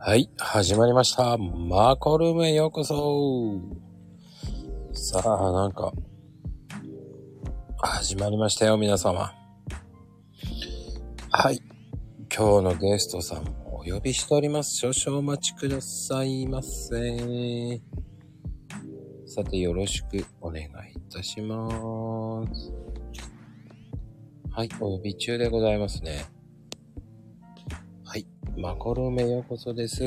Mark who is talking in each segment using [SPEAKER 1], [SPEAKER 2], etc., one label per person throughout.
[SPEAKER 1] はい、始まりました。マコルームへようこそ。さあ、なんか、始まりましたよ、皆様。はい、今日のゲストさんもお呼びしております。少々お待ちくださいませ。さて、よろしくお願いいたします。はい、お呼び中でございますね。はい。マコルームへようこそです。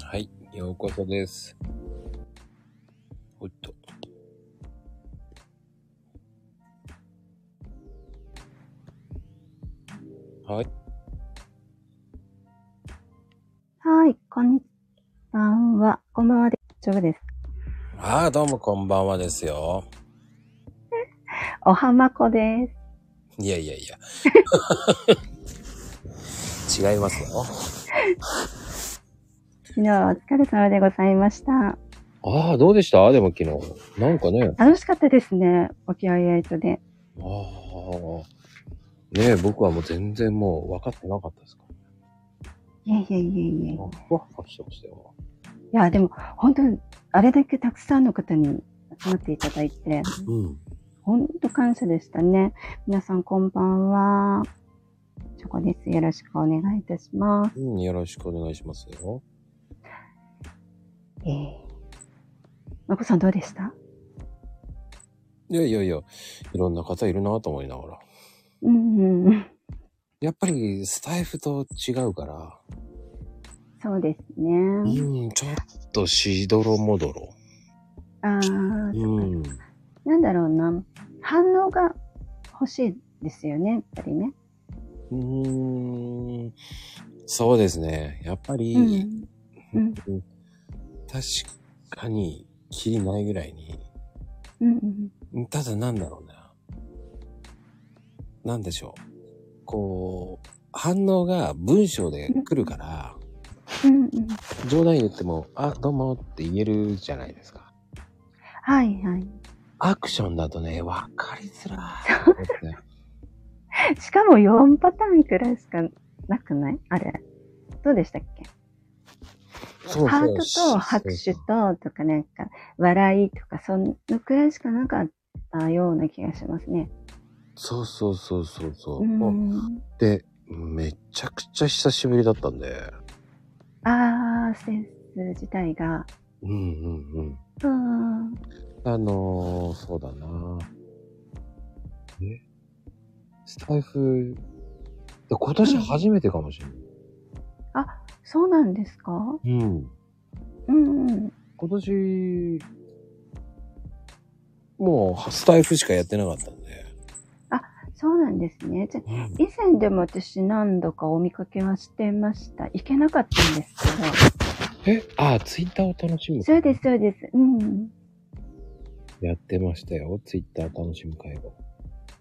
[SPEAKER 1] はい。ようこそです。ほいっと。はい。
[SPEAKER 2] はい、こんにちは。こんばんはで大丈夫です。
[SPEAKER 1] ああ、どうもこんばんはですよ。
[SPEAKER 2] おはまこで
[SPEAKER 1] いやいやいや。違いますよ。
[SPEAKER 2] す。昨日はお疲れ様でございました。
[SPEAKER 1] ああ、どうでしたでも昨日。なんかね。
[SPEAKER 2] 楽しかったですね。沖合エイトで。
[SPEAKER 1] ああ。ねえ、僕はもう全然もう分かってなかったですから。
[SPEAKER 2] いえいえいえいえ。い
[SPEAKER 1] あふわふわしてましたよ。
[SPEAKER 2] や、でも本当にあれだけたくさんの方に集まっていただいて、
[SPEAKER 1] うん。
[SPEAKER 2] 本当感謝でしたね。皆さんこんばんは。チョコです。よろしくお願いいたします。
[SPEAKER 1] うん、よろしくお願いしますよ。
[SPEAKER 2] えー、まこさんどうでした
[SPEAKER 1] いやいやいや、いろんな方いるなと思いながら。
[SPEAKER 2] うんうんうん。
[SPEAKER 1] やっぱりスタイフと違うから、
[SPEAKER 2] そうです
[SPEAKER 1] う
[SPEAKER 2] ね。
[SPEAKER 1] ん、ちょっとしどろもどろ。
[SPEAKER 2] ああ、
[SPEAKER 1] うん。
[SPEAKER 2] なんだろうな、反応が欲しいですよね、やっぱりね。
[SPEAKER 1] うーん、そうですね。やっぱり、
[SPEAKER 2] うん。うん。
[SPEAKER 1] 確かに、きりないぐらいに。
[SPEAKER 2] うんうん。
[SPEAKER 1] ただなんだろうな。なんでしょう。こう、反応が文章で来るから、
[SPEAKER 2] うんうん。
[SPEAKER 1] 冗談言っても、あ、どうもって言えるじゃないですか。
[SPEAKER 2] はいはい。
[SPEAKER 1] アクションだとね、わかりづらいと思 って。
[SPEAKER 2] しかも4パターンくらいしかなくないあれ。どうでしたっけ
[SPEAKER 1] そうそう
[SPEAKER 2] ハートと拍手ととかなんか笑いとかそのくらいしかなかったような気がしますね。
[SPEAKER 1] そうそうそうそうそうう。
[SPEAKER 2] ん。
[SPEAKER 1] で、めちゃくちゃ久しぶりだったんで。
[SPEAKER 2] あー、センス自体が。
[SPEAKER 1] うんうんうん。
[SPEAKER 2] うん。
[SPEAKER 1] あのー、そうだなえスタイフ、今年初めてかもしれ
[SPEAKER 2] そうなんですか
[SPEAKER 1] ない。うん。
[SPEAKER 2] うんうん。
[SPEAKER 1] 今年、もうスタイフしかやってなかったんで。
[SPEAKER 2] そうなんですね。じゃ以前でも私何度かお見かけはしてました。行けなかったんです
[SPEAKER 1] えあ、ツイッターを楽し
[SPEAKER 2] け
[SPEAKER 1] む
[SPEAKER 2] ど。。そうです、そうです。うん。
[SPEAKER 1] やってましたよ。ツイッター楽しむ会合。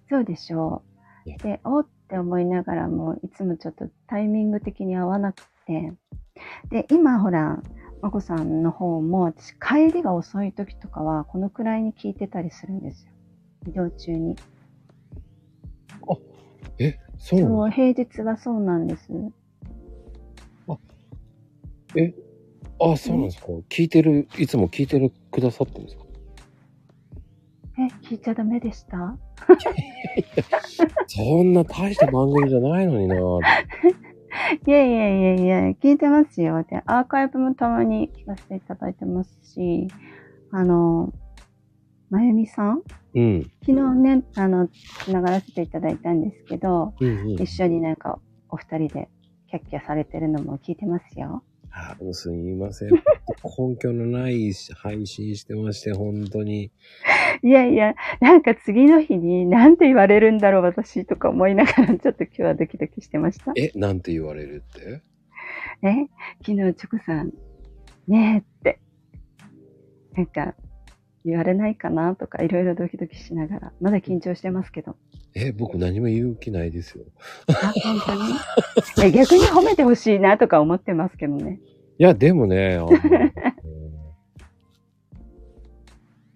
[SPEAKER 2] そうでしょ
[SPEAKER 1] いや
[SPEAKER 2] う。で、おって思いながらも、いつもちょっとタイミング的に合わなくて。で、今ほら、まこさんの方も、私帰りが遅い時とかは、このくらいに聞いてたりするんですよ。移動中に。
[SPEAKER 1] え、そうな
[SPEAKER 2] そ
[SPEAKER 1] の
[SPEAKER 2] う、平日はそうなんです。
[SPEAKER 1] あ、そうなんですか。聞いてる、いつも聞いてるくださってるんですか
[SPEAKER 2] え、聞いちゃダメでした
[SPEAKER 1] そんな大した番組じゃないのになぁ。
[SPEAKER 2] いやいやいやいや、聞いてますよ。で、アーカイブもたまに聞かせていただいてますし、あの、まゆみさん
[SPEAKER 1] うん。
[SPEAKER 2] 昨日ね、あの、繋がらせていただいたんですけど、
[SPEAKER 1] うんう
[SPEAKER 2] 一緒になんかお二人でキャッキャされてるのも聞いてますよ。
[SPEAKER 1] あもうすみません。根拠のない配信してまして、本当に。
[SPEAKER 2] いやいや、なんか次の日になんて言われるんだろう私とか思いながらちょっと今日はドキドキしてました。
[SPEAKER 1] え、なんて言われるって
[SPEAKER 2] え、昨日チョコさん、ねえって、なんか、言われないかなとか、いろいろドキドキしながら、まだ緊張してますけど。
[SPEAKER 1] え、僕何も言う気ないですよ。
[SPEAKER 2] あ、本当にえ逆に褒めてほしいなとか思ってますけどね。
[SPEAKER 1] いや、でもね、あのうん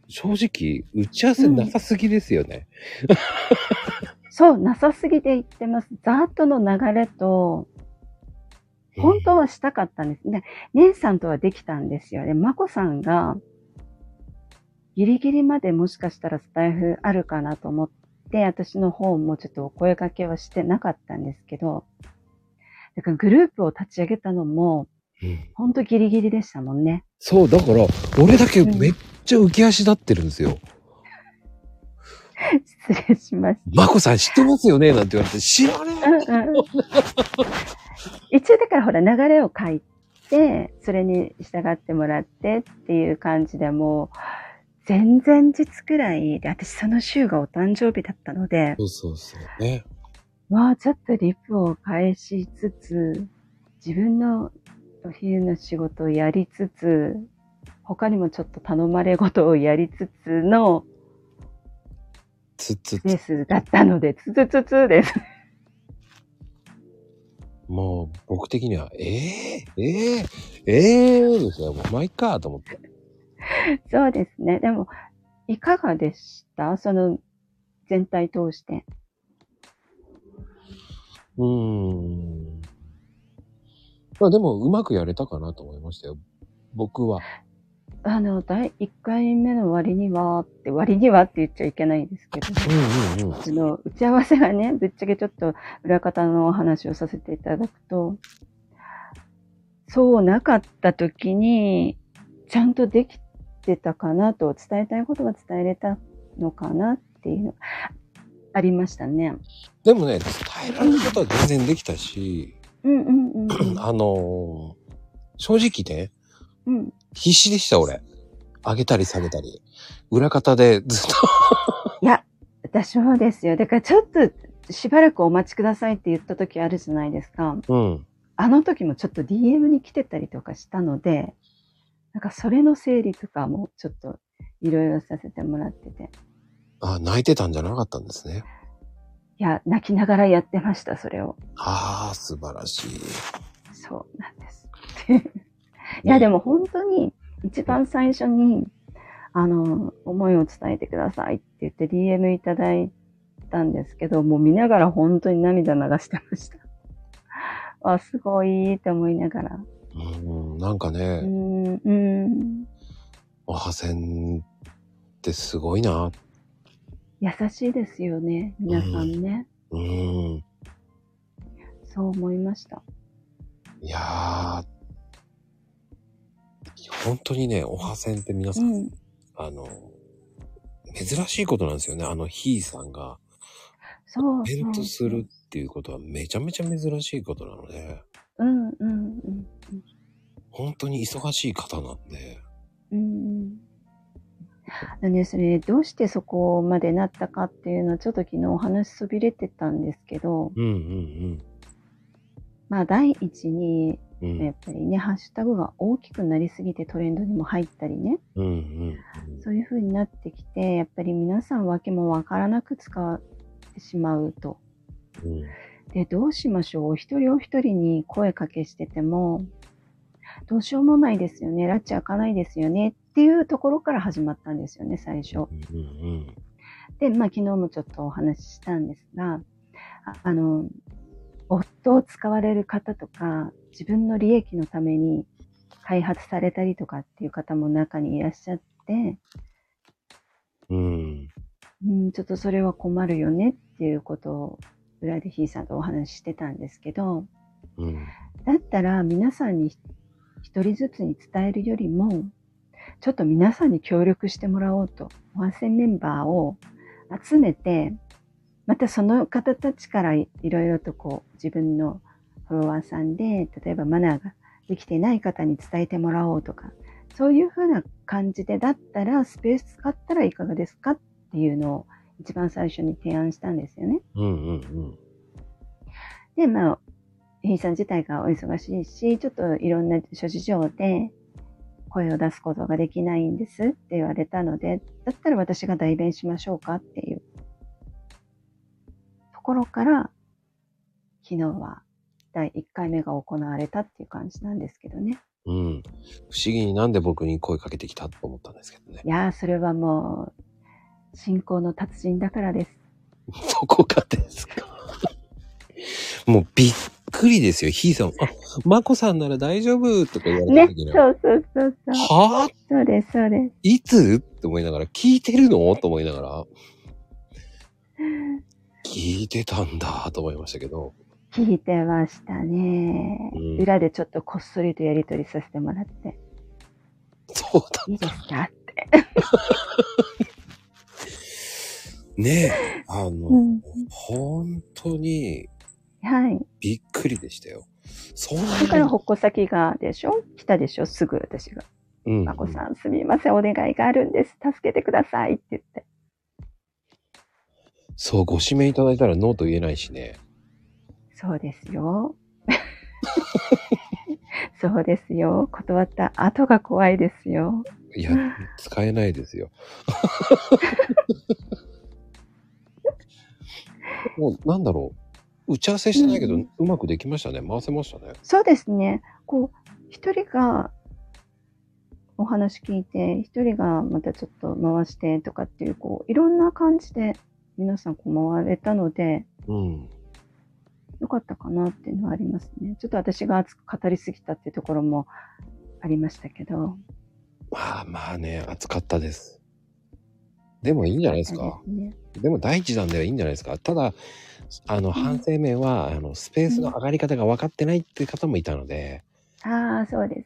[SPEAKER 1] 正直、打ち合わせなさすぎですよね。
[SPEAKER 2] そう、なさすぎて言ってます。ざーっとの流れと、本当はしたかったんです。ね、姉さんとはできたんですよ。で、まこさんが、ギリギリまでもしかしたらスタイフあるかなと思って、私の方もちょっとお声掛けはしてなかったんですけど、だからグループを立ち上げたのも、
[SPEAKER 1] うん
[SPEAKER 2] 本当ギリギリでしたもんね。
[SPEAKER 1] そう、だから、俺だけめっちゃ浮き足立ってるんですよ。
[SPEAKER 2] 失礼しまし
[SPEAKER 1] マコさん知ってますよねなんて言われて、知らね
[SPEAKER 2] た。うんうん。一応だからほら流れを書いて、それに従ってもらってっていう感じでもう、前々日くらいで、私その週がお誕生日だったので、
[SPEAKER 1] そうそうそうね。
[SPEAKER 2] まあちょっとリプを返しつつ、自分のお昼の仕事をやりつつ、他にもちょっと頼まれ事をやりつつの
[SPEAKER 1] つつつ、
[SPEAKER 2] レースだったので、つつつつです。
[SPEAKER 1] もう僕的には、ええええええですよ。もう、まあいっかと思って。
[SPEAKER 2] そうですね。でも、いかがでしたその全体通して。
[SPEAKER 1] うーん。まあでも、うまくやれたかなと思いましたよ。僕は。
[SPEAKER 2] あの、第1回目の割にはって、割にはって言っちゃいけないんですけど。
[SPEAKER 1] うんうんうん。
[SPEAKER 2] あの、打ち合わせがね、ぶっちゃけちょっと裏方のお話をさせていただくと、そうなかった時に、ちゃんとできてたかなと、伝えたいことが伝えれたのかなっていうの、ありましたね。
[SPEAKER 1] でもね、伝えられることは全然できたし、
[SPEAKER 2] うんうんうんうん。
[SPEAKER 1] あのー正直ね、
[SPEAKER 2] うん、
[SPEAKER 1] 必死でした、俺。上げたり下げたり。裏方でずっと。
[SPEAKER 2] 私もですよ。だからちょっと、しばらくお待ちくださいって言った時あるじゃないですか。
[SPEAKER 1] うん。
[SPEAKER 2] あの時もちょっと DM に来てたりとかしたので、なんかそれの整理とかもちょっといろいろさせてもらってて。
[SPEAKER 1] あ、泣いてたんじゃなかったんですね。
[SPEAKER 2] いや、泣きながらやってました、それを。
[SPEAKER 1] ああ、素晴らしい。
[SPEAKER 2] そうなんです。 いや、でも本当に一番最初に、あの、思いを伝えてくださいって言って DM いただいたんですけど、もう見ながら本当に涙流してました。 あ、すごいって思いながら。
[SPEAKER 1] うん、なんか
[SPEAKER 2] うー
[SPEAKER 1] ね、
[SPEAKER 2] ん、うーん。
[SPEAKER 1] おはせんってすごいな。
[SPEAKER 2] 優しいですよね、皆さんね。
[SPEAKER 1] うん。
[SPEAKER 2] そう思いました。
[SPEAKER 1] いやー、本当にね、おはせんって皆
[SPEAKER 2] う
[SPEAKER 1] さん、
[SPEAKER 2] ん。
[SPEAKER 1] あの、珍しいことなんですよね。あの、ひーさんが、
[SPEAKER 2] そう
[SPEAKER 1] イベ
[SPEAKER 2] そ
[SPEAKER 1] ン
[SPEAKER 2] う。
[SPEAKER 1] トするっていうことはめちゃめちゃ珍しいことなので、
[SPEAKER 2] うんうんうん。
[SPEAKER 1] 本当に忙しい方なんで、
[SPEAKER 2] うん。あのね、それ、どうしてそこまでなったかっていうのは、ちょっと昨日お話そびれてたんですけど、
[SPEAKER 1] うんうん
[SPEAKER 2] まあ、第一に、
[SPEAKER 1] うん。うん、
[SPEAKER 2] やっぱりね、ハッシュタグが大きくなりすぎてトレンドにも入ったりね、
[SPEAKER 1] うんうん
[SPEAKER 2] そういう風になってきて、やっぱり皆さんわけもわからなく使ってしまうと。
[SPEAKER 1] うん。うん
[SPEAKER 2] で、どうしましょうお一人お一人に声かけしてても、どうしようもないですよね。ラッチ開かないですよね。っていうところから始まったんですよね、最初。
[SPEAKER 1] うん
[SPEAKER 2] で、まあ、昨日もちょっとお話ししたんですが、ああの、夫を使われる方とか、自分の利益のために開発されたりとかっていう方も中にいらっしゃって、
[SPEAKER 1] うん。
[SPEAKER 2] うん、ちょっとそれは困るよねっていうことを、裏でひーさんとお話ししてたんですけど、
[SPEAKER 1] うん。
[SPEAKER 2] だったら皆さんに一人ずつに伝えるよりも、ちょっと皆さんに協力してもらおうと、ワンセンメンバーを集めて、またその方たちからいろいろとこう自分のフォロワーさんで、例えばマナーができていない方に伝えてもらおうとか、そういうふうな感じで、だったらスペース使ったらいかがですかっていうのを一番最初に提案したんですよね。
[SPEAKER 1] うんうんうん。
[SPEAKER 2] で、まあ、ヘイさん自体がお忙しいし、ちょっといろんな諸事情で声を出すことができないんですって言われたので、だったら私が代弁しましょうかっていうところから、昨日は第1回目が行われたっていう感じなんですけどね。
[SPEAKER 1] うん。不思議になんで僕に声かけてきたと思ったんですけどね。
[SPEAKER 2] いやー、それはもう、信仰の達人だからです。
[SPEAKER 1] そこかですか。もうびっくりですよ、ひーさん。あ、まこさんなら大丈夫とか言われた
[SPEAKER 2] ね
[SPEAKER 1] 時に、、
[SPEAKER 2] そうそうそうそう。
[SPEAKER 1] はぁ
[SPEAKER 2] そうです、そうです。
[SPEAKER 1] いつって思いながら、聞いてるのと思いながら、聞いてたんだと思いましたけど、
[SPEAKER 2] 聞いてましたね、
[SPEAKER 1] うん
[SPEAKER 2] 裏でちょっとこっそりとやり取りさせてもらって。
[SPEAKER 1] そうだ
[SPEAKER 2] いいですかって。
[SPEAKER 1] ねえ、あの、
[SPEAKER 2] うん
[SPEAKER 1] 本当に
[SPEAKER 2] はい。
[SPEAKER 1] びっくりでしたよ。そん
[SPEAKER 2] だから、
[SPEAKER 1] な
[SPEAKER 2] ほっこ先がでしょ来たでしょすぐ私が。
[SPEAKER 1] うん
[SPEAKER 2] まこさん、すみません。お願いがあるんです。助けてください。って言って。
[SPEAKER 1] そう、ご指名いただいたらノーと言えないしね。
[SPEAKER 2] そうです よ。そうですよ。断った後が怖いですよ。
[SPEAKER 1] いや、使えないです よ。もう、なんだろう。打ち合わせしてないけど、
[SPEAKER 2] う
[SPEAKER 1] うんまくできましたね。回せましたね。
[SPEAKER 2] そうですね。こう、一人がお話聞いて、一人がまたちょっと回してとかっていう、こう、いろんな感じで皆さんこう回れたので、
[SPEAKER 1] うん。
[SPEAKER 2] 良かったかなっていうのはありますね。ちょっと私が熱く語りすぎたっていうところもありましたけど。
[SPEAKER 1] まあまあね、暑かったです。でもいいんじゃないですか
[SPEAKER 2] あ。れね
[SPEAKER 1] でも第一弾ではいいんじゃないですか。ただ、あの、反省面は、あの、スペースの上がり方が分かってないっていう方もいたので、
[SPEAKER 2] ああ、そうで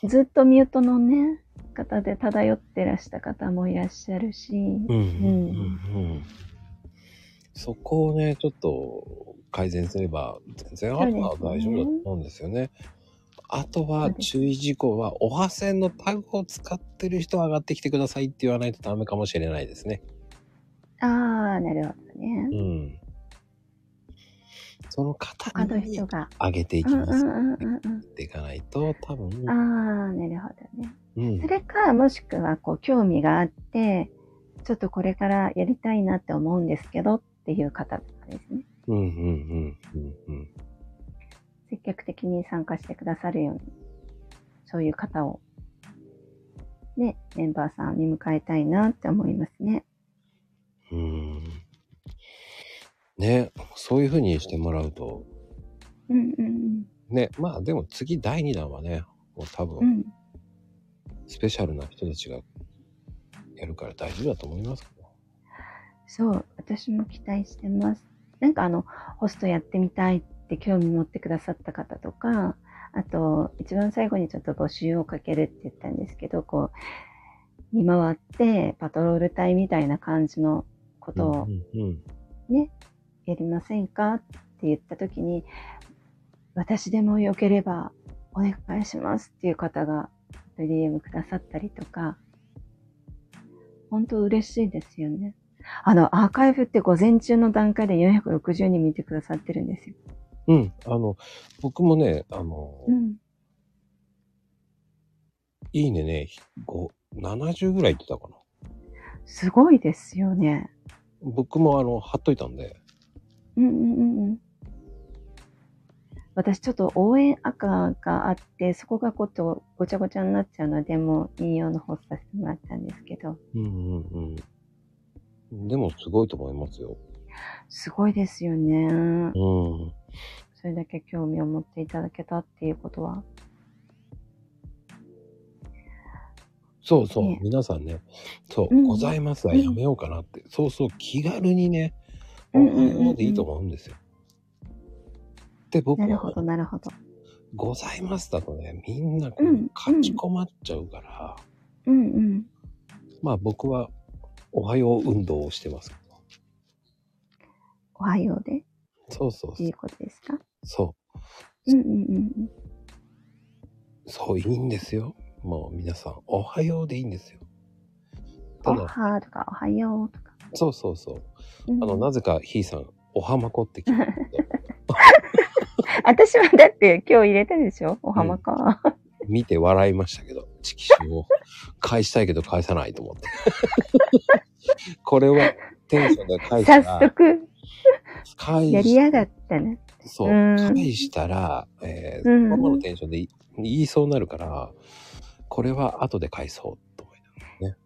[SPEAKER 2] す。ずっとミュートのね、方で漂ってらした方もいらっしゃるし、
[SPEAKER 1] うんうんうんうんそこをね、ちょっと改善すれば、全然あとは大丈夫だと思うんですよね。あとは注意事項は、おはせんのタグを使ってる人は上がってきてくださいって言わないとダメかもしれないですね。
[SPEAKER 2] ああ、なるほどね
[SPEAKER 1] う。ん。その方
[SPEAKER 2] 他の
[SPEAKER 1] に
[SPEAKER 2] 人が。
[SPEAKER 1] 上げていき
[SPEAKER 2] うんうん
[SPEAKER 1] ま
[SPEAKER 2] う
[SPEAKER 1] す。
[SPEAKER 2] んうんうん。
[SPEAKER 1] っていかないと、多分、
[SPEAKER 2] ああ、なるほどね。
[SPEAKER 1] うん
[SPEAKER 2] そ。れか、もしくは、こう、興味があって、ちょっとこれからやりたいなって思うんですけどっていう方とかですね。
[SPEAKER 1] うんうんうんうんうん。
[SPEAKER 2] 積極的に参加してくださるように、そういう方を、ね、メンバーさんに迎えたいなって思いますね。
[SPEAKER 1] うーんね、そういうふうにしてもらうと、
[SPEAKER 2] うんうん
[SPEAKER 1] ね、まあでも次第2弾はね、もう多
[SPEAKER 2] うん。う
[SPEAKER 1] 分
[SPEAKER 2] ん。
[SPEAKER 1] スペシャルな人たちがやるから大丈夫だと思いますけど。
[SPEAKER 2] そう、私も期待してます。なんかあの、ホストやってみたいって興味持ってくださった方とか、あと、一番最後にちょっと募集をかけるって言ったんですけど、こう、見回って、パトロール隊みたいな感じのことを
[SPEAKER 1] うんうん
[SPEAKER 2] やりませんかって言った時に、私でも良ければお願いしますっていう方が DM くださったりとか、本当嬉しいですよね。あの、アーカイブって午前中の段階で460人見てくださってるんですよ。
[SPEAKER 1] うん。うんあの、僕もね、あの、
[SPEAKER 2] うん。
[SPEAKER 1] いいねね、5 70ぐらいって言ったかな。
[SPEAKER 2] すごいですよね。
[SPEAKER 1] 僕もあの、貼っといたんで。
[SPEAKER 2] うんうんうんうん。私ちょっと応援赤があって、そこがことごちゃごちゃになっちゃうので、もう引用の方させてもらったんですけど。
[SPEAKER 1] うんうんうん。でもすごいと思いますよ。
[SPEAKER 2] すごいですよね。
[SPEAKER 1] うん。
[SPEAKER 2] それだけ興味を持っていただけたっていうことは。
[SPEAKER 1] そうそう、
[SPEAKER 2] ね
[SPEAKER 1] 皆さんね、そう、
[SPEAKER 2] うん
[SPEAKER 1] ございますはやめようかなって、そうそう、気軽にね、
[SPEAKER 2] う
[SPEAKER 1] お
[SPEAKER 2] んうんうんうん
[SPEAKER 1] はようでいいと思うんですよ。で、僕
[SPEAKER 2] なるほ
[SPEAKER 1] は、
[SPEAKER 2] ど、なるほど。
[SPEAKER 1] ございますだとね、みんなこ
[SPEAKER 2] う
[SPEAKER 1] うん勝ち困っちゃうから、
[SPEAKER 2] うんうん。
[SPEAKER 1] まあ僕は、おはよう運動をしてますけど。
[SPEAKER 2] おはようで、
[SPEAKER 1] そうそう
[SPEAKER 2] っていうことですか
[SPEAKER 1] そ
[SPEAKER 2] うんうんうん
[SPEAKER 1] う、そういいんですよ。もう皆さん、おはようでいいんですよ。
[SPEAKER 2] うん。
[SPEAKER 1] た
[SPEAKER 2] お
[SPEAKER 1] だ、
[SPEAKER 2] はーとか、おはようとか。
[SPEAKER 1] そうそうそう。
[SPEAKER 2] うん
[SPEAKER 1] あの、なぜか、ひーさん、おはまこって聞いてて
[SPEAKER 2] 私はだって今日入れたでしょおはまか。
[SPEAKER 1] 見て笑いましたけど、チキショを返したいけど返さないと思って。これはテンションで返した
[SPEAKER 2] 早
[SPEAKER 1] ら、
[SPEAKER 2] 速、
[SPEAKER 1] 返し
[SPEAKER 2] やりやがったね。
[SPEAKER 1] そう、
[SPEAKER 2] うん
[SPEAKER 1] 返したら、えー、
[SPEAKER 2] う
[SPEAKER 1] そ
[SPEAKER 2] ん
[SPEAKER 1] のままのテンションでい言いそうになるから、これは後で返そうと思いながら。
[SPEAKER 2] いや、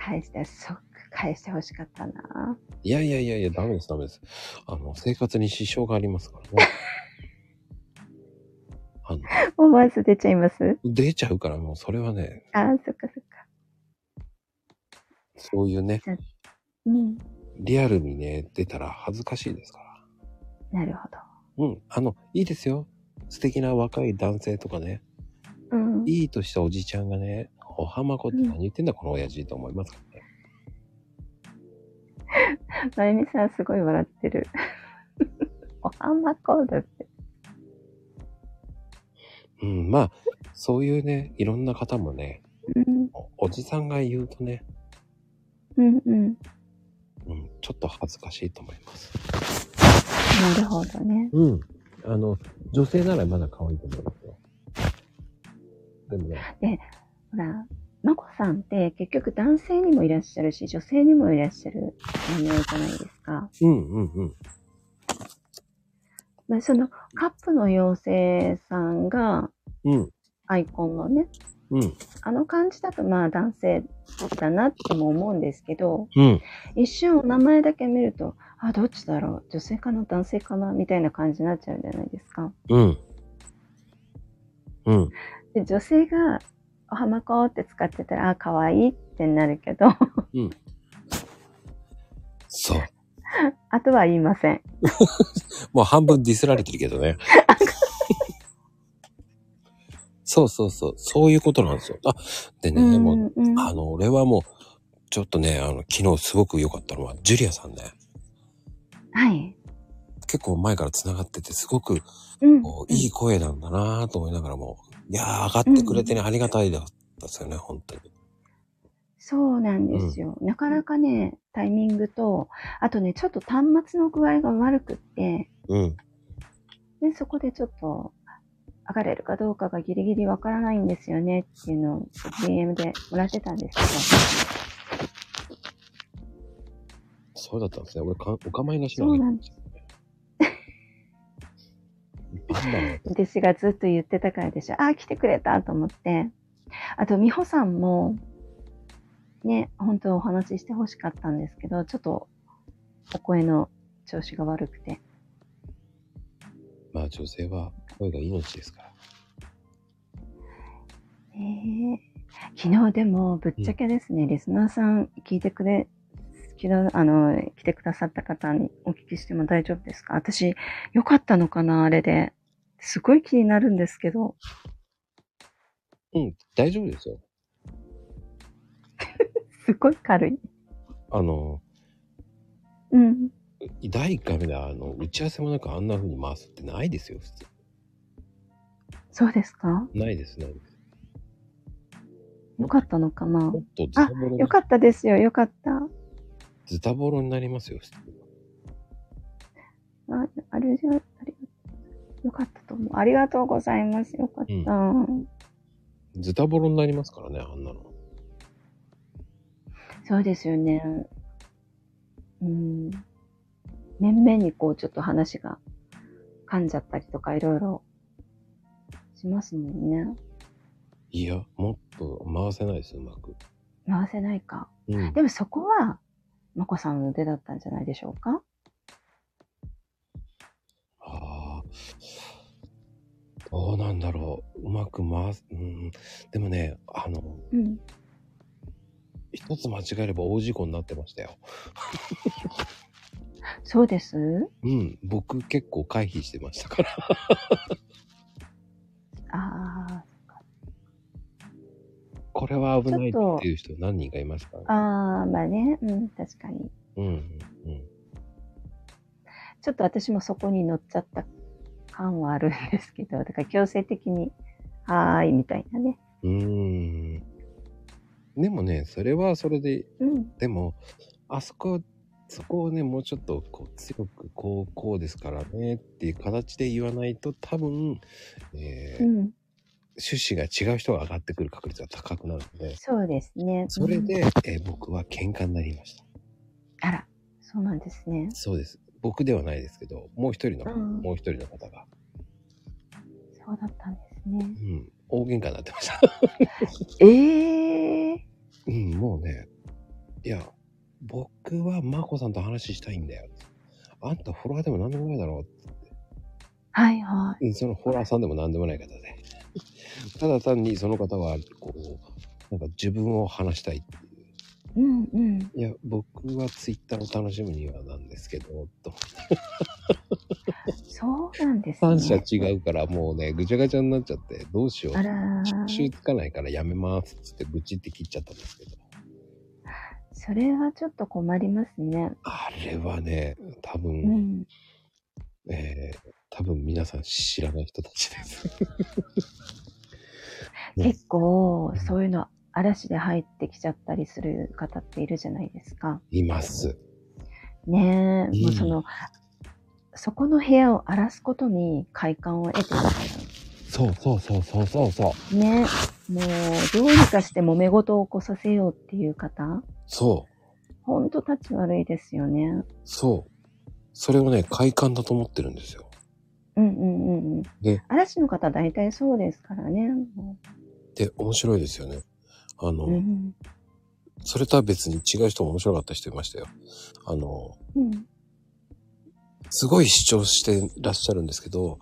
[SPEAKER 2] 返した、即返してほしかったな。
[SPEAKER 1] いやいやいやいや、ダメです、ダメです。あの、生活に支障がありますからね。あの
[SPEAKER 2] 思わず出ちゃいます
[SPEAKER 1] 出ちゃうからもうそれはね、
[SPEAKER 2] あー、そっかそっか。
[SPEAKER 1] そういうね、
[SPEAKER 2] うん。
[SPEAKER 1] リアルにね、出たら恥ずかしいですから。
[SPEAKER 2] なるほど。
[SPEAKER 1] うん。あの、いいですよ。素敵な若い男性とかね、
[SPEAKER 2] うん。
[SPEAKER 1] いいとしたおじちゃんがね、おはまこって何言ってんだ、この親父と思いますからね。
[SPEAKER 2] まゆみさんすごい笑ってる。 おはまこだって。
[SPEAKER 1] うん。まあ、そういうね、いろんな方もね、
[SPEAKER 2] うん。
[SPEAKER 1] おおじさんが言うとね、
[SPEAKER 2] うんうん。
[SPEAKER 1] うん、ちょっと恥ずかしいと思います。
[SPEAKER 2] なるほどね。
[SPEAKER 1] うん。あの、女性ならまだ可愛いと思いますよ。でもね、
[SPEAKER 2] ほら、まこさんって結局男性にもいらっしゃるし、女性にもいらっしゃる内容じゃないですか。
[SPEAKER 1] うんうんうん。
[SPEAKER 2] まあ、そのカップの妖精さんが
[SPEAKER 1] うん
[SPEAKER 2] アイコンのね、
[SPEAKER 1] うん
[SPEAKER 2] あの感じだとまあ男性だなっても思うんですけど、
[SPEAKER 1] うん。
[SPEAKER 2] 一瞬お名前だけ見ると、あ、どっちだろう女性かな男性かなみたいな感じになっちゃうじゃないですか。
[SPEAKER 1] うん。うん。
[SPEAKER 2] で女性が、おはまこって使ってたら、あ、可愛いってなるけど、
[SPEAKER 1] そう。
[SPEAKER 2] あとは言いません。
[SPEAKER 1] もう半分ディスられてるけど ね。そうそうそう。そういうことなんですよ。あ、でね、もう、
[SPEAKER 2] うんうん
[SPEAKER 1] あの、俺はもう、ちょっとね、あの、昨日すごく良かったのは、ジュリアさんね。
[SPEAKER 2] はい。
[SPEAKER 1] 結構前から繋がってて、すごく、
[SPEAKER 2] うん
[SPEAKER 1] こういい声なんだなぁと思いながらも、いやー、上がってくれてね、ありがたいだったですよね、本当に。
[SPEAKER 2] そうなんですよ。なかなかね、タイミングと、あとね、ちょっと端末の具合が悪くって、
[SPEAKER 1] うん。
[SPEAKER 2] でそこでちょっと、上がれるかどうかがギリギリわからないんですよねっていうのを DM でもらってたんです
[SPEAKER 1] そうだったんですね。俺か、お構いなし
[SPEAKER 2] そうなん
[SPEAKER 1] です。なんだろう
[SPEAKER 2] けど、弟子がずっと言ってたからでしょ。ああ、来てくれたと思って。あと、美穂さんも、ね、本当はお話ししてほしかったんですけど、ちょっと、お声の調子が悪くて。
[SPEAKER 1] まあ女性は声が命ですから。
[SPEAKER 2] ええ昨日でもぶっちゃけですね、リスナーさん聞いてくれ、きだあの、来てくださった方にお聞きしても大丈夫ですか私、良かったのかなあれで。すごい気になるんですけど。
[SPEAKER 1] うん、大丈夫ですよ。
[SPEAKER 2] すごい軽い。
[SPEAKER 1] あの、
[SPEAKER 2] うん。
[SPEAKER 1] 第1回目であの、打ち合わせもなくあんな風に回すってないですよ、普通。
[SPEAKER 2] そうですか
[SPEAKER 1] ないです、ないです。
[SPEAKER 2] 良かったのかな
[SPEAKER 1] もっとズタボロ
[SPEAKER 2] 良
[SPEAKER 1] に、
[SPEAKER 2] かったですよ、良かった。
[SPEAKER 1] ズタボロになりますよ、普通。
[SPEAKER 2] ああれじゃ、あり良かったと思う。ありがとうございます。良かった。
[SPEAKER 1] ズタボロになりますからね、あんなの。
[SPEAKER 2] そうですよね。うん。面々にこう、ちょっと話が噛んじゃったりとか、いろいろしますもんね。
[SPEAKER 1] いや、もっと回せないです、うまく。
[SPEAKER 2] 回せないか。
[SPEAKER 1] うん。
[SPEAKER 2] でもそこは、まこさんの腕だったんじゃないでしょうか
[SPEAKER 1] ああ。どうなんだろう。うまく回す。うん。でもね、あの、
[SPEAKER 2] うん。
[SPEAKER 1] 一つ間違えれば大事故になってましたよ。
[SPEAKER 2] そうです
[SPEAKER 1] うん。僕結構回避してましたから。
[SPEAKER 2] あ
[SPEAKER 1] これは危ないっていう人何人かいましたね
[SPEAKER 2] あ、ああ、まあね、うん、確かに。
[SPEAKER 1] うんうんうん。
[SPEAKER 2] ちょっと私もそこに乗っちゃった感はあるんですけど、だから強制的に、はーい、みたいなね。
[SPEAKER 1] うーん。でもね、それはそれで、
[SPEAKER 2] うん。
[SPEAKER 1] でも、あそこ、そこをね、もうちょっとこう強く、こう、こうですからねっていう形で言わないと、多分、えー
[SPEAKER 2] うん。
[SPEAKER 1] 趣旨が違う人が上がってくる確率が高くなるので、
[SPEAKER 2] そうですね。
[SPEAKER 1] それ
[SPEAKER 2] うん
[SPEAKER 1] で、えー僕は喧嘩になりました。
[SPEAKER 2] あら、そうなんですね。
[SPEAKER 1] そうです。僕ではないですけど、もう一人の、
[SPEAKER 2] うん
[SPEAKER 1] もう一人の方が、
[SPEAKER 2] そうだったんですね
[SPEAKER 1] う。ん、大喧嘩になってました。
[SPEAKER 2] ええ
[SPEAKER 1] うん、もうね、いや、僕はマコさんと話したいんだよ。あんたフォロワーでも何でもないだろう。
[SPEAKER 2] はいは
[SPEAKER 1] うんそのホラーさんでも何でもない方で。ただ単にその方は、こう、なんか自分を話したい。
[SPEAKER 2] い。うんうん。
[SPEAKER 1] いや、僕はツイッターを楽しむにはなんですけど、と。
[SPEAKER 2] そうなんです
[SPEAKER 1] 三者
[SPEAKER 2] ね。
[SPEAKER 1] 違うからもうね、ぐちゃぐちゃになっちゃって、どうしよ
[SPEAKER 2] あ
[SPEAKER 1] う。
[SPEAKER 2] らー
[SPEAKER 1] 収つかないからやめますっつって愚痴って切っちゃったんですけど。
[SPEAKER 2] それはちょっと困りますね。
[SPEAKER 1] あれはね、多
[SPEAKER 2] う
[SPEAKER 1] 分、
[SPEAKER 2] ん。
[SPEAKER 1] えー、多分皆さん知らない人たちです。 ね
[SPEAKER 2] 結構、そういうの嵐で入ってきちゃったりする方っているじゃないですか。
[SPEAKER 1] います。
[SPEAKER 2] ね
[SPEAKER 1] うん
[SPEAKER 2] え、もうその、そこの部屋を荒らすことに快感を得てるみたいな
[SPEAKER 1] そうそうそうそうそうそう。
[SPEAKER 2] ね、もう、どうにかして揉め事を起こさせようっていう方、
[SPEAKER 1] そう。
[SPEAKER 2] ほんと立ち悪いですよね。
[SPEAKER 1] そう。それをね、快感だと思ってるんですよ。
[SPEAKER 2] うんうんうんうん。
[SPEAKER 1] で、
[SPEAKER 2] 嵐の方大体そうですからね。も
[SPEAKER 1] で、面白いですよね。あの、
[SPEAKER 2] ううん。
[SPEAKER 1] それとは別に違う人も面白かった人いましたよ。あの、
[SPEAKER 2] うん。
[SPEAKER 1] すごい主張してらっしゃるんですけど、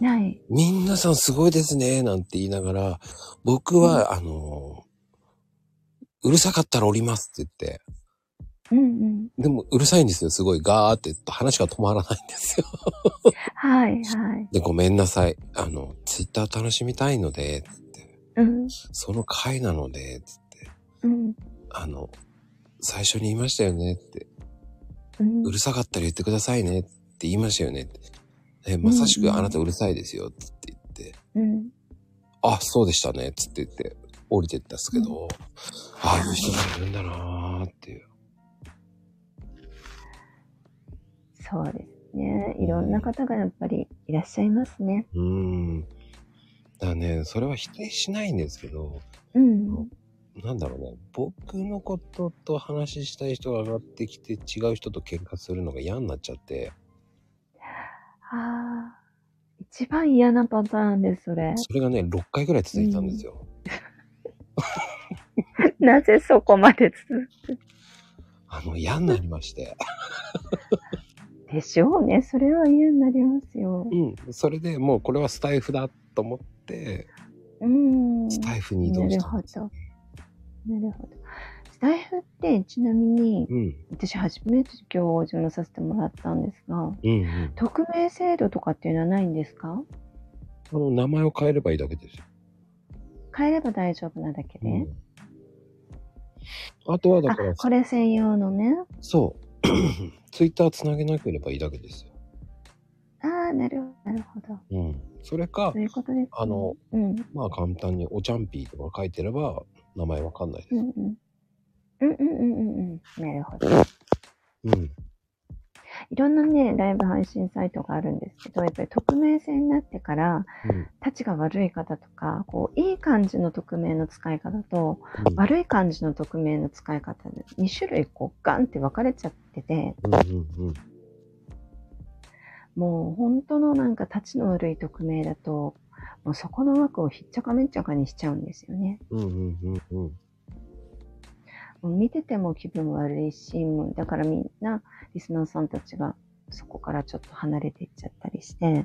[SPEAKER 2] ない。
[SPEAKER 1] みんなさんすごいですね、なんて言いながら、僕は、あの、うるさかったら降りますって言って、
[SPEAKER 2] うんうん。
[SPEAKER 1] でもうるさいんですよ、すごい。ガーって話が止まらないんですよ。
[SPEAKER 2] はいはい。
[SPEAKER 1] で、ごめんなさい。あの、ツイッター楽しみたいので、
[SPEAKER 2] うん。
[SPEAKER 1] その回なので、つって。
[SPEAKER 2] うん。
[SPEAKER 1] あの、最初に言いましたよねって、
[SPEAKER 2] うん
[SPEAKER 1] うるさかったら言ってくださいねって言いましたよねって。え、まさしくあなたうるさいですよって言って、
[SPEAKER 2] うん。
[SPEAKER 1] あ、そうでしたねっつって言って降りてったんですけど、ああいう人がいるんだなーっていう。
[SPEAKER 2] そうですね。いろんな方がやっぱりいらっしゃいますね。
[SPEAKER 1] うーん。だからね、それは否定しないんですけど、
[SPEAKER 2] うん。
[SPEAKER 1] なんだろうね、僕のことと話したい人が上がってきて違う人と喧嘩するのが嫌になっちゃって、
[SPEAKER 2] ああ。一番嫌なパターンです、それ。
[SPEAKER 1] それがね、6回ぐらい続いてたんですよ。
[SPEAKER 2] なぜそこまで続
[SPEAKER 1] あの、嫌になりまして。
[SPEAKER 2] くでしょうね。それは嫌になりますよ。
[SPEAKER 1] うん、それでもうこれはスタイフだと思って、
[SPEAKER 2] うん。
[SPEAKER 1] スタイフに移動したんです。
[SPEAKER 2] なるほど。なるほど。スタイフって、ちなみに、
[SPEAKER 1] うん、
[SPEAKER 2] 私初めて今日おのさせてもらったんですが、
[SPEAKER 1] うん、うん。
[SPEAKER 2] 匿名制度とかっていうのはないんですか
[SPEAKER 1] あの、名前を変えればいいだけですよ。
[SPEAKER 2] 変えれば大丈夫なだけで。
[SPEAKER 1] うんあとはだ
[SPEAKER 2] あ
[SPEAKER 1] から、、
[SPEAKER 2] これ専用のね。
[SPEAKER 1] そう。 ツイッターつなげなければいいだけですよ。
[SPEAKER 2] ああ、なるほど。なるほど。
[SPEAKER 1] うん。それか
[SPEAKER 2] そう、いうことです、ね。
[SPEAKER 1] あの、
[SPEAKER 2] うん、
[SPEAKER 1] まあ簡単におちゃんぴーとか書いてれば、名前わかんないで
[SPEAKER 2] うん、う
[SPEAKER 1] す。
[SPEAKER 2] ん。うんうんうんうんうん。なるほど。
[SPEAKER 1] うん。
[SPEAKER 2] いろんなね、ライブ配信サイトがあるんですけど、やっぱり匿名制になってから、
[SPEAKER 1] うん。
[SPEAKER 2] たちが悪い方とか、こう、いい感じの匿名の使い方と、
[SPEAKER 1] うん
[SPEAKER 2] 悪い感じの匿名の使い方で、2種類こう、ガンって分かれちゃってて、
[SPEAKER 1] うん。うん。
[SPEAKER 2] もう本当のなんか立ちの悪い匿名だと、もうそこの枠をひっちゃかめっちゃかにしちゃうんですよね。
[SPEAKER 1] うん。うん。うん。うん。
[SPEAKER 2] もう見てても気分悪いし、もうだからみんな、リスナーさんたちがそこからちょっと離れていっちゃったりして、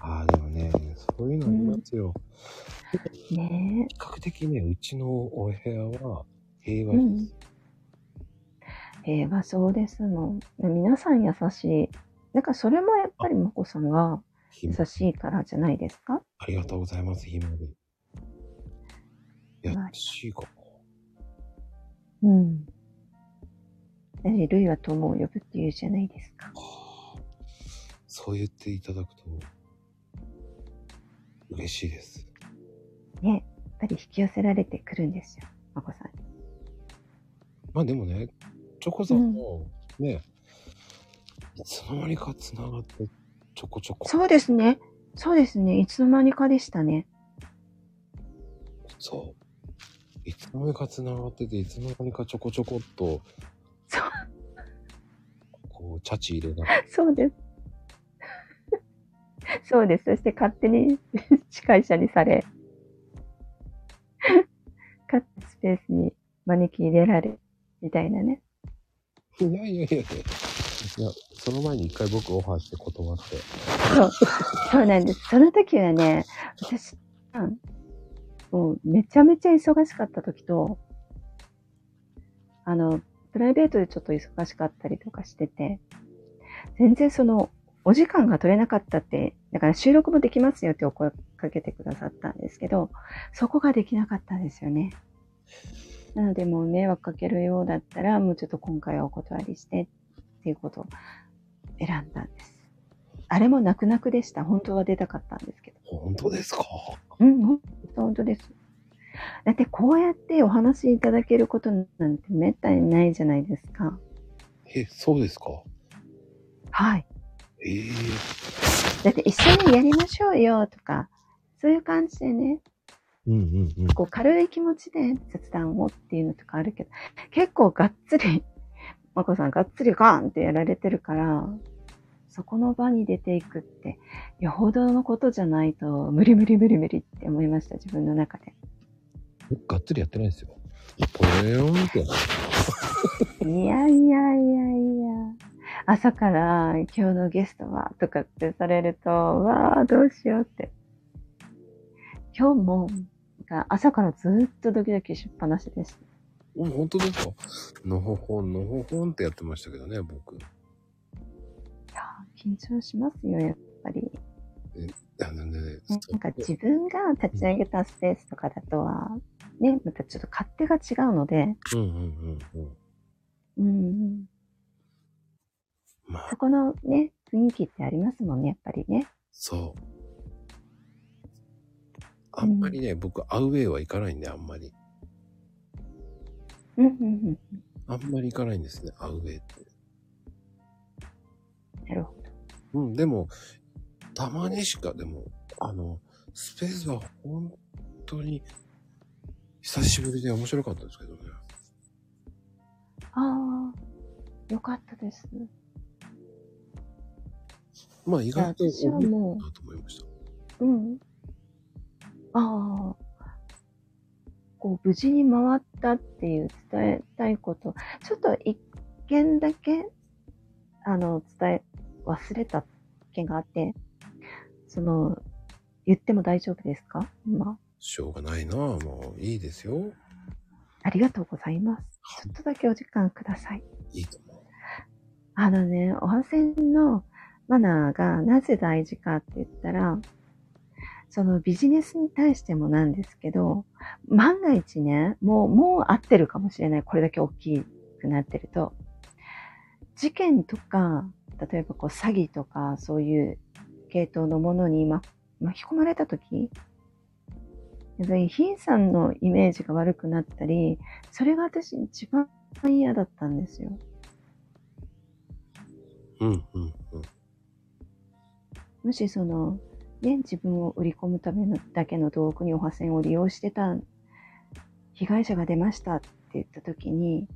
[SPEAKER 1] ああ、でもね、そういうのありますよ。
[SPEAKER 2] ね
[SPEAKER 1] 比較的ね、うちのお部屋は平
[SPEAKER 2] え。
[SPEAKER 1] 和
[SPEAKER 2] う
[SPEAKER 1] です。
[SPEAKER 2] ん。平和そうですもん。皆さん優しい。だからそれもやっぱりまこさんが
[SPEAKER 1] ひ
[SPEAKER 2] 優
[SPEAKER 1] ま
[SPEAKER 2] しいからじゃないですか
[SPEAKER 1] ありがとうございます、ひまわり。や
[SPEAKER 2] ひまわ
[SPEAKER 1] っ
[SPEAKER 2] り
[SPEAKER 1] しいか。
[SPEAKER 2] うん。だってルイは友を呼ぶって言うじゃないですか。
[SPEAKER 1] そう言っていただくと、嬉しいです。
[SPEAKER 2] ね。やっぱり引き寄せられてくるんですよ。まこさんに。
[SPEAKER 1] まあでもね、チョコさんも、ね、いつの間にか繋がって、ちょこちょこ。
[SPEAKER 2] そうですね。そうですね。いつの間にかでしたね。
[SPEAKER 1] そう。いつの間にか繋がってて、いつの間にかちょこちょこっと、
[SPEAKER 2] そう
[SPEAKER 1] こう、チャチ入れながら。
[SPEAKER 2] そうです。そうです。そして勝手に 司会者にされ、 勝手にスペースに招き入れられ、みたいなね。
[SPEAKER 1] いやいやいやいや、いや、その前に一回僕オファーして断って。
[SPEAKER 2] そう、そうなんです。その時はね、私、うんもうめちゃめちゃ忙しかった時と、あの、プライベートでちょっと忙しかったりとかしてて、全然その、お時間が取れなかったって、だから収録もできますよってお声かけてくださったんですけど、そこができなかったんですよね。なのでもう迷惑かけるようだったら、もうちょっと今回はお断りしてっていうことを選んだんです。あれも泣く泣くでした。本当は出たかったんですけど。
[SPEAKER 1] 本当ですか
[SPEAKER 2] うん、ほん本当です。だってこうやってお話しいただけることなんてめったにないじゃないですか。
[SPEAKER 1] え、そうですか
[SPEAKER 2] はい。
[SPEAKER 1] ええ
[SPEAKER 2] だって一緒にやりましょうよとか、そういう感じでね、
[SPEAKER 1] うんうんうん。
[SPEAKER 2] こう軽い気持ちで雑談をっていうのとかあるけど、結構がっつり、まこさんがっつりガーンってやられてるから、そこの場に出ていくって、よほどのことじゃないと、無理無理無理無理って思いました、自分の中で。
[SPEAKER 1] 僕がっつりやってないですよ。ぽよーんって。
[SPEAKER 2] いやいやいやいや。朝から今日のゲストはとかってされると、うわあ、どうしようって。今日も、なんか朝からずっとドキドキしっぱなしでした。
[SPEAKER 1] うん、本当ですかのほほん、のほほんってやってましたけどね、僕。
[SPEAKER 2] いやー緊張しますよ、やっぱり。
[SPEAKER 1] あのね、
[SPEAKER 2] なんか自分が立ち上げたスペースとかだとは、ね、またちょっと勝手が違うので、
[SPEAKER 1] うんうんうんうん。
[SPEAKER 2] うん、
[SPEAKER 1] まあ
[SPEAKER 2] そ、このね、雰囲気ってありますもんね、やっぱりね。
[SPEAKER 1] そう。あんまりね、僕、アウェイは行かないんで、あんまり。
[SPEAKER 2] うん、うん、うん。
[SPEAKER 1] あんまり行かないんですね、アウェイって。
[SPEAKER 2] なるほど。
[SPEAKER 1] うん、でも、たまにしか、でも、あの、スペースは本当に、久しぶりで面白かったですけどね。
[SPEAKER 2] ああ、よかったです。
[SPEAKER 1] まあ、意
[SPEAKER 2] いや
[SPEAKER 1] 外と、
[SPEAKER 2] 私は
[SPEAKER 1] 面白い
[SPEAKER 2] も
[SPEAKER 1] なと思いました。
[SPEAKER 2] う、うん。ああ、こう、無事に回ったっていう伝えたいこと、ちょっと一件だけ、あの、伝え、忘れた件があって、その、言っても大丈夫ですか今。
[SPEAKER 1] しょうがないなもう、いいですよ。
[SPEAKER 2] ありがとうございます。ちょっとだけお時間ください。
[SPEAKER 1] いいと思う。
[SPEAKER 2] あのね、おはせんのマナーがなぜ大事かって言ったら、そのビジネスに対してもなんですけど、万が一ね、もう、もう合ってるかもしれない。これだけ大きくなってると。事件とか、例えばこう詐欺とか、そういう系統のものにま巻き込まれたとき、やっぱり品さんのイメージが悪くなったり、それが私一番嫌だったんですよ。
[SPEAKER 1] うん、うん、うん。
[SPEAKER 2] もしその、ね、自分を売り込むためのだけの道具におはせんを利用してた被害者が出ましたって言った時に、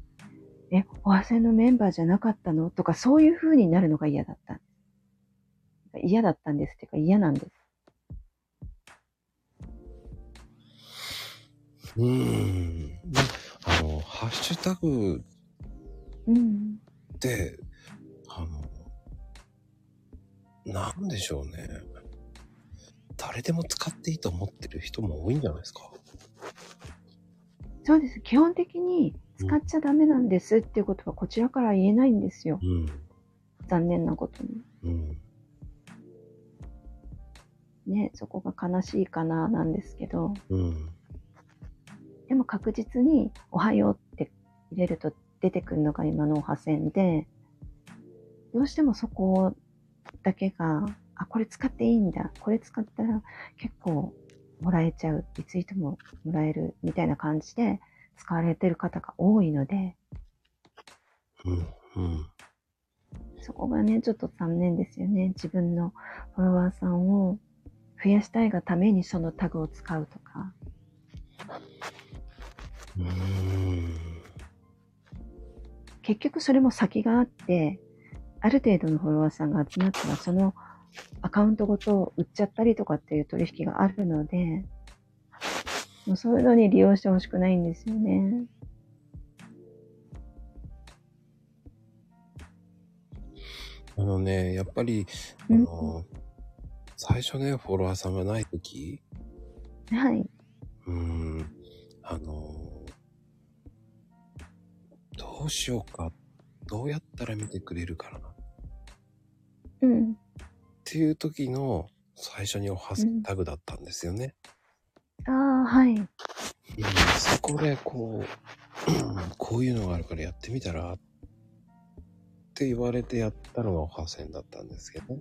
[SPEAKER 2] え、おはせんのメンバーじゃなかったのとかそういう風になるのが嫌だった。嫌だったんですっていうか嫌なんです。
[SPEAKER 1] うーん。あの、ハッシュタグ
[SPEAKER 2] うん。
[SPEAKER 1] って、あの、なんでしょうね。誰でも使っていいと思ってる人も多いんじゃないですか。
[SPEAKER 2] そうです。基本的に使っちゃダメなんですっていうことはこちらから言えないんですよ。
[SPEAKER 1] うん。
[SPEAKER 2] 残念なことに。
[SPEAKER 1] うん。
[SPEAKER 2] ね、そこが悲しいかななんですけど。
[SPEAKER 1] うん。
[SPEAKER 2] でも確実に「おはよう」って入れると出てくるのが今のおはせんでどうしてもそこだけが「あこれ使っていいんだこれ使ったら結構もらえちゃうリツイートももらえる」みたいな感じで使われてる方が多いので
[SPEAKER 1] うん。うん。
[SPEAKER 2] そこがねちょっと残念ですよね自分のフォロワーさんを増やしたいがためにそのタグを使うとか
[SPEAKER 1] うーん。
[SPEAKER 2] 結局それも先があって、ある程度のフォロワーさんが集まったら、そのアカウントごと売っちゃったりとかっていう取引があるので、もうそういうのに利用してほしくないんですよね。
[SPEAKER 1] あのね、やっぱり、あの、最初ね、フォロワーさんがないとき、
[SPEAKER 2] はい。
[SPEAKER 1] うーん、あの、どうしようか、どうやったら見てくれるかなっ
[SPEAKER 2] うん。
[SPEAKER 1] ていう時の最初におハッシュタグだったんですよね。
[SPEAKER 2] ああ、はい。
[SPEAKER 1] うん、そこでこう、うんこういうのがあるからやってみたらって言われてやったのがおハセンだったんですけど、ね、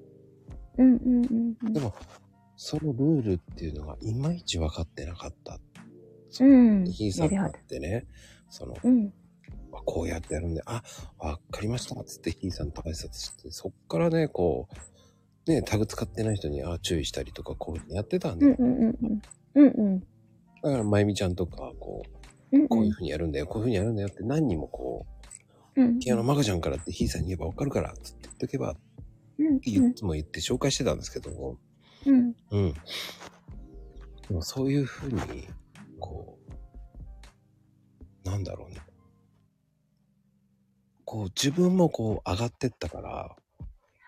[SPEAKER 2] うんうんうんうん。
[SPEAKER 1] でも、そのルールっていうのがいまいち分かってなかった。
[SPEAKER 2] うん。
[SPEAKER 1] ひいさ
[SPEAKER 2] なんる
[SPEAKER 1] だ
[SPEAKER 2] ほ
[SPEAKER 1] っ
[SPEAKER 2] ど。
[SPEAKER 1] てね、その、
[SPEAKER 2] うん。
[SPEAKER 1] あこうやってやるんで、あ、わかりました、つってひいさんと挨拶して、そっからね、こう、ね、タグ使ってない人に、あ、注意したりとか、こういうのやってたんで、
[SPEAKER 2] うんうんうんうん。うんうん。
[SPEAKER 1] だから、まゆみちゃんとか、こう、
[SPEAKER 2] うん
[SPEAKER 1] こういうふうにやるんだよ、こういうふうにやるんだよって何人もこう、
[SPEAKER 2] うん。
[SPEAKER 1] ピアノマガジャンからってひいさんに言えばわかるから、つって言っとけば、
[SPEAKER 2] うん
[SPEAKER 1] いつも言って紹介してたんですけども、
[SPEAKER 2] うん。
[SPEAKER 1] うん。でもそういうふうに、こう、なんだろうね。こう、自分もこう上がってったから、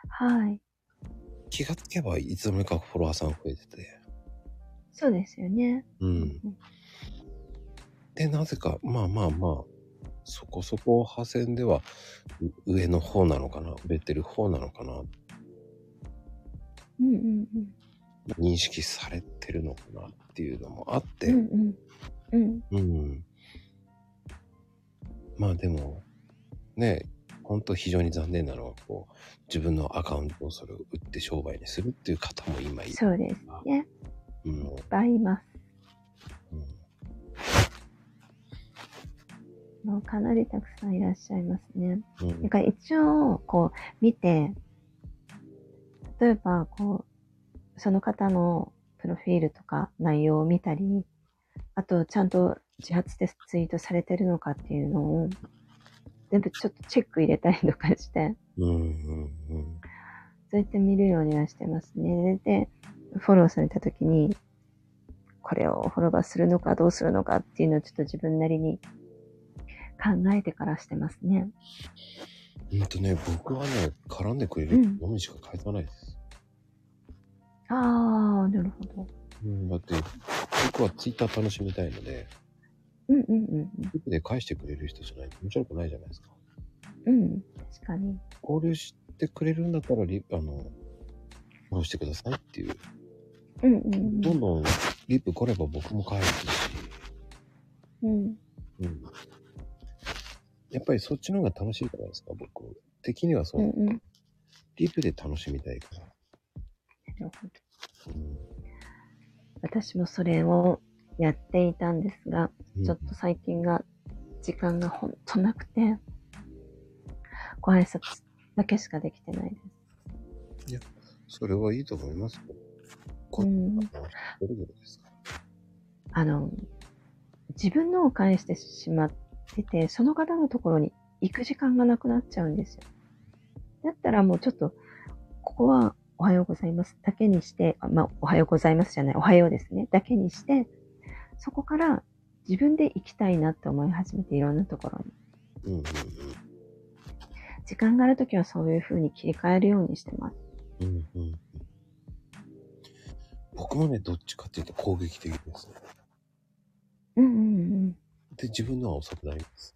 [SPEAKER 2] はい。
[SPEAKER 1] 気がつけばいつの間にかフォロワーさん増えてて、
[SPEAKER 2] そうですよね。
[SPEAKER 1] うん。で、なぜか、まあまあまあ、そこそこ派遣ではう上の方なのかな、売れてる方なのかな
[SPEAKER 2] うんうんうん。
[SPEAKER 1] 認識されてるのかなっていうのもあって、
[SPEAKER 2] う
[SPEAKER 1] うんん、
[SPEAKER 2] うん。うん。
[SPEAKER 1] まあでも、ね、ほんと非常に残念なのは、こう、自分のアカウントをそれを売って商売にするっていう方も今いる。
[SPEAKER 2] そうですね。
[SPEAKER 1] うん
[SPEAKER 2] いっぱいいます。
[SPEAKER 1] うん
[SPEAKER 2] もうかなりたくさんいらっしゃいますね。
[SPEAKER 1] うん
[SPEAKER 2] だから一応、こう、見て、例えば、こう、その方のプロフィールとか内容を見たり、あと、ちゃんと自発でツイートされてるのかっていうのを、全部ちょっとチェック入れたりとかして、
[SPEAKER 1] うんうん
[SPEAKER 2] そうやって見るようにはしてますね。で、フォローされた時に、これをフォローするのかどうするのかっていうのをちょっと自分なりに考えてからしてますね。
[SPEAKER 1] うん。うんとね、僕はね、絡んでくれるのみしか返さないです。
[SPEAKER 2] ああ、なるほど。
[SPEAKER 1] うん、だって、僕はツイッター楽しみたいので、
[SPEAKER 2] うんうんうん
[SPEAKER 1] 僕で返してくれる人じゃないと面白くないじゃないですか。
[SPEAKER 2] うん。うん、確かに。
[SPEAKER 1] 交流してくれるんだったらリ、あの、フォローしてくださいっていう。
[SPEAKER 2] うんうん
[SPEAKER 1] どんどんリップ来れば僕も返すし、
[SPEAKER 2] うん。うん。
[SPEAKER 1] うん。やっぱりそっちの方が楽しいじゃないですか、僕。的にはそうう、
[SPEAKER 2] んうん。なる
[SPEAKER 1] リップで楽しみたいから。
[SPEAKER 2] ほど。
[SPEAKER 1] うん
[SPEAKER 2] 私もそれをやっていたんですが、ちょっと最近が、時間がほんとなくて、ご挨拶だけしかできてないです。
[SPEAKER 1] それはいいと思いますよ。こ
[SPEAKER 2] うん。
[SPEAKER 1] それぞれですから。
[SPEAKER 2] あの、自分のを返してしまってて、その方のところに行く時間がなくなっちゃうんですよ。だったらもうちょっと、ここはおはようございますだけにして、あまあ、おはようございますじゃない、おはようですね、だけにして、そこから自分で行きたいなって思い始めて、いろんなところに。
[SPEAKER 1] うんうん
[SPEAKER 2] 時間があるときはそういう風に切り替えるようにしてます。
[SPEAKER 1] うん。うんうんうん。僕もね、どっちかっていうと攻撃的ですね。
[SPEAKER 2] うんうん
[SPEAKER 1] で、自分のは遅くなります。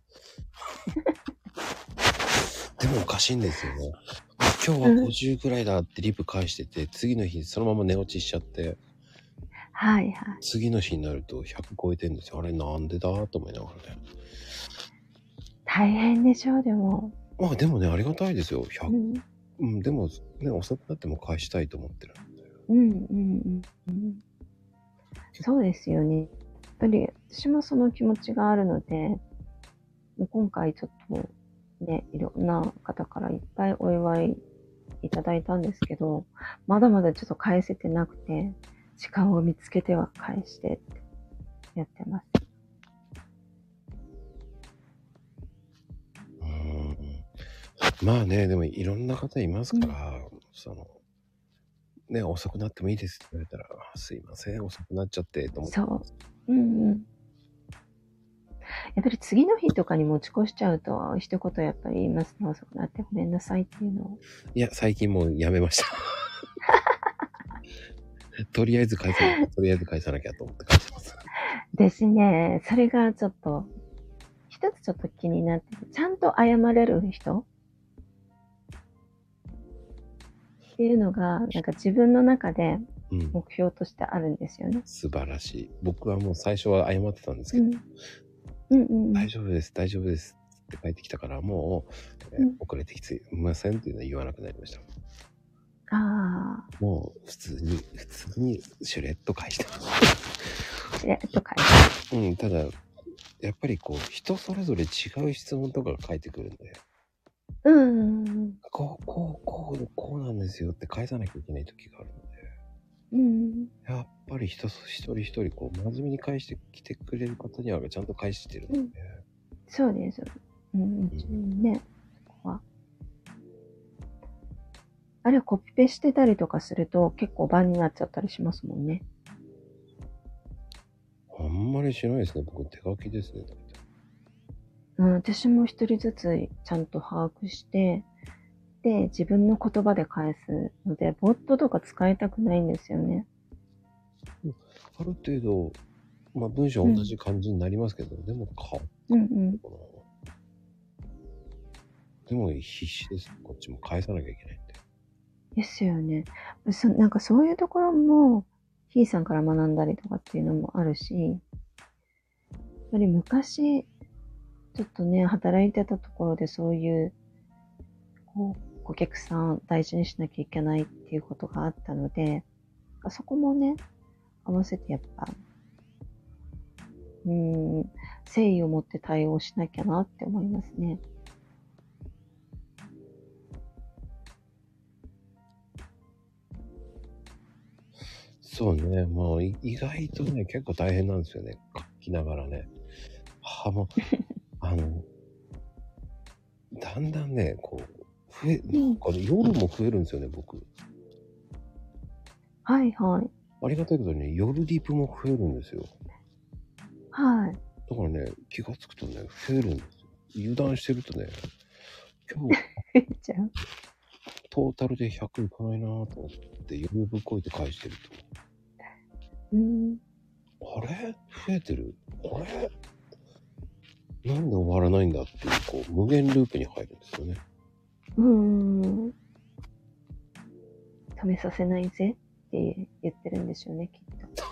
[SPEAKER 1] でもおかしいんですよね。あ今日は50ぐらいだってリプ返してて、次の日そのまま寝落ちしちゃって、
[SPEAKER 2] うん。はいはい。
[SPEAKER 1] 次の日になると100超えてんですよ。あれなんでだと思いながらね。
[SPEAKER 2] 大変でしょう、でも。
[SPEAKER 1] まあでもね、ありがたいですよ。
[SPEAKER 2] う
[SPEAKER 1] 100。
[SPEAKER 2] ん。
[SPEAKER 1] うん、でもね、遅くなっても返したいと思ってるんで。
[SPEAKER 2] うんうんうんうん。そうですよね。やっぱり私もその気持ちがあるので、もう今回ちょっとね、いろんな方からいっぱいお祝いいただいたんですけど、まだまだちょっと返せてなくて、時間を見つけては返してってやってます。
[SPEAKER 1] うーん。まあね、でもいろんな方いますから、その、ね、遅くなってもいいですって言われたら、あすいません、遅くなっちゃって、と思って。
[SPEAKER 2] そう。うんうん。やっぱり次の日とかに持ち越しちゃうと、一言やっぱり言いますね。遅くなってごめんなさいっていうのを。
[SPEAKER 1] いや、最近もうやめました。 とりあえず返さなきゃ、とりあえず返さなきゃと思って返してます。
[SPEAKER 2] ですね。それがちょっと、一つちょっと気になってて、ちゃんと謝れる人っていうのが、なんか自分の中で
[SPEAKER 1] うん。
[SPEAKER 2] 目標としてあるんですよね。
[SPEAKER 1] 素晴らしい。僕はもう最初は謝ってたんです
[SPEAKER 2] う
[SPEAKER 1] けど、
[SPEAKER 2] ん。うんうん。
[SPEAKER 1] 大丈夫です、大丈夫ですって帰ってきたから、もう、えー
[SPEAKER 2] うん
[SPEAKER 1] 遅れてきてませんっていうのは言わなくなりました。
[SPEAKER 2] あ
[SPEAKER 1] もう、普通に、普通に、シュレッと返してます。
[SPEAKER 2] あ、しれっとか。
[SPEAKER 1] うん、ただ、やっぱりこう、人それぞれ違う質問とかが返ってくるんで、
[SPEAKER 2] うんうん
[SPEAKER 1] こう、こう、こう、こうなんですよって返さなきゃいけない時があるので、
[SPEAKER 2] うん。うん。
[SPEAKER 1] やっぱり人そ一人一人、こう、真面目に返してきてくれる方には、ちゃんと返してるので、
[SPEAKER 2] うんそうです。うん、うん、ね。ここは。あれはコピペしてたりとかすると結構番になっちゃったりしますもんね。
[SPEAKER 1] あんまりしないですね。僕、手書きですね。
[SPEAKER 2] うん、私も一人ずつちゃんと把握して、で、自分の言葉で返すので、ボットとか使いたくないんですよね。
[SPEAKER 1] ある程度、まあ、文章同じ感じになりますけど、でも変わ
[SPEAKER 2] うんうん。
[SPEAKER 1] このでも必死です。こっちも返さなきゃいけないんで。
[SPEAKER 2] ですよね。そなんかそういうところも、ひーさんから学んだりとかっていうのもあるし、やっぱり昔、ちょっとね、働いてたところでそういう、こう、お客さん大事にしなきゃいけないっていうことがあったので、そこもね、合わせてやっぱ、うーん、誠意を持って対応しなきゃなって思いますね。
[SPEAKER 1] そうね。もうい意外とね、結構大変なんですよね。書きながらね。は もう、あの、だんだんね、こう、増え、なんかね夜も増えるんですよね、僕。
[SPEAKER 2] はいはい。
[SPEAKER 1] ありがたいことに、ね、夜リプも増えるんですよ。
[SPEAKER 2] はい。
[SPEAKER 1] だからね、気がつくとね、増えるんですよ。油断してるとね、今日、
[SPEAKER 2] じゃあ
[SPEAKER 1] トータルで100いかないなぁと思って、余裕ぶっこいて返してる
[SPEAKER 2] うん
[SPEAKER 1] と、あれ増えてるあれなんで終わらないんだっていう、こう、無限ループに入るんですよね。
[SPEAKER 2] うーん。止めさせないぜって言ってるんでしょうね、きっと。
[SPEAKER 1] あ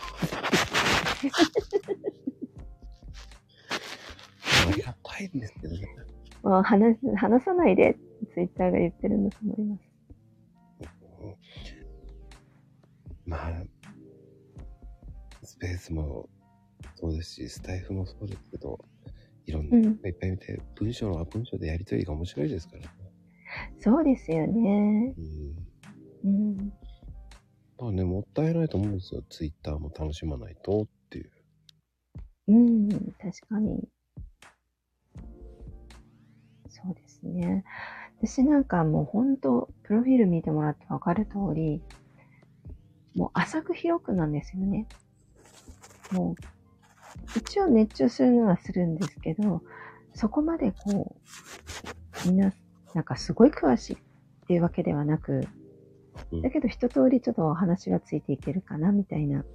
[SPEAKER 1] りがたいんですけどね。
[SPEAKER 2] まあ、話す、話さないで、ツイッターが言ってるんだと思います。
[SPEAKER 1] まあ、スペースもそうですし、スタイフもそうですけど、いろんな
[SPEAKER 2] うん
[SPEAKER 1] 人がいっぱい見て、文章は文章でやりとりが面白いですからね。
[SPEAKER 2] そうですよね。
[SPEAKER 1] うん。だ
[SPEAKER 2] うん。
[SPEAKER 1] からね、もったいないと思うんですよ。ツイッターも楽しまないとっていう。
[SPEAKER 2] うん、確かに。そうですね。私なんかもう本当、プロフィール見てもらってわかる通り、もう浅く広くなんですよね。もう、一応熱中するのはするんですけど、そこまでこう、みんな、なんかすごい詳しいっていうわけではなく
[SPEAKER 1] うん、
[SPEAKER 2] だけど一通りちょっとお話はついていけるかな、みたいな。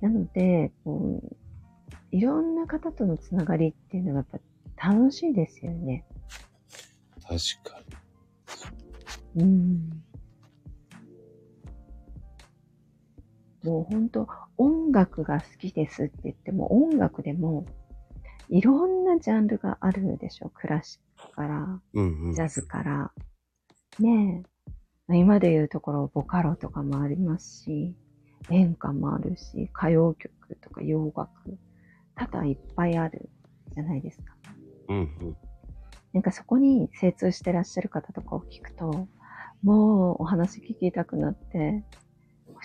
[SPEAKER 2] なので、こう、いろんな方とのつながりっていうのがやっぱ楽しいですよね。
[SPEAKER 1] 確かに。
[SPEAKER 2] うん。もう本当音楽が好きですって言っても、音楽でも、いろんなジャンルがあるでしょ。クラシックから、
[SPEAKER 1] うんうん。
[SPEAKER 2] ジャズから。ねえ。今で言うところ、ボカロとかもありますし、演歌もあるし、歌謡曲とか洋楽、ただいっぱいあるじゃないですか。
[SPEAKER 1] うんうん。
[SPEAKER 2] なんかそこに精通してらっしゃる方とかを聞くと、もうお話聞きたくなって、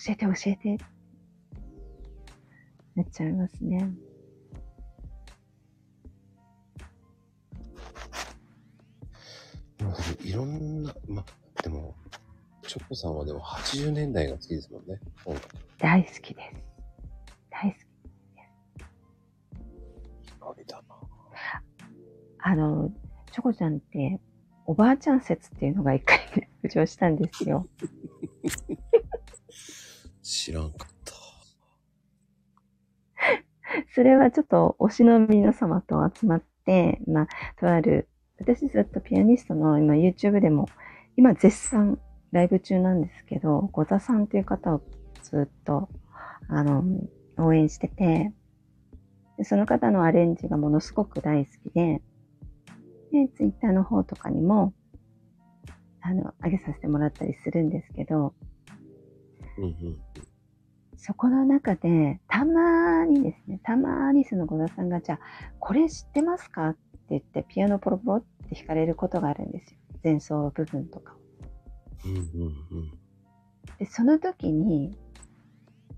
[SPEAKER 2] 教えて教えて、なっちゃいますね。
[SPEAKER 1] まあいろんな、まあ、でも、チョコさんはでも80年代が好きですもんね。音楽
[SPEAKER 2] 大好きです。大好き。あの、チョコちゃんって、おばあちゃん説っていうのが一回 ね、浮上したんですよ。
[SPEAKER 1] 知らんかった。
[SPEAKER 2] それはちょっと推しの皆様と集まって、まあ、とある、私ずっとピアニストの今 YouTube でも、今絶賛ライブ中なんですけど、ゴザさんっていう方をずっと、あの、応援してて、でその方のアレンジがものすごく大好きで、で、Twitter の方とかにも、あの、上げさせてもらったりするんですけど、
[SPEAKER 1] うんうん。
[SPEAKER 2] そこの中で、たまーにですね、たまーにその小田さんが、じゃあ、これ知ってますかって言って、ピアノポロポロって弾かれることがあるんですよ。前奏部分とかを。
[SPEAKER 1] うんうんうん。
[SPEAKER 2] で、その時に、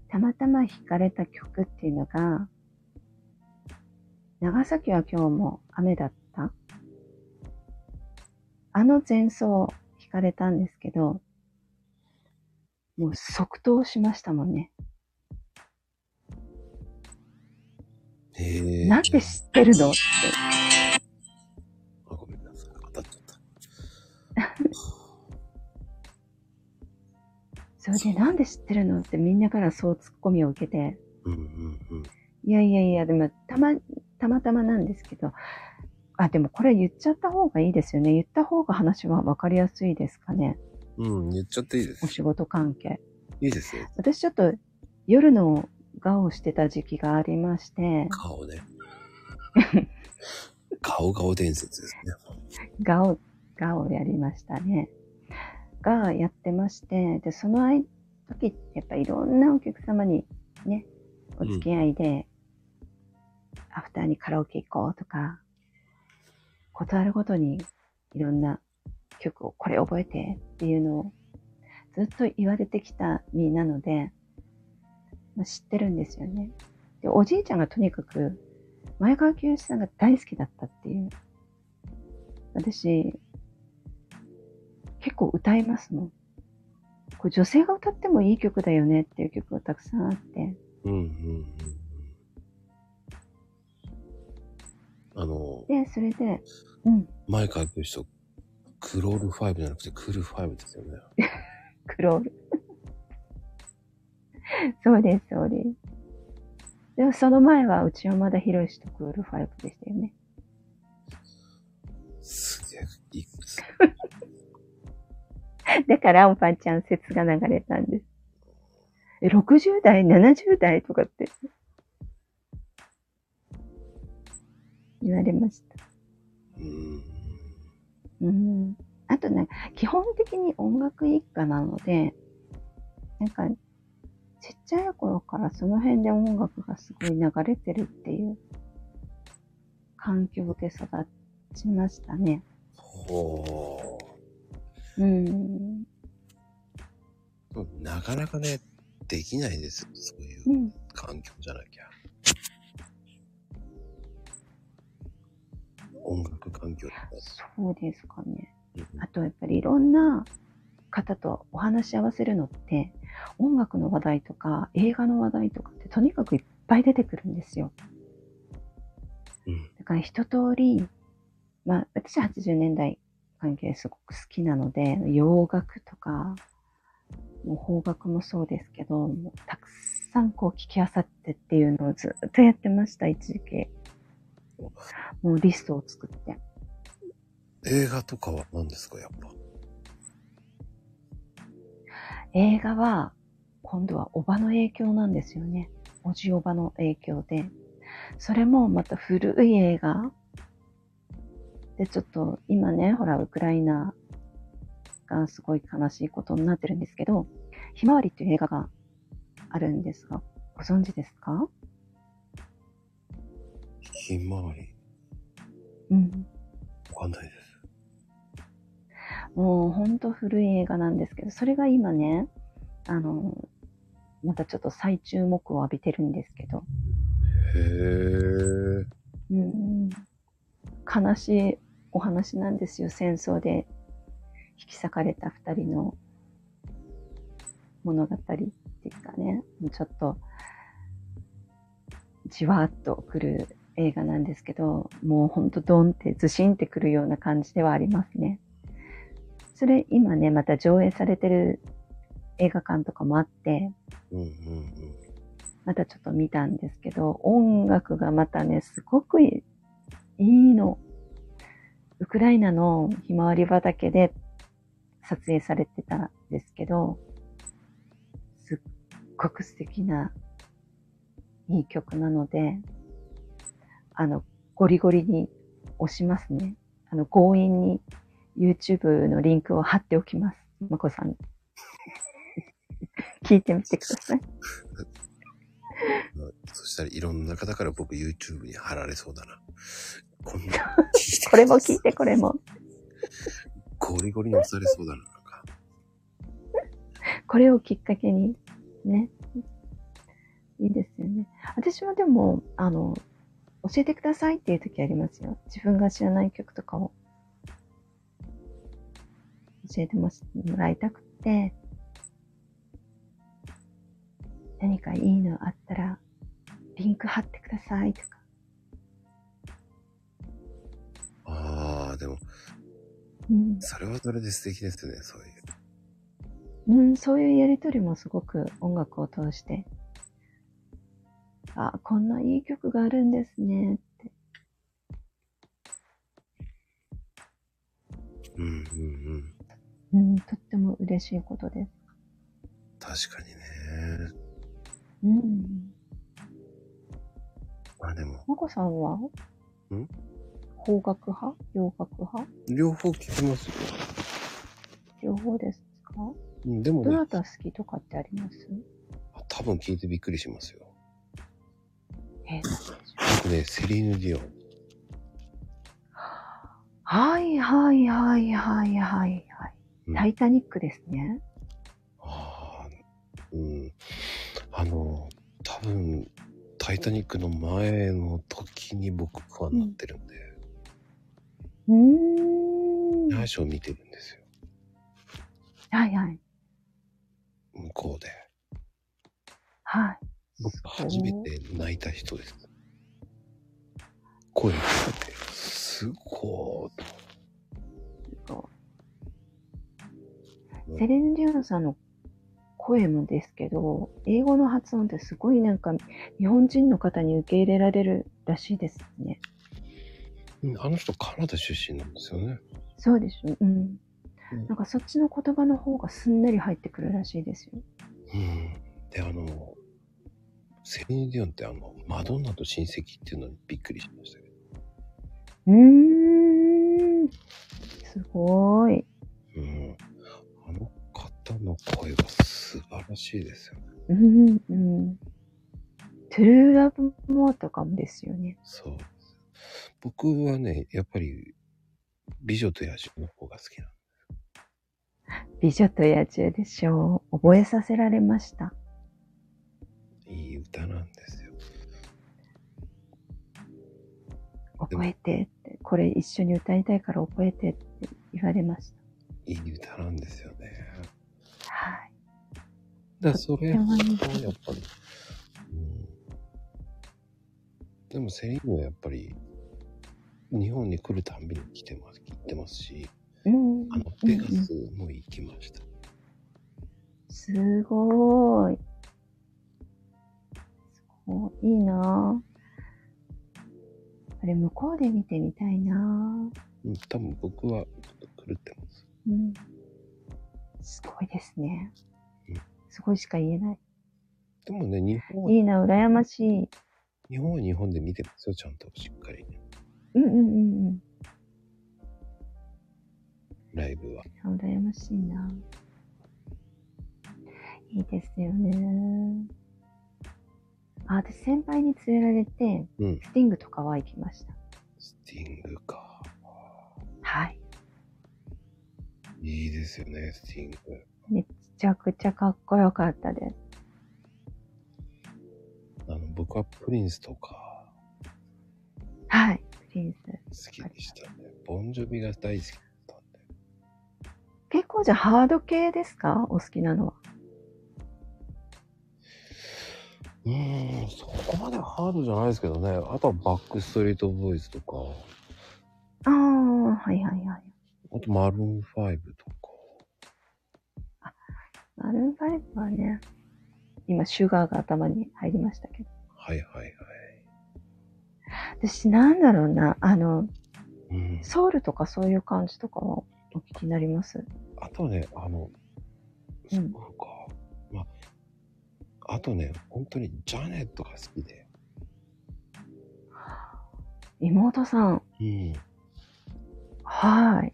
[SPEAKER 2] たまたま弾かれた曲っていうのが、長崎は今日も雨だった。あの前奏を弾かれたんですけど、もう即答しましたもんね。
[SPEAKER 1] へえ。
[SPEAKER 2] なんで知ってるのって。
[SPEAKER 1] あ、ごめんなさい。当たっちゃった。
[SPEAKER 2] それでなんで知ってるのってみんなからそうツッコミを受けて、
[SPEAKER 1] うんうんうん。
[SPEAKER 2] いやいやいや、でもたま、たまたまなんですけど、あ、でもこれ言っちゃった方がいいですよね。言った方が話は分かりやすいですかね。
[SPEAKER 1] うん、言っちゃっていいで
[SPEAKER 2] お
[SPEAKER 1] す。
[SPEAKER 2] 仕事関係。
[SPEAKER 1] いいですよ。
[SPEAKER 2] 私ちょっと夜の我をしてた時期がありまして、
[SPEAKER 1] 顔 ね。顔顔伝説ですね。
[SPEAKER 2] がを、がをやりましたね。がやってまして、で、その間時ってやっぱいろんなお客様にね、お付き合いで、アフターにカラオケ行こうとか、ことあるごとにいろんな曲をこれ覚えてっていうのをずっと言われてきた身なので、まあ、知ってるんですよね。で、おじいちゃんがとにかく前川清さんが大好きだったっていう。私、結構歌いますもん。これ女性が歌ってもいい曲だよねっていう曲がたくさんあって。
[SPEAKER 1] うんうんうんうん。あの、
[SPEAKER 2] で、それで、うん、
[SPEAKER 1] 前から言ってる人、クロール5じゃなくてクル5ですよね。
[SPEAKER 2] クロール。 そうです、そうです。でもその前は内山田博士とクロール5でしたよね。
[SPEAKER 1] すげえ、いくつ
[SPEAKER 2] だから、おばあちゃん説が流れたんです。え、60代、70代とかって。言われました。
[SPEAKER 1] うん。
[SPEAKER 2] うん。あとね、基本的に音楽一家なので、なんか、ちっちゃい頃からその辺で音楽がすごい流れてるっていう環境で育ちましたね。
[SPEAKER 1] ほ
[SPEAKER 2] うん。。
[SPEAKER 1] う。なかなかね、できないですよ。そういううん環境じゃなきゃ。音楽環境
[SPEAKER 2] そうですかね。
[SPEAKER 1] うん
[SPEAKER 2] あとやっぱりいろんな方とお話し合わせるのって、音楽の話題とか映画の話題とかってとにかくいっぱい出てくるんですよ。
[SPEAKER 1] うん
[SPEAKER 2] だから一通り、まあ私80年代関係すごく好きなので、洋楽とか、もう邦楽もそうですけど、もうたくさんこう聞きあさってっていうのをずっとやってました、一時期。もうリストを作って。
[SPEAKER 1] 映画とかは何ですか、やっぱ。
[SPEAKER 2] 映画は、今度はおばの影響なんですよね。おじおばの影響で。それもまた古い映画。で、ちょっと今ね、ほら、ウクライナがすごい悲しいことになってるんですけど、ひまわりっていう映画があるんですが、ご存知ですか
[SPEAKER 1] ひまわり。
[SPEAKER 2] うん。
[SPEAKER 1] わかんないです。
[SPEAKER 2] もうほんと古い映画なんですけど、それが今ね、あの、またちょっと再注目を浴びてるんですけど、
[SPEAKER 1] へえ。
[SPEAKER 2] うん悲しいお話なんですよ戦争で引き裂かれた二人の物語っていうかねちょっとじわーっとくる映画なんですけど、もうほんとドンってズシンってくるような感じではありますね。それ今ね、また上映されてる映画館とかもあって、
[SPEAKER 1] うんうん
[SPEAKER 2] またちょっと見たんですけど、音楽がまたね、すごくいいいいの。ウクライナのひまわり畑で撮影されてたんですけど、すっごく素敵ないい曲なので、あの、ゴリゴリに押しますね。あの、強引に YouTube のリンクを貼っておきます。まこさんに。 聞いてみてください。
[SPEAKER 1] うん。そしたらいろんな方から僕 YouTube に貼られそうだな。こんな、
[SPEAKER 2] これも聞いて、これも。
[SPEAKER 1] ゴリゴリに押されそうだな。なんか
[SPEAKER 2] これをきっかけに、ね。いいですよね。私はでも、あの、教えてくださいっていう時ありますよ。自分が知らない曲とかを。教えてもらいたくて、何かいいのあったら、リンク貼ってくださいとか。
[SPEAKER 1] ああ、でも、
[SPEAKER 2] うん。
[SPEAKER 1] それはそれで素敵ですね、そういう。
[SPEAKER 2] うん、そういうやりとりもすごく音楽を通して、あ、こんないい曲があるんですねって。
[SPEAKER 1] うんうんうん。
[SPEAKER 2] うん、とっても嬉しいことです。
[SPEAKER 1] 確かにね。
[SPEAKER 2] うん。
[SPEAKER 1] まあでも、
[SPEAKER 2] まこさんはん
[SPEAKER 1] ん
[SPEAKER 2] 邦楽派洋楽派
[SPEAKER 1] 両方聞きますよ。
[SPEAKER 2] 両方ですか
[SPEAKER 1] うん、でも
[SPEAKER 2] ど
[SPEAKER 1] ね
[SPEAKER 2] な、た好きとかってあります
[SPEAKER 1] 多分聞いてびっくりしますよ。
[SPEAKER 2] え
[SPEAKER 1] 僕ね、セリーヌ・ディオン。
[SPEAKER 2] はいはいはいはいはいは
[SPEAKER 1] う
[SPEAKER 2] い。
[SPEAKER 1] ん
[SPEAKER 2] タイタニックですね。
[SPEAKER 1] ああ、うん。あの、多分、タイタニックの前の時に僕ファンになってるんで、
[SPEAKER 2] うーん。は
[SPEAKER 1] 内緒を見てるんですよ。
[SPEAKER 2] いはい。
[SPEAKER 1] 向こうで。
[SPEAKER 2] はい。
[SPEAKER 1] 僕初めて泣いた人です。声が出て、すごーっ
[SPEAKER 2] すごい
[SPEAKER 1] うん
[SPEAKER 2] セレン・ディオンさんの声もですけど、英語の発音ってすごいなんか日本人の方に受け入れられるらしいですね。
[SPEAKER 1] うんあの人カナダ出身なんですよね。
[SPEAKER 2] そうでしょ。うん
[SPEAKER 1] うん。
[SPEAKER 2] なんかそっちの言葉の方がすんなり入ってくるらしいですよ。
[SPEAKER 1] うん。で、あの、セリーヌ・ディオンってあの、マドンナと親戚っていうのにびっくりしましたけど。
[SPEAKER 2] うーん。すごい。
[SPEAKER 1] うん。あの方の声は素晴らしいですよね。
[SPEAKER 2] うんうん。トゥルーラブモアとかもですよね。
[SPEAKER 1] そうです。僕はね、やっぱり、美女と野獣の方が好きな
[SPEAKER 2] 美女と野獣でしょう。覚えさせられました。
[SPEAKER 1] の。いい歌なんですよ。
[SPEAKER 2] 覚えてって。これ一緒に歌いたいから覚えてって言われました。
[SPEAKER 1] いい歌なんですよね。
[SPEAKER 2] はい。
[SPEAKER 1] だからそれ
[SPEAKER 2] と
[SPEAKER 1] は
[SPEAKER 2] ってもいい
[SPEAKER 1] やっぱり、うん、でもセリーヌはやっぱり日本に来るたんびに来てます行ってますし
[SPEAKER 2] うん
[SPEAKER 1] あのベガスも行きました、
[SPEAKER 2] すごーい。すごいいいなぁ。あれ、向こうで見てみたいなぁ。
[SPEAKER 1] うん、多分僕は狂ってます
[SPEAKER 2] うん。すごいですね
[SPEAKER 1] うん。
[SPEAKER 2] すごいしか言えない。
[SPEAKER 1] でもね日本はい
[SPEAKER 2] いな、羨ましい。
[SPEAKER 1] 日本は日本で見てますよちゃんとしっかり
[SPEAKER 2] うんうんうんうん。
[SPEAKER 1] ライブは
[SPEAKER 2] 羨ましいな。いいですよね。あ、私先輩に連れられて、
[SPEAKER 1] うん
[SPEAKER 2] スティングとかは行きました。
[SPEAKER 1] スティングか
[SPEAKER 2] はい。
[SPEAKER 1] いいですよねスティング
[SPEAKER 2] めちゃくちゃかっこよかったです。
[SPEAKER 1] あの僕はプリンスとか
[SPEAKER 2] はい。プリンス。
[SPEAKER 1] 好きでしたねボンジョビが大好きだったんで
[SPEAKER 2] 結構じゃあハード系ですかお好きなのは。
[SPEAKER 1] ううーん、そこまでハードじゃないですけどね。あとはバックストリートボーイズとか、
[SPEAKER 2] ああ、はいはいはい。
[SPEAKER 1] あとマルーン5とか。
[SPEAKER 2] マルーンファイブはね、今、シュガーが頭に入りましたけど。
[SPEAKER 1] はいはいはい。
[SPEAKER 2] 私、なんだろうな、あの、
[SPEAKER 1] うん。
[SPEAKER 2] ソウルとかそういう感じとかはお聞きになります
[SPEAKER 1] あとね、あの、
[SPEAKER 2] う
[SPEAKER 1] そうんか。まあ、あとね、本当にジャネットが好きで。
[SPEAKER 2] 妹さん、
[SPEAKER 1] うん。だか
[SPEAKER 2] はい。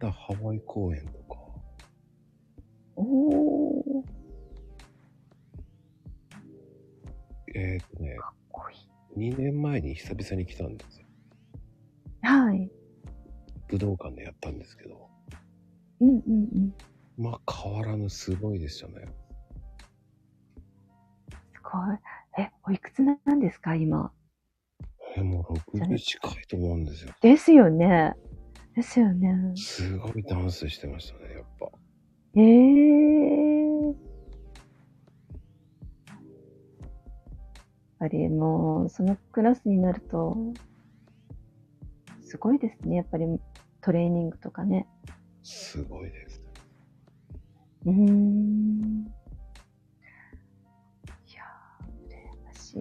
[SPEAKER 1] らハワイ公演とか。
[SPEAKER 2] おー、
[SPEAKER 1] えっ、とね、
[SPEAKER 2] かっこいい。
[SPEAKER 1] 2年前に久々に来たんですよ。
[SPEAKER 2] はい。
[SPEAKER 1] 武道館でやったんですけど。
[SPEAKER 2] うんうんうん。
[SPEAKER 1] まあ、変わらぬすごいでしたね。
[SPEAKER 2] すごい。え、おいくつなんですか、今。
[SPEAKER 1] え、もう
[SPEAKER 2] ジャネ
[SPEAKER 1] 60
[SPEAKER 2] ッ
[SPEAKER 1] 近いと思うんですよ。
[SPEAKER 2] ですよね。ですよね。
[SPEAKER 1] すごいダンスしてましたね、やっぱ。
[SPEAKER 2] えー。やっぱりもう、そのクラスになると、すごいですね。やっぱりトレーニングとかね。
[SPEAKER 1] すごいです。
[SPEAKER 2] うーん。いやー、羨まし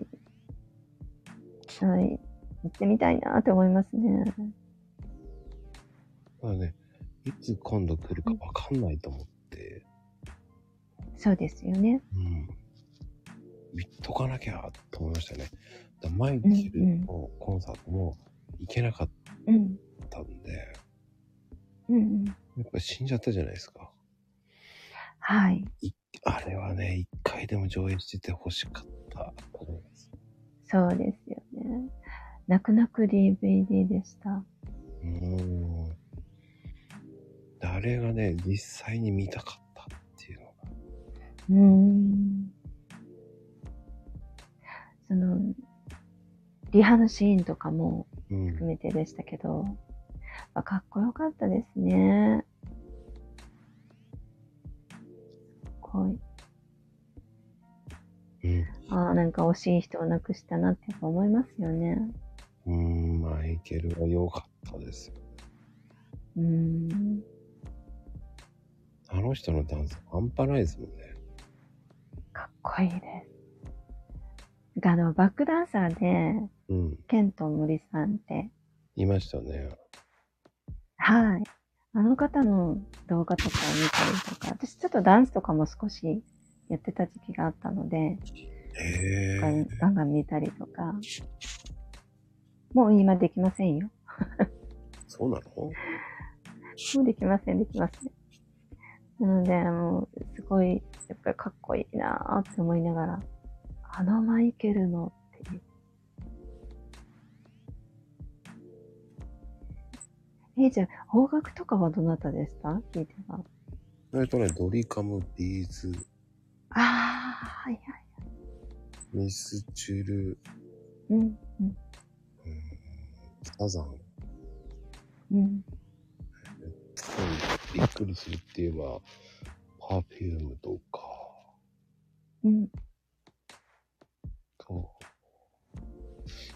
[SPEAKER 2] い。はい。行ってみたいなって思いますね。
[SPEAKER 1] ただね、いつ今度来るかわかんないと思って、
[SPEAKER 2] そうですよね。
[SPEAKER 1] うん。見っとかなきゃと思いましたね。だ毎
[SPEAKER 2] うん
[SPEAKER 1] 日
[SPEAKER 2] うん
[SPEAKER 1] のコンサートも行けなかっ
[SPEAKER 2] うん。
[SPEAKER 1] たんで、
[SPEAKER 2] うんうん。
[SPEAKER 1] やっぱ死んじゃったじゃないですか。
[SPEAKER 2] はい。
[SPEAKER 1] あれはね、一回でも上映してて欲しかったと思います。
[SPEAKER 2] そうですよね。泣く泣く DVD でした。
[SPEAKER 1] うーん。であれがね、実際に見たかったっていうのが。
[SPEAKER 2] うーん。その、リハのシーンとかも
[SPEAKER 1] うん。
[SPEAKER 2] 含めてでしたけど、まあ、かっこよかったですね。すごい。
[SPEAKER 1] うん
[SPEAKER 2] ああ、なんか惜しい人を亡くしたなってやっぱ思いますよね。
[SPEAKER 1] うーん、マイケルは良かったですよ。
[SPEAKER 2] うーん。
[SPEAKER 1] あの人のダンス半端ないですもんね。
[SPEAKER 2] かっこいいです。なんかあの、バックダンサーで、
[SPEAKER 1] うん。
[SPEAKER 2] ケント・モリさんって、
[SPEAKER 1] いましたね。
[SPEAKER 2] はい。あの方の動画とかを見たりとか、私ちょっとダンスとかも少しやってた時期があったので、
[SPEAKER 1] へ
[SPEAKER 2] ガン
[SPEAKER 1] え。
[SPEAKER 2] ガンガン見たりとか。もう今できませんよ。
[SPEAKER 1] そうなの
[SPEAKER 2] もうできません、できません。なので、もう、すごい、やっぱりかっこいいなーって思いながら、あのマイケルのっていう。えー、じゃあ、邦楽とかはどなたでした聞いてた。
[SPEAKER 1] えっとね、ドリカム、ビーズ、
[SPEAKER 2] ああ、はいはい。
[SPEAKER 1] ミスチュル、
[SPEAKER 2] うん、
[SPEAKER 1] うーんサザン、うん
[SPEAKER 2] うん。
[SPEAKER 1] びっくりするって言えば、パフュームとか、
[SPEAKER 2] うん、
[SPEAKER 1] と、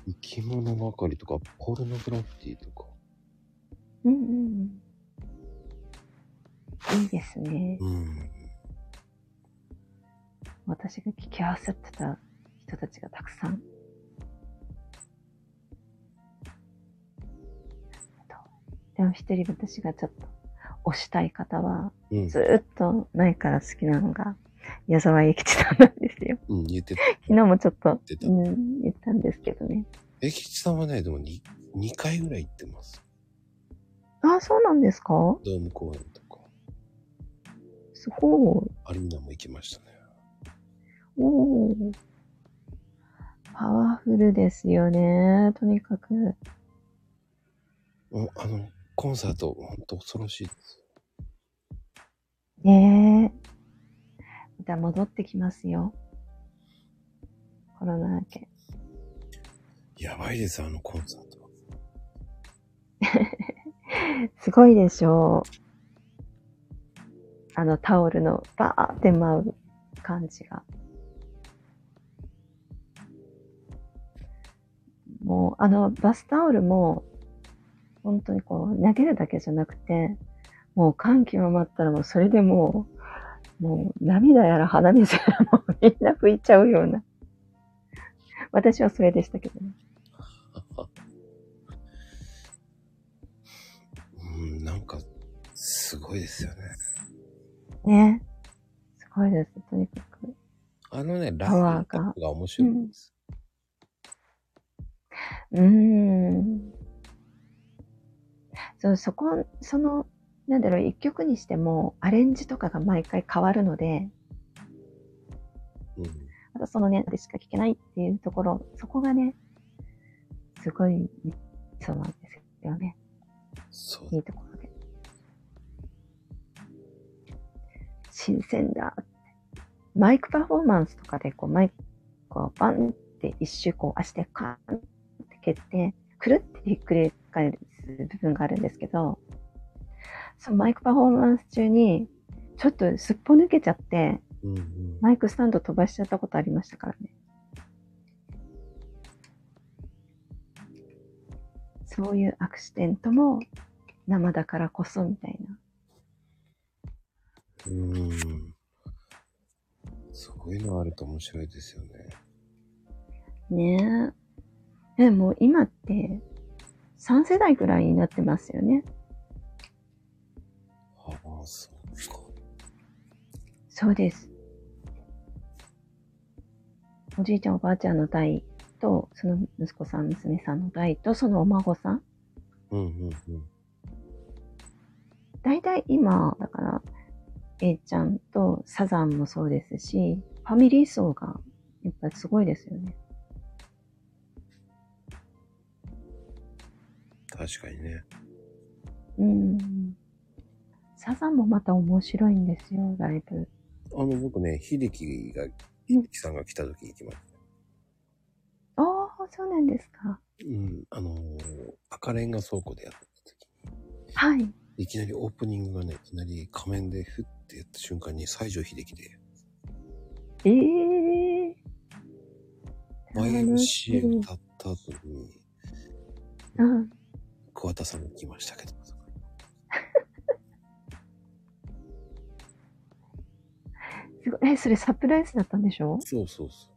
[SPEAKER 1] 生き物ばかりとか、ポルノグラフィティとか。
[SPEAKER 2] うん、うんうん。いいですね。
[SPEAKER 1] うん。
[SPEAKER 2] 私が聞き合わせてた人たちがたくさん。でも一人私がちょっと推したい方は、
[SPEAKER 1] うん
[SPEAKER 2] ず。ーっと前から好きなのが、矢沢永吉さんなんですよ。
[SPEAKER 1] うん、言ってた。
[SPEAKER 2] 昨日もちょっと
[SPEAKER 1] 出、た
[SPEAKER 2] うん、言ったんですけどね。
[SPEAKER 1] えきちさんはね、でも 2, 2回ぐらい行ってます。
[SPEAKER 2] ああ、そうなんですか
[SPEAKER 1] ドーム公演とか、
[SPEAKER 2] すごい。
[SPEAKER 1] アリーナも行きましたね。
[SPEAKER 2] おーパワフルですよね。とにかく。
[SPEAKER 1] うんあの、コンサート、ほんと恐ろしいです。
[SPEAKER 2] ねえ。また戻ってきますよ。コロナ明け。
[SPEAKER 1] やばいです、あのコンサート。
[SPEAKER 2] すごいでしょう。あのタオルのバーって舞う感じが。もう、あの、バスタオルも、本当にこう、投げるだけじゃなくて、もう感極まったらもう、それでもう、もう、涙やら鼻水やらもう、みんな拭いちゃうような。私はそれでしたけどね。
[SPEAKER 1] うん、なんか、すごいですよね。
[SPEAKER 2] ね。すごいです。とにかく。
[SPEAKER 1] あのね、ラ
[SPEAKER 2] パワーが
[SPEAKER 1] インタップが面白いんです。
[SPEAKER 2] うーん。そう、そこ、その、なんだろう、一曲にしても、アレンジとかが毎回変わるので、
[SPEAKER 1] うん。
[SPEAKER 2] またそのね、でしか聴けないっていうところ、そこがね、すごい、そうなんですよね。
[SPEAKER 1] そう
[SPEAKER 2] いいところで。新鮮だって。マイクパフォーマンスとかで、こう、マイクをバンって一周こう足でカーンって蹴って、くるってひっくり返す部分があるんですけど、そのマイクパフォーマンス中に、ちょっとすっぽ抜けちゃって、
[SPEAKER 1] うんうん、
[SPEAKER 2] マイクスタンド飛ばしちゃったことありましたからね。そういうアクシデントも生だからこそみたいな。
[SPEAKER 1] うん。そういうのあると面白いですよね。
[SPEAKER 2] ねえ。でも今って3世代ぐらいになってますよね。
[SPEAKER 1] ああ、そうか。
[SPEAKER 2] そうです。おじいちゃんおばあちゃんの代と、その息子さん娘さんの代と、そのお孫さん
[SPEAKER 1] うんうんうん。
[SPEAKER 2] 大体今、だから、えいちゃんとサザンもそうですし、ファミリー層がやっぱりすごいですよね。
[SPEAKER 1] 確かにね。
[SPEAKER 2] うん。サザンもまた面白いんですよ、ライブ。
[SPEAKER 1] あの、僕ね、秀樹が、秀樹さんが来た時行きました。
[SPEAKER 2] ああ、そうなんですか。
[SPEAKER 1] うん。あのー赤レンガ倉庫でやってた時
[SPEAKER 2] はい。
[SPEAKER 1] いきなりオープニングがね、いきなり仮面でフってやった瞬間に西城秀樹で、
[SPEAKER 2] ええー。楽し
[SPEAKER 1] YMCA
[SPEAKER 2] み
[SPEAKER 1] 歌った後に、
[SPEAKER 2] うん。
[SPEAKER 1] 桑田さんが来ましたけど、
[SPEAKER 2] すごい。え、それサプライズだったんでしょ
[SPEAKER 1] そうそうそ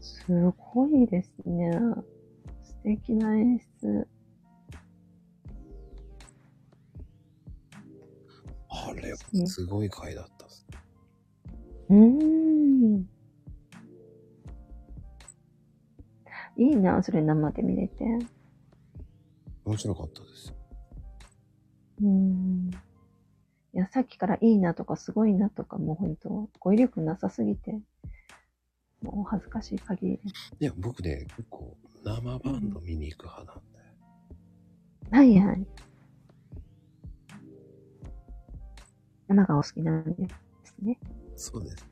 [SPEAKER 2] すごいですね。素敵な演出。
[SPEAKER 1] う。あれ
[SPEAKER 2] う、ん
[SPEAKER 1] すごい回だったっす。
[SPEAKER 2] うーん。いいな、それ生で見れて。う
[SPEAKER 1] 面白かったです。
[SPEAKER 2] ーん。いや、さっきからいいなとかすごいなとかもう本当、語彙力なさすぎて、もう恥ずかしい限りです。
[SPEAKER 1] いや、僕ね、結構生バンド見に行く派なんで。
[SPEAKER 2] はいはい。生がお好きなんですね。
[SPEAKER 1] そうです。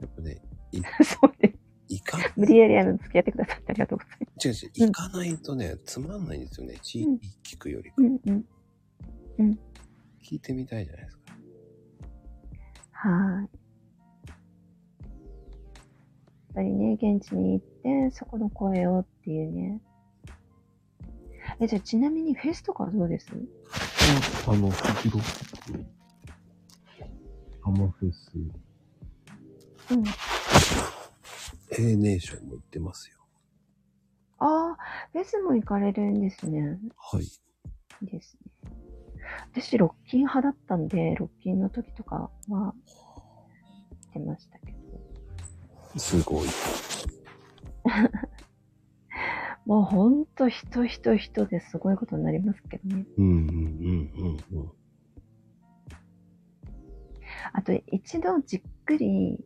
[SPEAKER 1] やっぱね、
[SPEAKER 2] そうです。
[SPEAKER 1] 行か、
[SPEAKER 2] 無理やりあの、付き合ってくださってありがとうございます。
[SPEAKER 1] 違う違う、行かないとね、つまんないんですよね。
[SPEAKER 2] うん
[SPEAKER 1] CD 聞くよりか。
[SPEAKER 2] うんうん。
[SPEAKER 1] 聞いてみたいじゃないですか。
[SPEAKER 2] はい。やっぱりね、現地に行って、そこの声をっていうね。え、じゃあちなみにフェスとかはどうです
[SPEAKER 1] あの、フクロハマフェス。
[SPEAKER 2] うん。
[SPEAKER 1] A ネーションも行ってますよ。
[SPEAKER 2] ああ、フェスも行かれるんですね。
[SPEAKER 1] はい。
[SPEAKER 2] いいですね。私、ロッキン派だったんで、ロッキンの時とかは、行ってましたけど。
[SPEAKER 1] すごい。
[SPEAKER 2] もうほんと人人人ですごいことになりますけどね。
[SPEAKER 1] うんうんうんうんうん。
[SPEAKER 2] あと一度じっくり、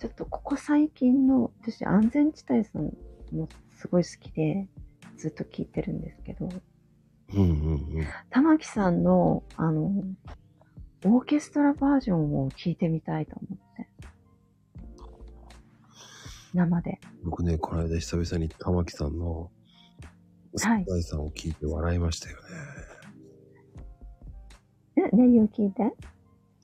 [SPEAKER 2] ちょっとここ最近の、私安全地帯さんもすごい好きで、ずっと聞いてるんですけど、
[SPEAKER 1] うんうんうん。
[SPEAKER 2] 玉木さんの、あの、オーケストラバージョンを聞いてみたいと思って。生で。
[SPEAKER 1] 僕ね、この間久々に玉木さんの、
[SPEAKER 2] は
[SPEAKER 1] サ
[SPEAKER 2] い
[SPEAKER 1] ザエさんを聞いて笑いましたよね。
[SPEAKER 2] え、何を聞いて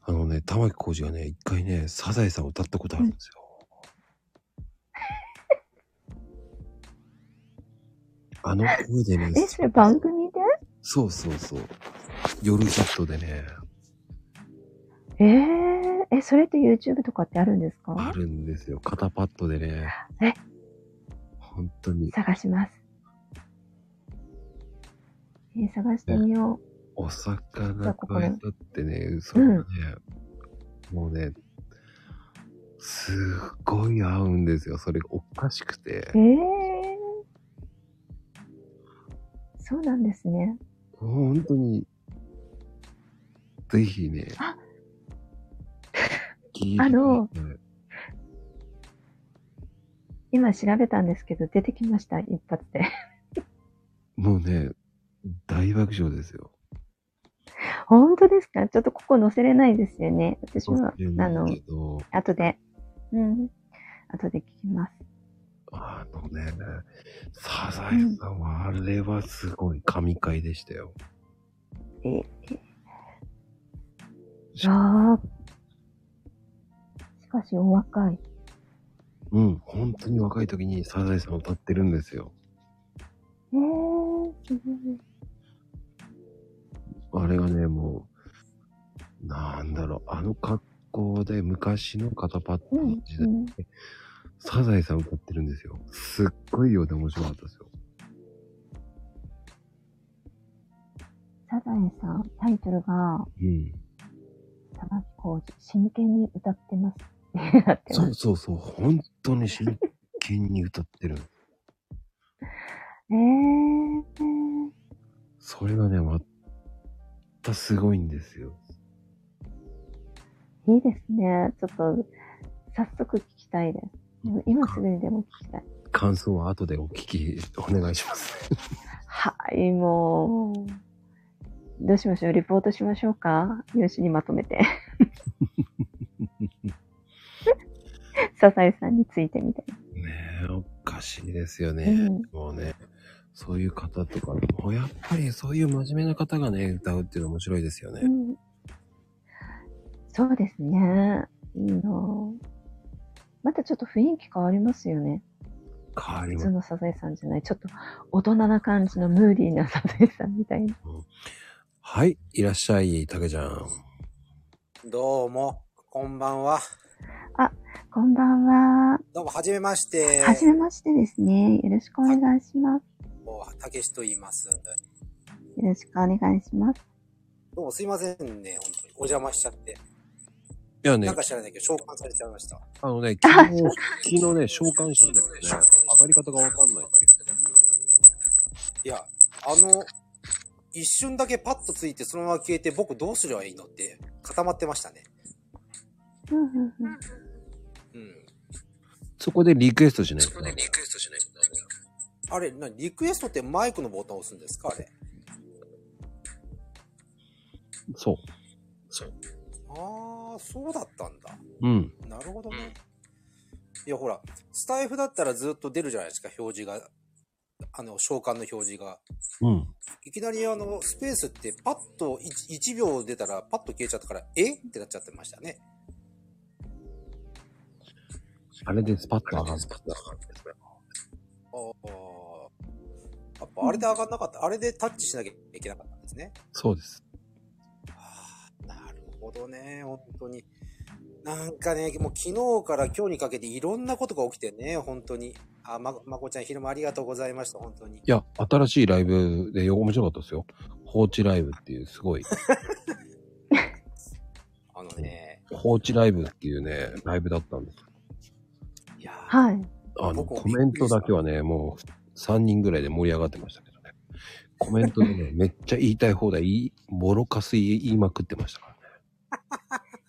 [SPEAKER 1] あのね、玉木浩二がね、
[SPEAKER 2] 。
[SPEAKER 1] 一回ね、サザエさんを歌ったことあるんですよ。あの声でね
[SPEAKER 2] え、それ番組で
[SPEAKER 1] そうそうそう。夜ヒットでね、
[SPEAKER 2] えー、え、それって YouTube とかってあるんです
[SPEAKER 1] あ
[SPEAKER 2] か
[SPEAKER 1] るんですよ。肩パッドでね。
[SPEAKER 2] え
[SPEAKER 1] 本当に。
[SPEAKER 2] 探します。えー探してみよ
[SPEAKER 1] お
[SPEAKER 2] じゃ
[SPEAKER 1] 魚
[SPEAKER 2] あ
[SPEAKER 1] く
[SPEAKER 2] こ
[SPEAKER 1] わ
[SPEAKER 2] こ
[SPEAKER 1] え
[SPEAKER 2] ね
[SPEAKER 1] たってね、それがね、もうね、すっごい合うんですよ。それおかしくて
[SPEAKER 2] う。。えー、そうなんですね。
[SPEAKER 1] 本当に、ぜひね
[SPEAKER 2] あ。
[SPEAKER 1] 聞いて
[SPEAKER 2] あの
[SPEAKER 1] みて
[SPEAKER 2] 今調べたんですけど、出てきました、一発で。
[SPEAKER 1] もうね、大爆笑ですよ。
[SPEAKER 2] 本当ですかちょっとここ載せれないですよね。私は、
[SPEAKER 1] でも
[SPEAKER 2] あの
[SPEAKER 1] け、ど
[SPEAKER 2] 後で。うん。後で聞きます。
[SPEAKER 1] あのね、サザエさんは、あれはすごい神回でしたよ。
[SPEAKER 2] え
[SPEAKER 1] し
[SPEAKER 2] ああ。しかし、お若い。
[SPEAKER 1] うん、本当に若い時にサザエさんを歌ってるんですよ。
[SPEAKER 2] えー、すごい。
[SPEAKER 1] あれがね、もう、なんだろう、あの格好で昔の肩パッド
[SPEAKER 2] うん
[SPEAKER 1] の時代、
[SPEAKER 2] うん
[SPEAKER 1] サザエさん歌ってるんですよ。すっごいようで面白かったですよ。
[SPEAKER 2] サザエさん、タイトルが、
[SPEAKER 1] うん。
[SPEAKER 2] 玉置浩二、真剣に歌ってます。ってなって
[SPEAKER 1] そ
[SPEAKER 2] ま
[SPEAKER 1] う
[SPEAKER 2] す。
[SPEAKER 1] そうそう、本当に真剣に歌ってる。
[SPEAKER 2] えー、
[SPEAKER 1] それがね、またすごいんですよ。
[SPEAKER 2] いいですね。ちょっと、早速聞きたいです。でも今すぐにでも聞きたい。
[SPEAKER 1] 感想は後でお聞きお願いします。
[SPEAKER 2] はい、もう。どうしましょうリポートしましょうか用紙にまとめ て。サザエさんについてみたい
[SPEAKER 1] ねえ、おかしいですよ
[SPEAKER 2] な。う
[SPEAKER 1] ね。
[SPEAKER 2] ん、
[SPEAKER 1] もうね、そういう方とか、もうやっぱりそういう真面目な方がね、歌うっていうの面白いですよ
[SPEAKER 2] う
[SPEAKER 1] ね。
[SPEAKER 2] ん、そうですね。いいなぁまたちょっと雰囲気変わりますよね。
[SPEAKER 1] 変わり
[SPEAKER 2] 普
[SPEAKER 1] ま
[SPEAKER 2] 通
[SPEAKER 1] す。
[SPEAKER 2] のサザエさんじゃない。ちょっと大人な感じのムーディーなサザエさんみたいな。
[SPEAKER 1] はい、いらっしゃい、たけちゃん。
[SPEAKER 3] どうも、こんばんは。
[SPEAKER 2] こんばんは。
[SPEAKER 3] どうも、はじめまして。
[SPEAKER 2] はじめましてですね。よろしくお願いします。
[SPEAKER 3] おたけしと言います。
[SPEAKER 2] よろしくお願いします。
[SPEAKER 3] どうもすいませんね、本当に。お邪魔しちゃって。
[SPEAKER 1] いやね
[SPEAKER 3] なん、か知らないけど、召喚されちゃいました。
[SPEAKER 1] あのね、昨日、昨日ね、召喚したんだけどね、上がり方がわかんない。
[SPEAKER 3] いや、あの、一瞬だけパッとついて、そのまま消えて、僕どうすればいいのって固まってましたね。
[SPEAKER 2] うんうんうん
[SPEAKER 3] うん。
[SPEAKER 1] そこでリクエストしないと。
[SPEAKER 3] クエストしないとダメだ。あれ、な、リクエストってマイクのボタンを押すんですかあれ。
[SPEAKER 1] そう。
[SPEAKER 3] あー、そうだったんだ。
[SPEAKER 1] うん。
[SPEAKER 3] なるほどね。いや、ほら、スタイフだったらずっと出るじゃないですか、表示が。あの、召喚の表示が。
[SPEAKER 1] うん。
[SPEAKER 3] いきなりあの、スペースってパッと 1, 1秒出たらパッと消えちゃったから、えってなっちゃってましたね。
[SPEAKER 1] あれでスパッと上がる。
[SPEAKER 3] ああ。やっぱあれで上がんなかった。あれでタッチしなきゃいけなかったんですね。
[SPEAKER 1] そうです。
[SPEAKER 3] ああ、なるほどね。本当に。なんかね、もう昨日から今日にかけていろんなことが起きてね、本当に。あ、ま、まこちゃん昼間ありがとうございました、本当に。
[SPEAKER 1] いや、新しいライブで面白かったですよ。放置ライブっていう、すごい。
[SPEAKER 3] あのね、
[SPEAKER 1] 放置ライブっていうね、ライブだったんです。
[SPEAKER 3] いやー
[SPEAKER 2] はい。
[SPEAKER 1] あの、
[SPEAKER 3] 僕も
[SPEAKER 1] コメントだけはね、もう3人ぐらいで盛り上がってましたけどね。コメントで ね、めっちゃ言いたい放題、言いボロカス言い言いまくってましたか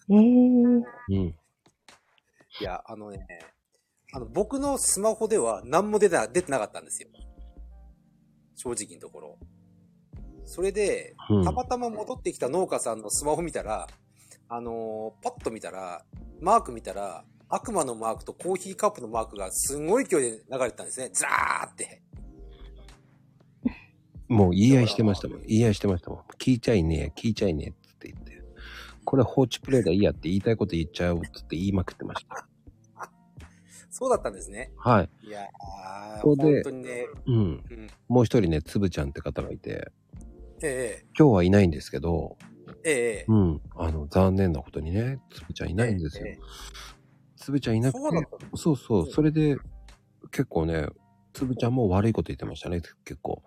[SPEAKER 2] えー、
[SPEAKER 1] らね。
[SPEAKER 3] いや、あのね、あの、僕のスマホでは何も出た、出てなかったんですよ。正直のところ。それで、
[SPEAKER 1] うん。うん
[SPEAKER 3] た。またま戻ってきた農家さんのスマホ見たら、あのーパッと見たら、マーク見たら、悪魔のマークとコーヒーカップのマークがすごい勢いで流れてたんですね。ずらーって。
[SPEAKER 1] もう言い合いしてましたもん。言い合いしてましたもん。聞いちゃいねえ、聞いちゃいねえって言って。これ放置プレイだいいやって言いたいこと言っちゃおうっつって言いまくってました。
[SPEAKER 3] そうだったんですね。
[SPEAKER 1] はい。
[SPEAKER 3] いやー、
[SPEAKER 1] ここで
[SPEAKER 3] 本当にね、
[SPEAKER 1] うん。
[SPEAKER 3] うん。
[SPEAKER 1] もう一人ね、つぶちゃんって方がいて、
[SPEAKER 3] え
[SPEAKER 1] 今日はいないんですけど、
[SPEAKER 3] え、ええ、
[SPEAKER 1] うん。あの、残念なことにね、つぶちゃんいないんですよ
[SPEAKER 3] え。
[SPEAKER 1] つぶちゃんい
[SPEAKER 3] え
[SPEAKER 1] なく、
[SPEAKER 3] そうだってたの
[SPEAKER 1] そうそう、それで、結構ね、つぶちゃんも悪いこと言ってましたね、結構。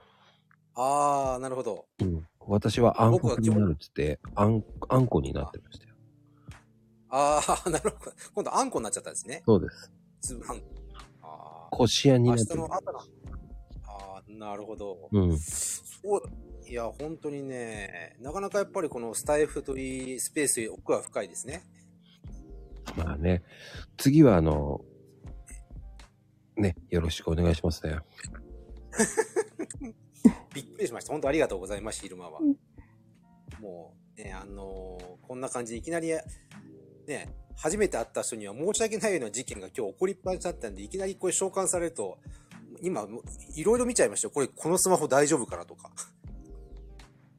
[SPEAKER 3] あー、なるほど。
[SPEAKER 1] うん。私は暗黒
[SPEAKER 3] 僕は
[SPEAKER 1] に
[SPEAKER 3] 基本
[SPEAKER 1] なるっつって、あん、あんこになってましたよ。
[SPEAKER 3] あー、 なるほど。今度、あんこになっちゃったんですね。
[SPEAKER 1] そうです。
[SPEAKER 3] つぶあんこ。あー、
[SPEAKER 1] こしあんに
[SPEAKER 3] 明
[SPEAKER 1] なっ
[SPEAKER 3] 日
[SPEAKER 1] てま
[SPEAKER 3] の
[SPEAKER 1] した。
[SPEAKER 3] 朝な。あー、なるほど。
[SPEAKER 1] うん。
[SPEAKER 3] そう、いや、本当にね、なかなかやっぱりこのスタイフといいスペース、奥は深いですね。
[SPEAKER 1] まあね、次はあの、ね、よろしくお願いしますね。
[SPEAKER 3] びっくりしました。本当ありがとうございます、昼間は
[SPEAKER 2] うん。
[SPEAKER 3] もう、ね、あのーこんな感じでいきなり、ね、初めて会った人には申し訳ないような事件が今日起こりっぱなしだったんで、いきなりこれ召喚されると、今、いろいろ見ちゃいましたよ。これ、このスマホ大丈夫かなとか。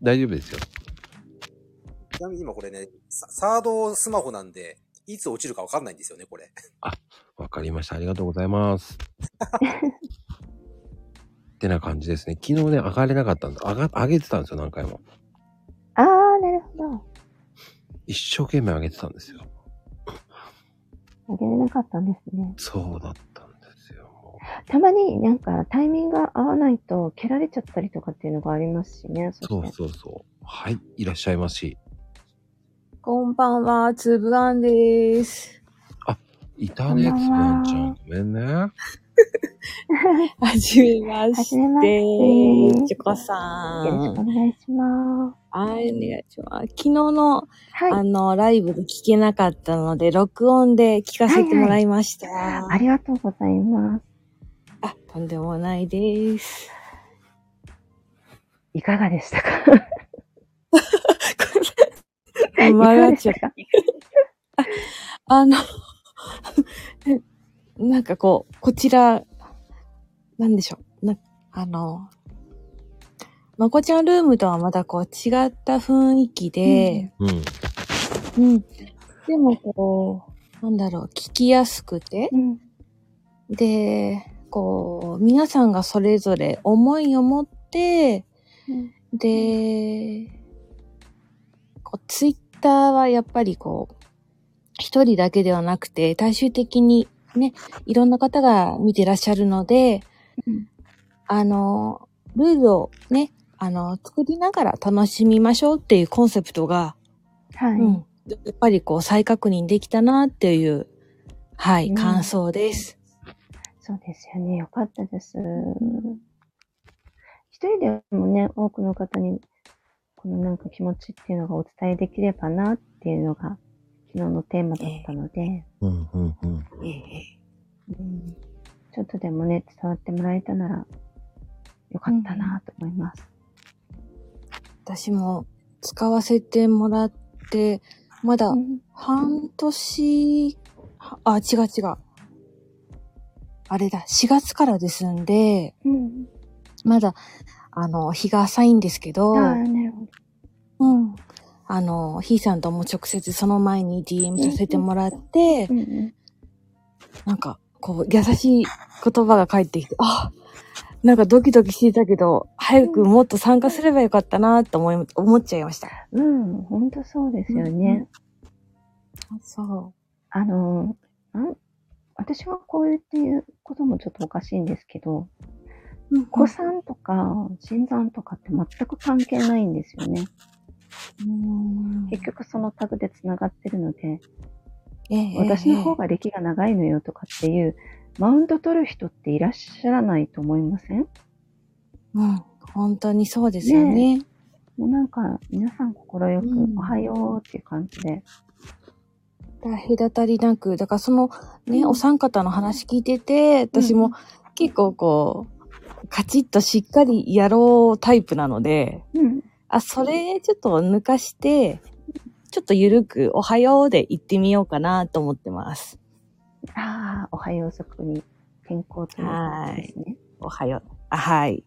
[SPEAKER 1] 大丈夫ですよ。
[SPEAKER 3] ちなみに今これね、ササードスマホなんで、いつ落ちるかわかんないんですよね、これ。
[SPEAKER 1] わかりました。ありがとうござい ます。ってな感じですね。昨日ね、上がれなかったんです。上が、上げてたんですよ、何回も。
[SPEAKER 2] あー、なるほ
[SPEAKER 1] 一生懸命上げてたんですよ。
[SPEAKER 2] ど。あげれなかったんですね。
[SPEAKER 1] そうだったんですよ。もう
[SPEAKER 2] たまになんかタイミングが合わないと蹴られちゃったりとかっていうのがありますしね。
[SPEAKER 1] そ
[SPEAKER 2] し
[SPEAKER 1] う
[SPEAKER 2] て
[SPEAKER 1] そうそう。はい、いらっしゃいまし。
[SPEAKER 4] こんばんは、つぶあんです。
[SPEAKER 1] いたね、つ
[SPEAKER 2] こん
[SPEAKER 1] ぶ
[SPEAKER 2] ばん
[SPEAKER 1] あ
[SPEAKER 2] は
[SPEAKER 1] んちゃん。ごめんね。
[SPEAKER 4] はじめま
[SPEAKER 2] は
[SPEAKER 4] し
[SPEAKER 2] じめまして
[SPEAKER 4] て。チョコさ
[SPEAKER 2] よろしくお
[SPEAKER 4] ん。
[SPEAKER 2] 願いします。
[SPEAKER 4] はい、お願いします。昨日の、
[SPEAKER 2] は
[SPEAKER 4] あ
[SPEAKER 2] い。
[SPEAKER 4] の、ライブで聞けなかったので、録音で聞かせてもらいました。
[SPEAKER 2] ありがとうございます。
[SPEAKER 4] あ、とんでもないです。
[SPEAKER 2] いかがでした かいかがでしたか
[SPEAKER 4] あの、 なんかこう、こちら、なんでしょう。なあの、まこちゃんルームとはまたこう違った雰囲気で、
[SPEAKER 1] うん。
[SPEAKER 4] うん。でもこう、なんだろう、聞きやすくて
[SPEAKER 2] う、ん。
[SPEAKER 4] で、こう、皆さんがそれぞれ思いを持って、
[SPEAKER 2] うん
[SPEAKER 4] で、こう、ツイッターはやっぱりこう、一人だけではなくて、大衆的にね、いろんな方が見てらっしゃるので、
[SPEAKER 2] うん
[SPEAKER 4] あの、ルールをね、あの、作りながら楽しみましょうっていうコンセプトが、
[SPEAKER 2] はい。
[SPEAKER 4] うん。やっぱりこう、再確認できたなっていう、は
[SPEAKER 2] う
[SPEAKER 4] い、
[SPEAKER 2] ん
[SPEAKER 4] 感想です。
[SPEAKER 2] そうですよね。よかったです。一人でもね、多くの方に、このなんか気持ちっていうのがお伝えできればなっていうのが、昨日のテーマだったので、
[SPEAKER 1] うん、うん、うん。
[SPEAKER 2] うんちょっとでもね、伝わってもらえたなら、よかったなと思います。
[SPEAKER 4] 私も使わせてもらって、まだ
[SPEAKER 2] うん
[SPEAKER 4] 半年、あ、違う違う。あれだ、4月からですんで、
[SPEAKER 2] うん。
[SPEAKER 4] まだ、あの、日が浅いんですけど、
[SPEAKER 2] ああ、なるほど。
[SPEAKER 4] うん。あの、ひーさんとも直接その前に DM させてもらって、
[SPEAKER 2] うんうん
[SPEAKER 4] なんか、こう、優しい言葉が返ってきて、あなんかドキドキしてたけど、早くもっと参加すればよかったなと思い、思っちゃいました。
[SPEAKER 2] うん、ほんとそうですよね。
[SPEAKER 4] そ
[SPEAKER 2] あの、なん私はこう言っていうこともちょっとおかしいんですけど、
[SPEAKER 4] う。うん、
[SPEAKER 2] 子さんとか新参とかって全く関係ないんですよね。結局そのタグで繋がってるので、
[SPEAKER 4] ええ
[SPEAKER 2] 私の方が歴が長いのよとかっていう、マウント取る人っていらっしゃらないと思いません
[SPEAKER 4] うん、本当にそうですよね。
[SPEAKER 2] もうなんか皆さん心よく
[SPEAKER 4] うん
[SPEAKER 2] おはようっていう感じで。
[SPEAKER 4] 隔たりなく、だからそのね、
[SPEAKER 2] うん
[SPEAKER 4] お三方の話聞いてて、私も結構こう、カチッとしっかりやろうタイプなので、
[SPEAKER 2] うん。
[SPEAKER 4] あ、それちょっと抜かして、ちょっとゆるくおはようで行ってみようかなと思ってます。
[SPEAKER 2] ああ、おはようそこに健康という感じですね。
[SPEAKER 4] おはよう。あ、はい。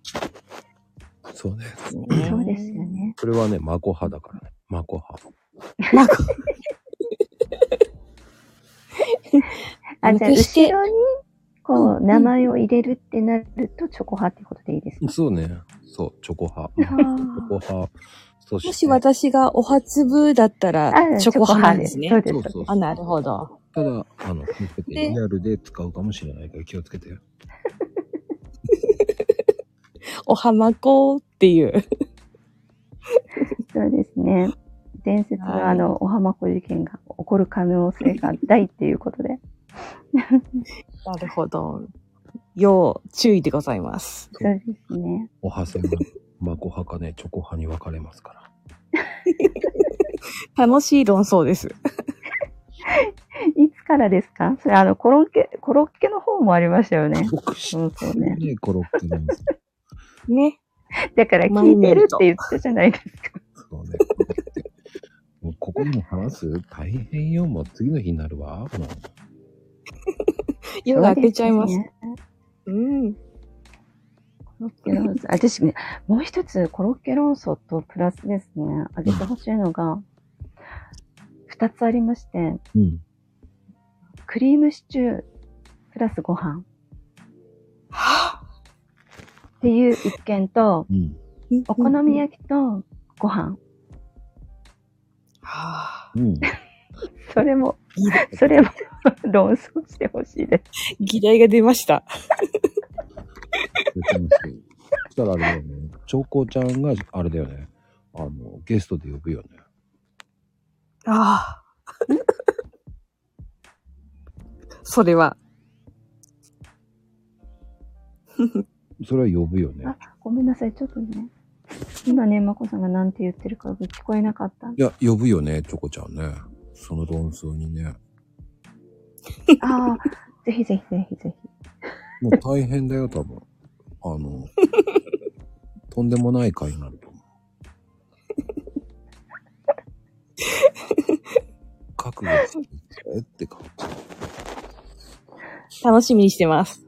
[SPEAKER 1] そうね。
[SPEAKER 4] ね
[SPEAKER 2] そうですよ。ね。
[SPEAKER 1] これはね、マコ派だからね。マコ派。
[SPEAKER 4] ま あ、こ
[SPEAKER 2] あ、じゃあ
[SPEAKER 4] なくして
[SPEAKER 2] 後ろに個名前を入れるってなると、チョコ派っていうことでいいですか、
[SPEAKER 1] そうね。そう、チョコ派。チ
[SPEAKER 4] あ
[SPEAKER 1] ョ
[SPEAKER 4] ー
[SPEAKER 1] コ派。そして
[SPEAKER 4] もし私がお初部だったら、
[SPEAKER 2] あ
[SPEAKER 4] チョコ派なんですね
[SPEAKER 2] チョ。コ
[SPEAKER 1] そう
[SPEAKER 2] 派で
[SPEAKER 1] そ
[SPEAKER 2] す。そう
[SPEAKER 1] う
[SPEAKER 4] あ、なるほど。
[SPEAKER 1] ただ、あの、気をつけて
[SPEAKER 4] で
[SPEAKER 1] リアルで使うかもしれないから気をつけてよ。
[SPEAKER 4] おはまこっていう。
[SPEAKER 2] です。そうですね。伝説
[SPEAKER 4] はい
[SPEAKER 2] のあの、おはまこ事件が起こる可能性が大っていうことで。
[SPEAKER 4] なるほど。要注意でございます。
[SPEAKER 2] そうですね。
[SPEAKER 1] おはせが、マコ派かね、チョコ派に分かれますから。
[SPEAKER 4] 楽しい論争です。
[SPEAKER 2] いつからですかそれあの、コロッケ、コロッケの方もありましたよね。
[SPEAKER 1] 僕知っ
[SPEAKER 2] そうそう
[SPEAKER 1] てる
[SPEAKER 2] ね。
[SPEAKER 1] ね、コロッケなんです
[SPEAKER 4] ね。
[SPEAKER 2] だから
[SPEAKER 4] 前
[SPEAKER 2] 聞い
[SPEAKER 4] に
[SPEAKER 2] て
[SPEAKER 4] 見
[SPEAKER 2] る
[SPEAKER 4] る
[SPEAKER 2] っ
[SPEAKER 4] と
[SPEAKER 2] て言ったじゃないですか。
[SPEAKER 1] そうね。もうここにも話す大変よ。もう次の日になるわ。もう。
[SPEAKER 4] 夜が明けちゃいます。
[SPEAKER 2] そううでね
[SPEAKER 4] ん。
[SPEAKER 2] コロッケ論争。あ私ね、もう一つコロッケ論争とプラスですね、あげてほしいのが、二つありまして、
[SPEAKER 1] うん。
[SPEAKER 2] クリームシチュープラスご飯っ
[SPEAKER 4] は
[SPEAKER 2] ていう一件と、
[SPEAKER 1] うん。
[SPEAKER 4] ぁ
[SPEAKER 2] お好み焼きとご飯。
[SPEAKER 4] はぁ
[SPEAKER 1] うん。
[SPEAKER 2] それも、
[SPEAKER 4] 議題
[SPEAKER 2] それも 論争してほしいです。
[SPEAKER 4] 議題が出ました。
[SPEAKER 1] 出てますよそしたらあれだよね。チョコちゃんが、あれだよね。あの、ゲストで呼ぶよね。
[SPEAKER 4] ああ。それは。
[SPEAKER 1] それは呼ぶよね。
[SPEAKER 2] あ、ごめんなさい、ちょっとね。今ね、まこさんがなんて言ってるか聞こえなかった。
[SPEAKER 1] いや、呼ぶよね、チョコちゃんね。その論争にね。
[SPEAKER 2] ああ、ぜひぜひぜひぜひ。
[SPEAKER 1] もう大変だよ、多分。あの、とんでもない回になると思う。覚悟してえって感
[SPEAKER 4] 楽しみにしてます。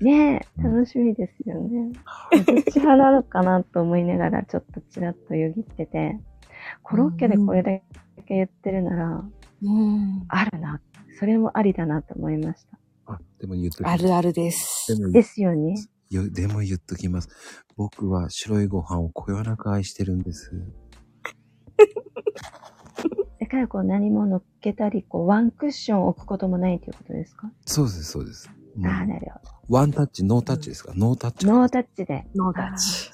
[SPEAKER 2] ねえ、
[SPEAKER 1] うん
[SPEAKER 2] 楽しみですよね。どっち派なのかなと思いながら、ちょっとちらっとよぎってて、コロッケでこれだけ言ってるなら、
[SPEAKER 4] うん。
[SPEAKER 2] あるな。それもありだなと思いました。
[SPEAKER 1] あ、でも言っときま
[SPEAKER 4] あ
[SPEAKER 1] す。
[SPEAKER 4] るあるです
[SPEAKER 1] で。も
[SPEAKER 2] ですよね。
[SPEAKER 1] よでも言っときます。僕は白いご飯をこよなく愛してるんです。
[SPEAKER 2] だからこう何も乗っけたり、こうワンクッション置くこともないということですか、
[SPEAKER 1] そうです、そうです。もう
[SPEAKER 2] ああ、なるほ
[SPEAKER 1] ワンタッチ、ノータッチですかノータッチ。
[SPEAKER 2] ど。ノータッチで。
[SPEAKER 4] ノーダッチ。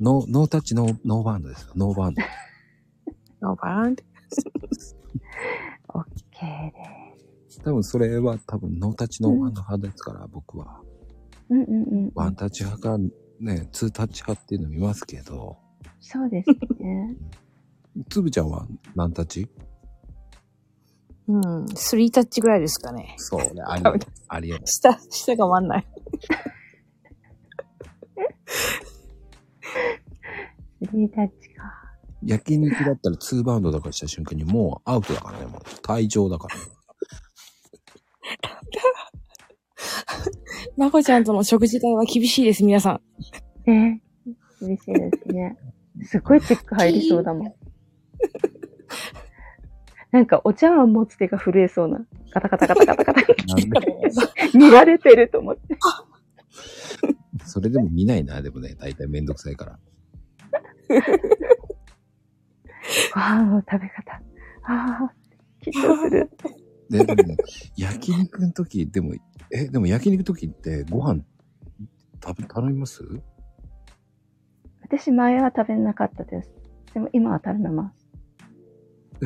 [SPEAKER 1] ノーノータッチノー、ノーバウンドですかノーバウ ンド。
[SPEAKER 4] ノーバーン。
[SPEAKER 2] オッケーです。
[SPEAKER 1] 多分それは多分ノータッチノーバウンド派ですから、僕は。
[SPEAKER 2] うんうんう
[SPEAKER 1] ワン
[SPEAKER 2] ん。
[SPEAKER 1] タッチ派か、ね、ツータッチ派っていうの見ますけど、
[SPEAKER 2] そうです ね。
[SPEAKER 1] つぶちゃんは何タッチ
[SPEAKER 4] うん。スリータッチぐらいですかね。
[SPEAKER 1] そう、ありえない。ありえない。
[SPEAKER 4] 下、下が回んない。
[SPEAKER 2] スリータッチか。
[SPEAKER 1] 焼肉だったらツーバウンドだからした瞬間にもうアウトだからね、もう退場だから、ね。
[SPEAKER 4] まこちゃんとの食事会は厳しいです、皆さん。
[SPEAKER 2] ね厳しいですね。すごいチェック入りそうだ もん。なんかお茶碗持つ手が震えそうな。カタカタカタカタカタ。
[SPEAKER 1] なんで
[SPEAKER 2] 見られてると思って。
[SPEAKER 1] それでも見ないな、でもね、大体めんどくさいから。
[SPEAKER 2] ご飯の食べ方。ああ、緊張する。
[SPEAKER 1] で、でもね、焼肉の時、でも、え、でも焼肉の時ってご飯食べ、頼みます
[SPEAKER 2] 私前は食べなかったです。でも今は食べます。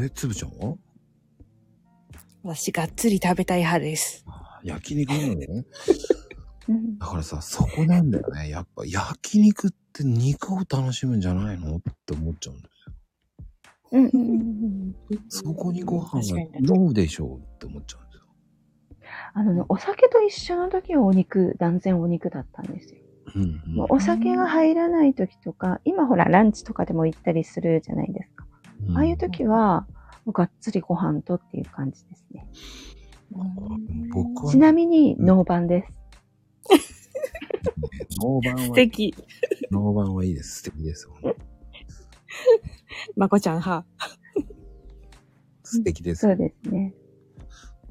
[SPEAKER 1] え、つぶちゃんは
[SPEAKER 4] 私、がっつり食べたい派です。
[SPEAKER 1] 焼肉なのね。
[SPEAKER 2] うん
[SPEAKER 1] だからさ、そこなんだよね。やっぱ焼肉って肉を楽しむんじゃないのって思っちゃうんだよ。
[SPEAKER 2] うんうんうんうん
[SPEAKER 1] そこにご飯
[SPEAKER 4] 確
[SPEAKER 1] が
[SPEAKER 4] かに
[SPEAKER 1] どうでしょうって思っちゃうんですよ。
[SPEAKER 2] あのね、お酒と一緒の時はお肉、断然お肉だったんですよ。
[SPEAKER 1] うんうん
[SPEAKER 2] もうお酒が入らない時とか、今ほらランチとかでも行ったりするじゃないですか。
[SPEAKER 1] うん
[SPEAKER 2] ああいう時は、もうがっつりご飯とっていう感じですね。
[SPEAKER 1] 僕は
[SPEAKER 2] ちなみに、ノーバンです。
[SPEAKER 1] ノーバン
[SPEAKER 4] 素
[SPEAKER 1] は、
[SPEAKER 4] 敵。
[SPEAKER 1] ノーバンはいいです。素敵です。
[SPEAKER 4] まこちゃん派。
[SPEAKER 1] 素敵です
[SPEAKER 2] そ。うですね。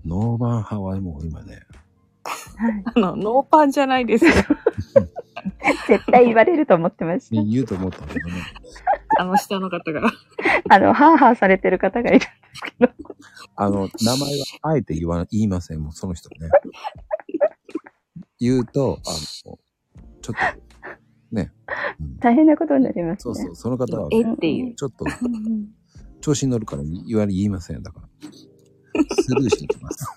[SPEAKER 1] ノーバン派はもう今ね、
[SPEAKER 2] はい、
[SPEAKER 4] あの、ノーパンじゃない ですか。
[SPEAKER 2] 絶対言われると思ってました。
[SPEAKER 1] 言うと思ったんだけどね。
[SPEAKER 4] あの、下の方が。
[SPEAKER 2] あの、ハーハーされてる方がいるん ですけど。
[SPEAKER 1] あの、名前はあえて言わな、言いません、もうその人ね。言うと、あの、ちょっと、ね。うん
[SPEAKER 2] 大変なことになりますね。
[SPEAKER 1] そうそう、その方は、
[SPEAKER 4] え
[SPEAKER 1] ち
[SPEAKER 4] っていう。
[SPEAKER 1] ょっと
[SPEAKER 2] うんうん
[SPEAKER 1] 調子に乗るから言われ、言いませんよ、だから。スルーしていきます。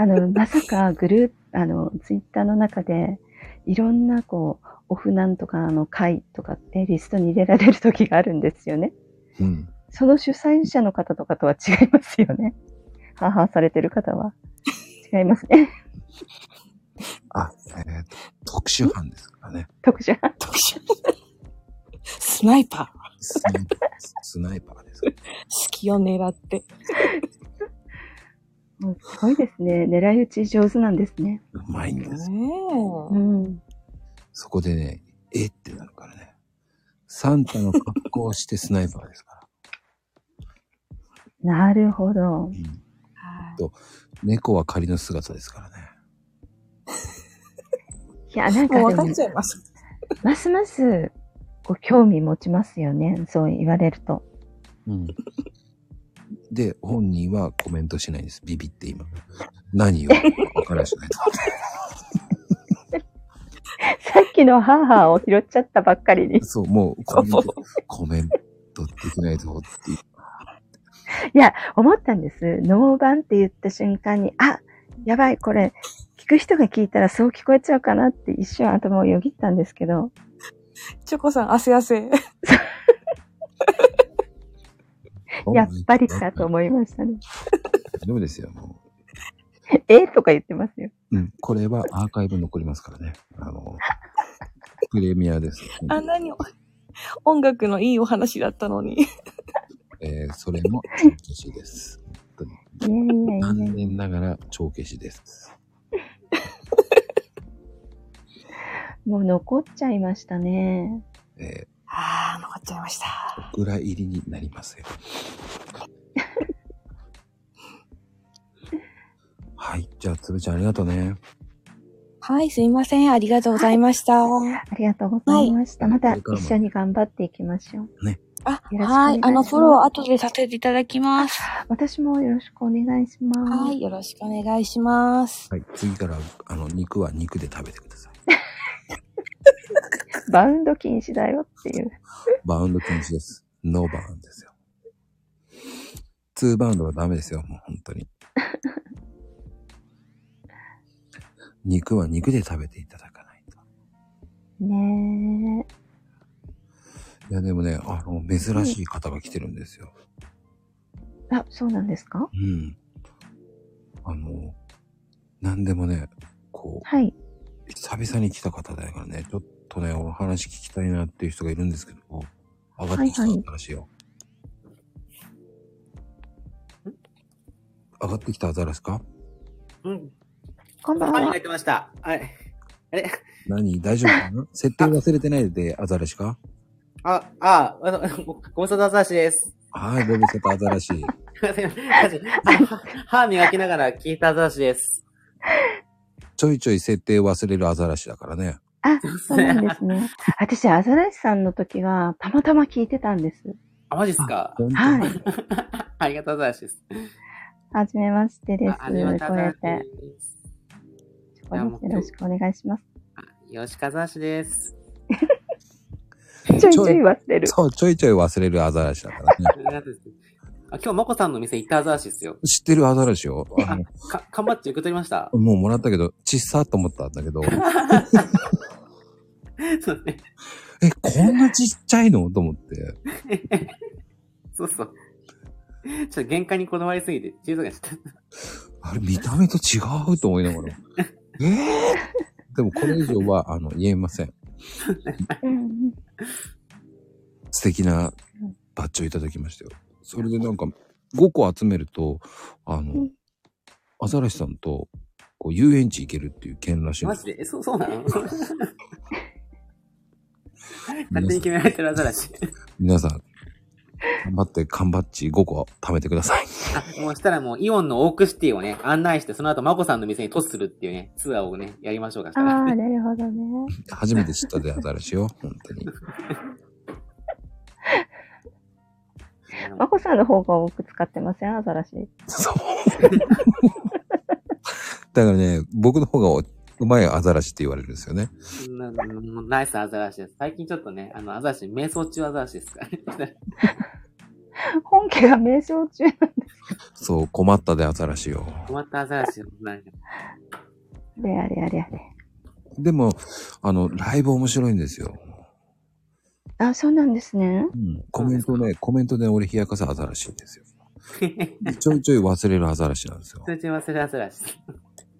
[SPEAKER 2] あの、まさかグルー、あの、ツイッターの中で、いろんな、こう、オフなんとかの会とかってリストに入れられる時があるんですよね。
[SPEAKER 1] うん。
[SPEAKER 2] その主催者の方とかとは違いますよね。 ハーハーされてる方は。違いますね。
[SPEAKER 1] あ、えっ、と、特殊班ですからね。
[SPEAKER 2] 特殊班。
[SPEAKER 4] 特殊スナイパー。
[SPEAKER 1] スナイパー、スナイパーです。
[SPEAKER 4] 隙を狙って。
[SPEAKER 2] もうすごいですね。狙い撃ち上手なんですね。
[SPEAKER 1] うまいん
[SPEAKER 4] ね
[SPEAKER 1] です。
[SPEAKER 4] え
[SPEAKER 2] ん。
[SPEAKER 1] そこでね、えってなるからね。サンタの格好をしてスナイパーですから。
[SPEAKER 2] なるほど
[SPEAKER 1] う。ん
[SPEAKER 4] はい
[SPEAKER 1] 猫は仮の姿ですからね。
[SPEAKER 2] いや、なんか
[SPEAKER 4] もう
[SPEAKER 2] で
[SPEAKER 4] 分か
[SPEAKER 2] も
[SPEAKER 4] っ、ちゃいます。
[SPEAKER 2] ますます、こう、興味持ちますよね。そう言われると。
[SPEAKER 1] うん。で、本人はコメントしないんです。ビビって今。何をわからしない と。
[SPEAKER 2] さっきのハーハーを拾っちゃったばっかりに。
[SPEAKER 1] そう、もうコメント、コメントできないぞっていう。
[SPEAKER 2] 思ったんです。ノーバンって言った瞬間に、あ、やばい、これ、聞く人が聞いたらそう聞こえちゃうかなって一瞬頭をよぎったんですけど、
[SPEAKER 4] チョコさん、汗汗。
[SPEAKER 2] やっぱりかと思いましたね。
[SPEAKER 1] 大丈夫ですよ、も
[SPEAKER 2] えとか言ってますよ。
[SPEAKER 1] う。うん。これはアーカイブ残りますからね。あの、プレミアです。
[SPEAKER 4] あ、何を。音楽のいいお話だったのに。
[SPEAKER 1] えー、それも帳消しです。本
[SPEAKER 2] いやいやい
[SPEAKER 1] 当に。
[SPEAKER 2] や
[SPEAKER 1] 残念ながら帳消しです。
[SPEAKER 2] もう残っちゃいましたね。
[SPEAKER 1] え
[SPEAKER 4] ああ、残っちゃいました。
[SPEAKER 1] ー、ぐらい入りになりますよ。はい。じゃあ、つぶちゃんありがとうね。
[SPEAKER 4] はい、すいません。ありがとうございました。
[SPEAKER 2] ありがとうございました。
[SPEAKER 1] はい
[SPEAKER 2] また一緒に頑張っていきましょう。
[SPEAKER 4] あ、
[SPEAKER 2] よろしくお願
[SPEAKER 4] はい
[SPEAKER 2] し
[SPEAKER 4] い。
[SPEAKER 2] ます
[SPEAKER 4] あの、フォロー後でさせていただきます。
[SPEAKER 2] 私もよろしくお願いします。
[SPEAKER 4] はい、よろしくお願いし ます。
[SPEAKER 1] はい。次から、あの、肉は肉で食べてください。
[SPEAKER 2] バウンド禁止だよっていう。
[SPEAKER 1] バウンド禁止です。ノーバウンドですよ。ツーバウンドはダメですよ。もう本当に。肉は肉で食べていただかないと。
[SPEAKER 2] ね
[SPEAKER 1] いや、でもね、あの、珍しい方が来てるんですよ。
[SPEAKER 2] え。あ、そうなんですか
[SPEAKER 1] うん。あの、なんでもね、こ
[SPEAKER 2] はい。
[SPEAKER 1] う、久々に来た方だからね、ちょっとね、お話聞きたいなっていう人がいるんですけど、上がってきた
[SPEAKER 2] はいはい
[SPEAKER 1] 新しいよ。上がってきたアザラシか
[SPEAKER 5] うん。
[SPEAKER 2] こんばん
[SPEAKER 5] はい、
[SPEAKER 2] は
[SPEAKER 5] 入。ってました。はい。
[SPEAKER 1] 何大丈夫かな設定忘れてないで、アザラシか
[SPEAKER 5] あ、あ、あの、 ごご無沙汰さしです。
[SPEAKER 1] はい、ご無沙汰アザラシ。
[SPEAKER 5] すいません歯歯磨きながら聞いたざしです。
[SPEAKER 1] ちょいちょい設定忘れるアザラシだからね。
[SPEAKER 2] あ、そうなんですね。私、アザラシさんの時は、たまたま聞いてたんです。
[SPEAKER 5] あ、マジっすか。
[SPEAKER 1] 本当に
[SPEAKER 2] はい。
[SPEAKER 5] ありがとうございますです。
[SPEAKER 2] はじめましてです。
[SPEAKER 5] あありがとう
[SPEAKER 2] こ
[SPEAKER 5] ご
[SPEAKER 2] う
[SPEAKER 5] ざい
[SPEAKER 2] や
[SPEAKER 5] ま
[SPEAKER 2] って。こんにちは
[SPEAKER 5] す。
[SPEAKER 2] よろしくお願いします。
[SPEAKER 5] よしかざしです。
[SPEAKER 2] ちょいちょい忘れる。
[SPEAKER 1] そう、ちょいちょい忘れるアザラシだからね
[SPEAKER 5] あ。りがとうございますあ今日、まこさんの店行ったざしですよ。
[SPEAKER 1] 知ってるアザラシよ。あの
[SPEAKER 5] か、かんばっち受け取りました。
[SPEAKER 1] もうもらったけど、ちっさーと思ったんだけど、
[SPEAKER 5] そうね。
[SPEAKER 1] え、こんなちっちゃいのと思って。
[SPEAKER 5] そうそう。ちょっと限界にこだわりすぎて、チーズがちょっ
[SPEAKER 1] あれ、見た目と違うと思いな がら。えー、でもこれ以上は、あの、言えません。
[SPEAKER 2] うんうん
[SPEAKER 1] 素敵なバッジをいただきましたよ。それでなんか、5個集めると、あ
[SPEAKER 2] う
[SPEAKER 1] の
[SPEAKER 2] ん、
[SPEAKER 1] アザラシさんと、こう、遊園地行けるっていう件らしい
[SPEAKER 5] と、
[SPEAKER 1] んで
[SPEAKER 5] マ
[SPEAKER 1] す
[SPEAKER 5] ジで、え、そう、そうなの勝手に決められてるアザラシ。
[SPEAKER 1] 皆さん、頑張って缶バッジ5個貯めてください。
[SPEAKER 5] あ、もうしたらもうイオンのオークシティをね、案内して、その後、まこさんの店にトスするっていうね、ツアーをね、やりましょうか。したら
[SPEAKER 2] ああ、なるほどね。
[SPEAKER 1] 初めて知ったで新しいよ、本当に。
[SPEAKER 2] まこさんの方が多く使ってませんアザラシ。
[SPEAKER 1] そう。だからね、僕の方がおうまいアザラシって言われるんですよね。
[SPEAKER 5] ななナイスアザラシです。最近ちょっとね、あの、アザラシ、瞑想中アザラシですからね。
[SPEAKER 2] 本家が名称 中。
[SPEAKER 1] そう、困ったでアザラシよ。
[SPEAKER 5] 困ったアザラシをなんか
[SPEAKER 2] で、あれあれあれ。
[SPEAKER 1] でも、あの、ライブ面白いんですよ。
[SPEAKER 2] あ、そうなんですね。
[SPEAKER 1] うん、コメントね、コメントで俺冷やかすアザラシですよ。ちょいちょい忘れるアザラシなん ですよ。
[SPEAKER 5] 通知忘れアザラシ。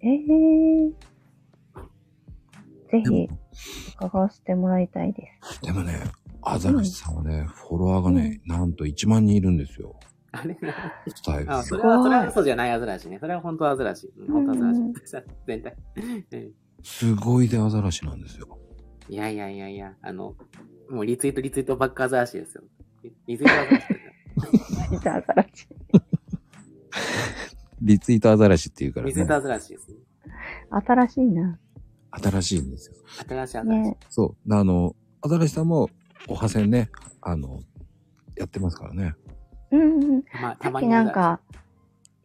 [SPEAKER 2] ええー。ぜ
[SPEAKER 1] でも
[SPEAKER 2] ひ、伺わせてもらいたいで
[SPEAKER 1] でもね、アザラシさんはね、フォロワーがね、なんと1万人いるんですよ。
[SPEAKER 5] あれ
[SPEAKER 1] スタイル。
[SPEAKER 5] あ、それは、それは嘘じゃないアザラシね。それは本当アザラシ。うん本当アザラシ
[SPEAKER 2] うんうん。
[SPEAKER 5] 全体。うん
[SPEAKER 1] すごいでアザラシなんですよ。
[SPEAKER 5] いやいやいやいや、あの、もうリツイートリツイートばっかアザラシですよ。リリツイートアザラシ。
[SPEAKER 2] す。じゃあ、アザラシ。
[SPEAKER 1] リツイートアザラシっていうから
[SPEAKER 5] リツイート
[SPEAKER 1] ね、
[SPEAKER 5] アザラシですね。
[SPEAKER 2] 新しいな。
[SPEAKER 1] 新しいんですよ。
[SPEAKER 5] 新しいアザラシ。
[SPEAKER 2] ね
[SPEAKER 1] そう。あの、アザラシさんも、おはせんね、あの、やってますからね。
[SPEAKER 2] うんうん。
[SPEAKER 5] まあ、
[SPEAKER 2] さ
[SPEAKER 5] た
[SPEAKER 2] っ
[SPEAKER 5] ま
[SPEAKER 2] き
[SPEAKER 5] に
[SPEAKER 2] な
[SPEAKER 5] アザラシ。
[SPEAKER 2] んか、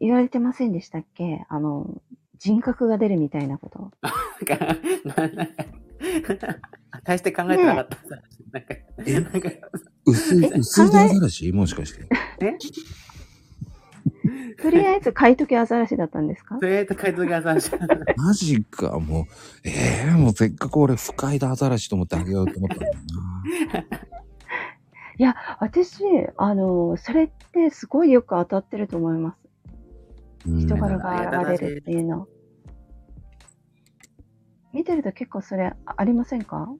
[SPEAKER 2] 言われてませんでしたっけあの、人格が出るみたいなこと。
[SPEAKER 5] なんか、なんか、大して考えてなかった。なんか、なんか、
[SPEAKER 1] 薄い、
[SPEAKER 2] え
[SPEAKER 1] 薄いでアザラシもしかして。
[SPEAKER 2] とりあえず、買いときアザラシだったんです か
[SPEAKER 5] とりあえず回答がさ、
[SPEAKER 1] マジか、もう。ええもうせっかく俺、不快なアザラシと思ってあげようと思ったんだよな。
[SPEAKER 2] 私、あの、それってすごいよく当たってると思います。
[SPEAKER 1] うん
[SPEAKER 2] 人柄が現れるっていうの。見てると結構それありませんか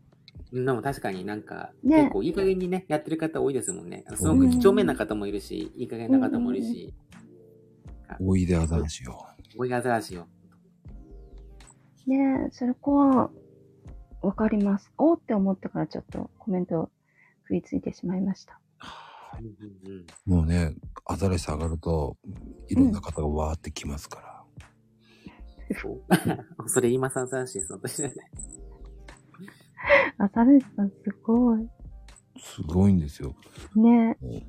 [SPEAKER 5] でも確かになんか、
[SPEAKER 2] ね
[SPEAKER 5] 結構いい加減にね、やってる方多いですもんね。すごく几帳面な方もいるし、いい加減な方もいるし、
[SPEAKER 1] おいでアザラシよ。
[SPEAKER 5] 追いアザラシを。
[SPEAKER 2] ねえ、それこは、わかります。おーって思ってからちょっとコメント食いついてしまいました。
[SPEAKER 5] うんうんうん
[SPEAKER 1] もうね、アザラシ上がると、いろんな方がわーってきますから。
[SPEAKER 5] そう それ今さアザラシです、私。
[SPEAKER 2] あ、サレさんすごい。
[SPEAKER 1] すごいんですよ。
[SPEAKER 2] ね
[SPEAKER 1] 伊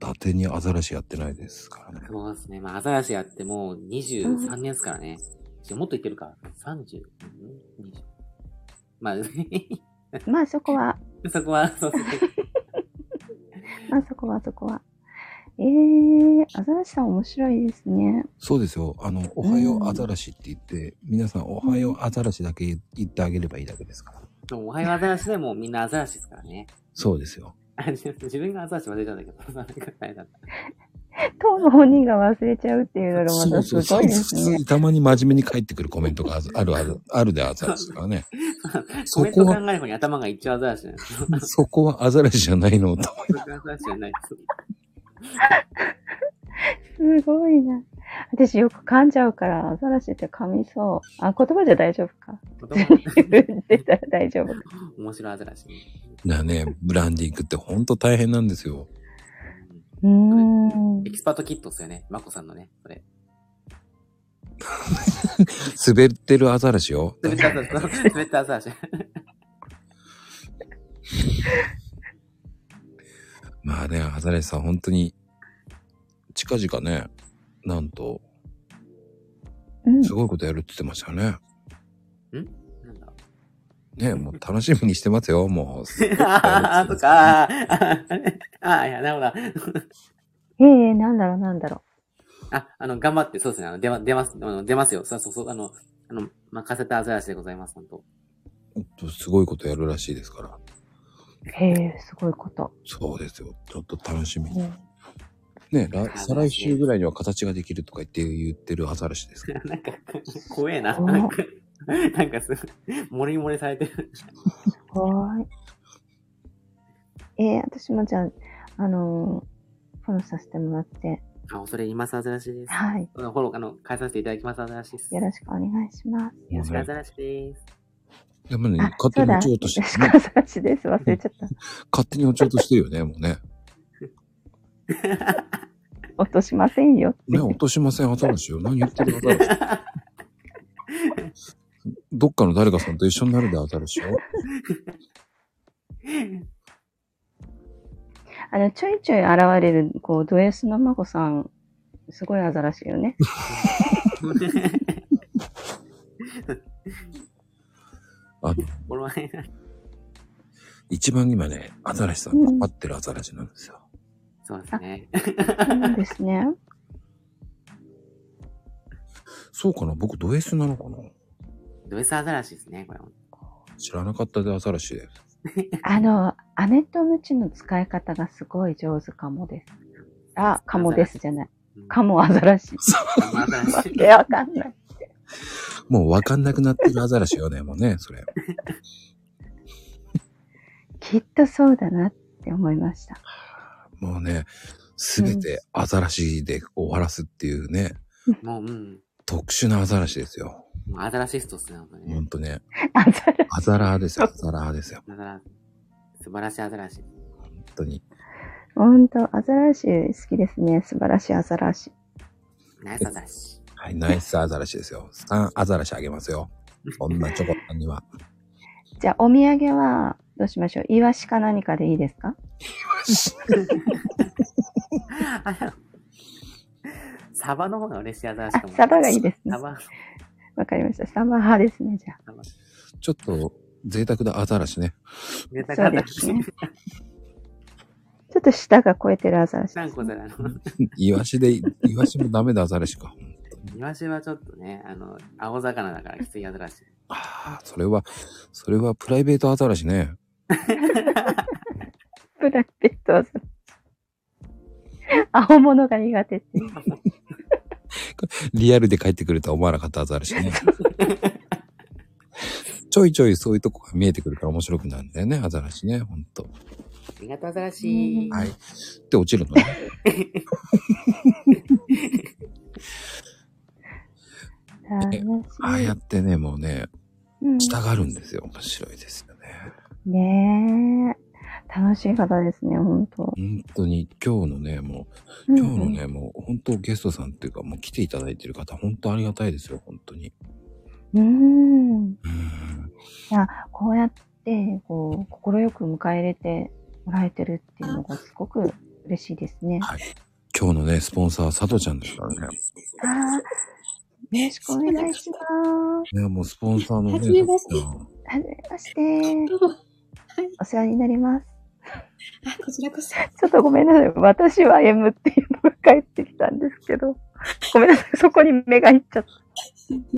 [SPEAKER 1] 達にアザラシやってないですからね。
[SPEAKER 5] そうですね。まあ、アザラシやってもう23年ですからね。もっといってるか。30、うん20。まあ、
[SPEAKER 2] え。まあそこは、
[SPEAKER 5] そこは、そうですね。
[SPEAKER 2] まあそこはそこは。えー、アザラシさん面白いですね。
[SPEAKER 1] そうですよ。あの、おはよ
[SPEAKER 2] う
[SPEAKER 1] うんアザラシって言って、皆さんおはようアザラシだけ言ってあげればいいだけですから。
[SPEAKER 5] でもおはようアザラシでもうみんなアザラシですからね。
[SPEAKER 1] そうですよ。
[SPEAKER 5] あ自自分がアザラシ忘れちゃうんだけど、なんか大変だった
[SPEAKER 2] 当の本人が忘れちゃうっていうのがまたすごいです
[SPEAKER 1] 普通
[SPEAKER 2] ね。
[SPEAKER 1] にたまに真面目に返ってくるコメントがあずあるある、あるでアザラシだから ね。そ
[SPEAKER 5] コメン
[SPEAKER 1] こ
[SPEAKER 5] ト考
[SPEAKER 1] は、
[SPEAKER 5] える方に頭が一応アザラシなんです。
[SPEAKER 1] そこはアザラシじゃないのと。
[SPEAKER 5] そこはアザラシじゃないです。
[SPEAKER 2] すごいな。私よく噛んじゃうから、アザラシって噛みそう。あ、言葉じゃ大丈夫か。 出たら大丈夫か。
[SPEAKER 5] 面白いアザラシ。
[SPEAKER 1] なね、ブランディングってほんと大変なんですよ。
[SPEAKER 2] うーん
[SPEAKER 5] エ。キスパートキットですよね。マコさんのね、これ。
[SPEAKER 1] 滑ってるアザラシよ。
[SPEAKER 5] 滑ったアザラシ。滑ったアザラシ。
[SPEAKER 1] まあね、アザラシさん本当に、近々ね、なんと、
[SPEAKER 2] うん
[SPEAKER 1] すごいことやるって言ってましたよね。
[SPEAKER 5] なんだ
[SPEAKER 1] ね、もう楽しみにしてますよ、もう。
[SPEAKER 5] あー、とか、あーあー、いや、なるほど。
[SPEAKER 2] ええなんだろう、なんだろ
[SPEAKER 5] あ、あの、頑張って、そうですね。あの、出ま、出ます、あの出ますよ。そうそうそう、あの、あの、任せたアザラシでございます、本当
[SPEAKER 1] ほんとすごいことやるらしいですから。
[SPEAKER 2] う。へえ、すごいこと。
[SPEAKER 1] そうですよ。ちょっと楽しみ
[SPEAKER 2] う
[SPEAKER 1] に。
[SPEAKER 2] ん
[SPEAKER 1] ね、来再来週ぐらいには形ができるとか言って言ってるアザラシですから。
[SPEAKER 5] なんか、怖えな。
[SPEAKER 2] 怖
[SPEAKER 5] なんか、なんかすごい、もりもりされてる。
[SPEAKER 2] すごい。ええ私もじゃあ、あのーフォローさせてもらって、
[SPEAKER 5] あ、それ今さアザラシです。
[SPEAKER 2] はい。
[SPEAKER 5] あのフォロー、あの、返させていただきます、アザラシです。
[SPEAKER 2] よろしくお願いします。
[SPEAKER 5] よろしく、
[SPEAKER 1] もう
[SPEAKER 5] ア
[SPEAKER 1] ね
[SPEAKER 5] ザラシです。
[SPEAKER 1] でもね、
[SPEAKER 2] あ
[SPEAKER 1] 勝手
[SPEAKER 2] そう
[SPEAKER 1] に
[SPEAKER 2] だ
[SPEAKER 1] 落ちようとして、
[SPEAKER 2] よろしくお願いしますです。忘れちゃった。
[SPEAKER 1] 勝手に落ちようとしてるよね、もうね。
[SPEAKER 2] 落としませんよって。
[SPEAKER 1] ね、落としません、新しいよ。何言ってる新しい。どっかの誰かさんと一緒になるで、新しいよ。
[SPEAKER 2] あの、ちょいちょい現れる、こう、ド S の孫さん、すごいアザラシよね。
[SPEAKER 1] あの、
[SPEAKER 5] 俺はね、
[SPEAKER 1] 一番今ね、アザラシさん困ってるアザラシなんですよ。
[SPEAKER 5] そうですね。
[SPEAKER 2] そうですね。
[SPEAKER 1] そうかな僕、ド S なのかな
[SPEAKER 5] ド S アザラシですね、これ。
[SPEAKER 1] 知らなかったで、アザラシで。
[SPEAKER 2] あの、姉と鞭の使い方がすごい上手かもです。あ、かもですじゃない。か
[SPEAKER 5] も。
[SPEAKER 2] もアザラシ。
[SPEAKER 5] アザラ
[SPEAKER 2] わ
[SPEAKER 5] シ。
[SPEAKER 2] けわかんない。
[SPEAKER 1] もうわかんなくなってるアザラシよね、もうね、それ。
[SPEAKER 2] きっとそうだなって思いました。
[SPEAKER 1] もうね、すべてアザラシで終わらすっていうね、
[SPEAKER 5] もう、うん。
[SPEAKER 1] 特殊なアザラシですよ。
[SPEAKER 5] もうアザラシストっすね、本当
[SPEAKER 1] ほん
[SPEAKER 5] ね。
[SPEAKER 1] とね。
[SPEAKER 2] アザラシ。
[SPEAKER 1] アザラーですよ、アザラーですよ。
[SPEAKER 5] だから、素晴らしいアザラシ。
[SPEAKER 1] 本当に。
[SPEAKER 2] ほんと、アザラシ好きですね。素晴らしいアザラシ。
[SPEAKER 5] ナイスアザラシ。
[SPEAKER 1] はい、ナイスアザラシですよ。3アザラシあげますよ。女チョコさんには。
[SPEAKER 2] じゃあ、お土産は、どうしましょうイワシか何かでいいですか
[SPEAKER 5] あ サバの方が嬉しいアザラシ
[SPEAKER 2] あ
[SPEAKER 5] かも。、
[SPEAKER 2] サバがいいですね
[SPEAKER 5] サ。バ、
[SPEAKER 2] わかりました。サバ派ですね、じゃあ。
[SPEAKER 5] サバ。
[SPEAKER 1] ちょっと贅沢なアザラシね。
[SPEAKER 5] ネタ
[SPEAKER 2] そう
[SPEAKER 5] が
[SPEAKER 2] ですね。ちょっと舌が超えてるアザラシ。
[SPEAKER 5] 何個だ ろう。
[SPEAKER 1] イワシで、イワシもダメだアザラシか。
[SPEAKER 5] イワシはちょっとね、あの、青魚だからきついアザラシ。
[SPEAKER 1] ああ、それは、それはプライベートアザラシね。
[SPEAKER 2] プライベートアザラシ。青物が苦手っていう。
[SPEAKER 1] リアルで帰ってくるとは思わなかったアザラシね。ちょいちょいそういうとこが見えてくるから面白くなるんだよね、アザラシね、ほんと。
[SPEAKER 5] ありがとうアザラシ。
[SPEAKER 1] はい。で、落ちるのね。
[SPEAKER 2] あーね
[SPEAKER 1] ああやってね、もうね、
[SPEAKER 2] うん
[SPEAKER 1] 下がるんですよ。面白いですよね。
[SPEAKER 2] ねえ。楽しい方ですね、本当。
[SPEAKER 1] 本当に、今日のね、も
[SPEAKER 2] う
[SPEAKER 1] う、
[SPEAKER 2] ん
[SPEAKER 1] 今日のね、もう、本当ゲストさんっていうか、もう来ていただいてる方、本当ありがたいですよ、本当に。
[SPEAKER 2] うん。
[SPEAKER 1] うん。
[SPEAKER 2] こうやって、こう、快く迎え入れてもらえてるっていうのがすごく嬉しいですね。
[SPEAKER 1] はい。今日のね、スポンサー、佐藤ちゃんですからね。
[SPEAKER 2] ああ、よろしくお願いします。
[SPEAKER 1] ね、もうスポンサーのね、
[SPEAKER 6] はじめまして
[SPEAKER 1] 佐藤ちゃん
[SPEAKER 2] はじめまして。
[SPEAKER 6] どうも、
[SPEAKER 2] お世話になります。
[SPEAKER 6] あ、こちらこそ。
[SPEAKER 2] ちょっとごめんなさい。私は M っていうのが返ってきたんですけど。ごめんなさい。そこに目がいっちゃっ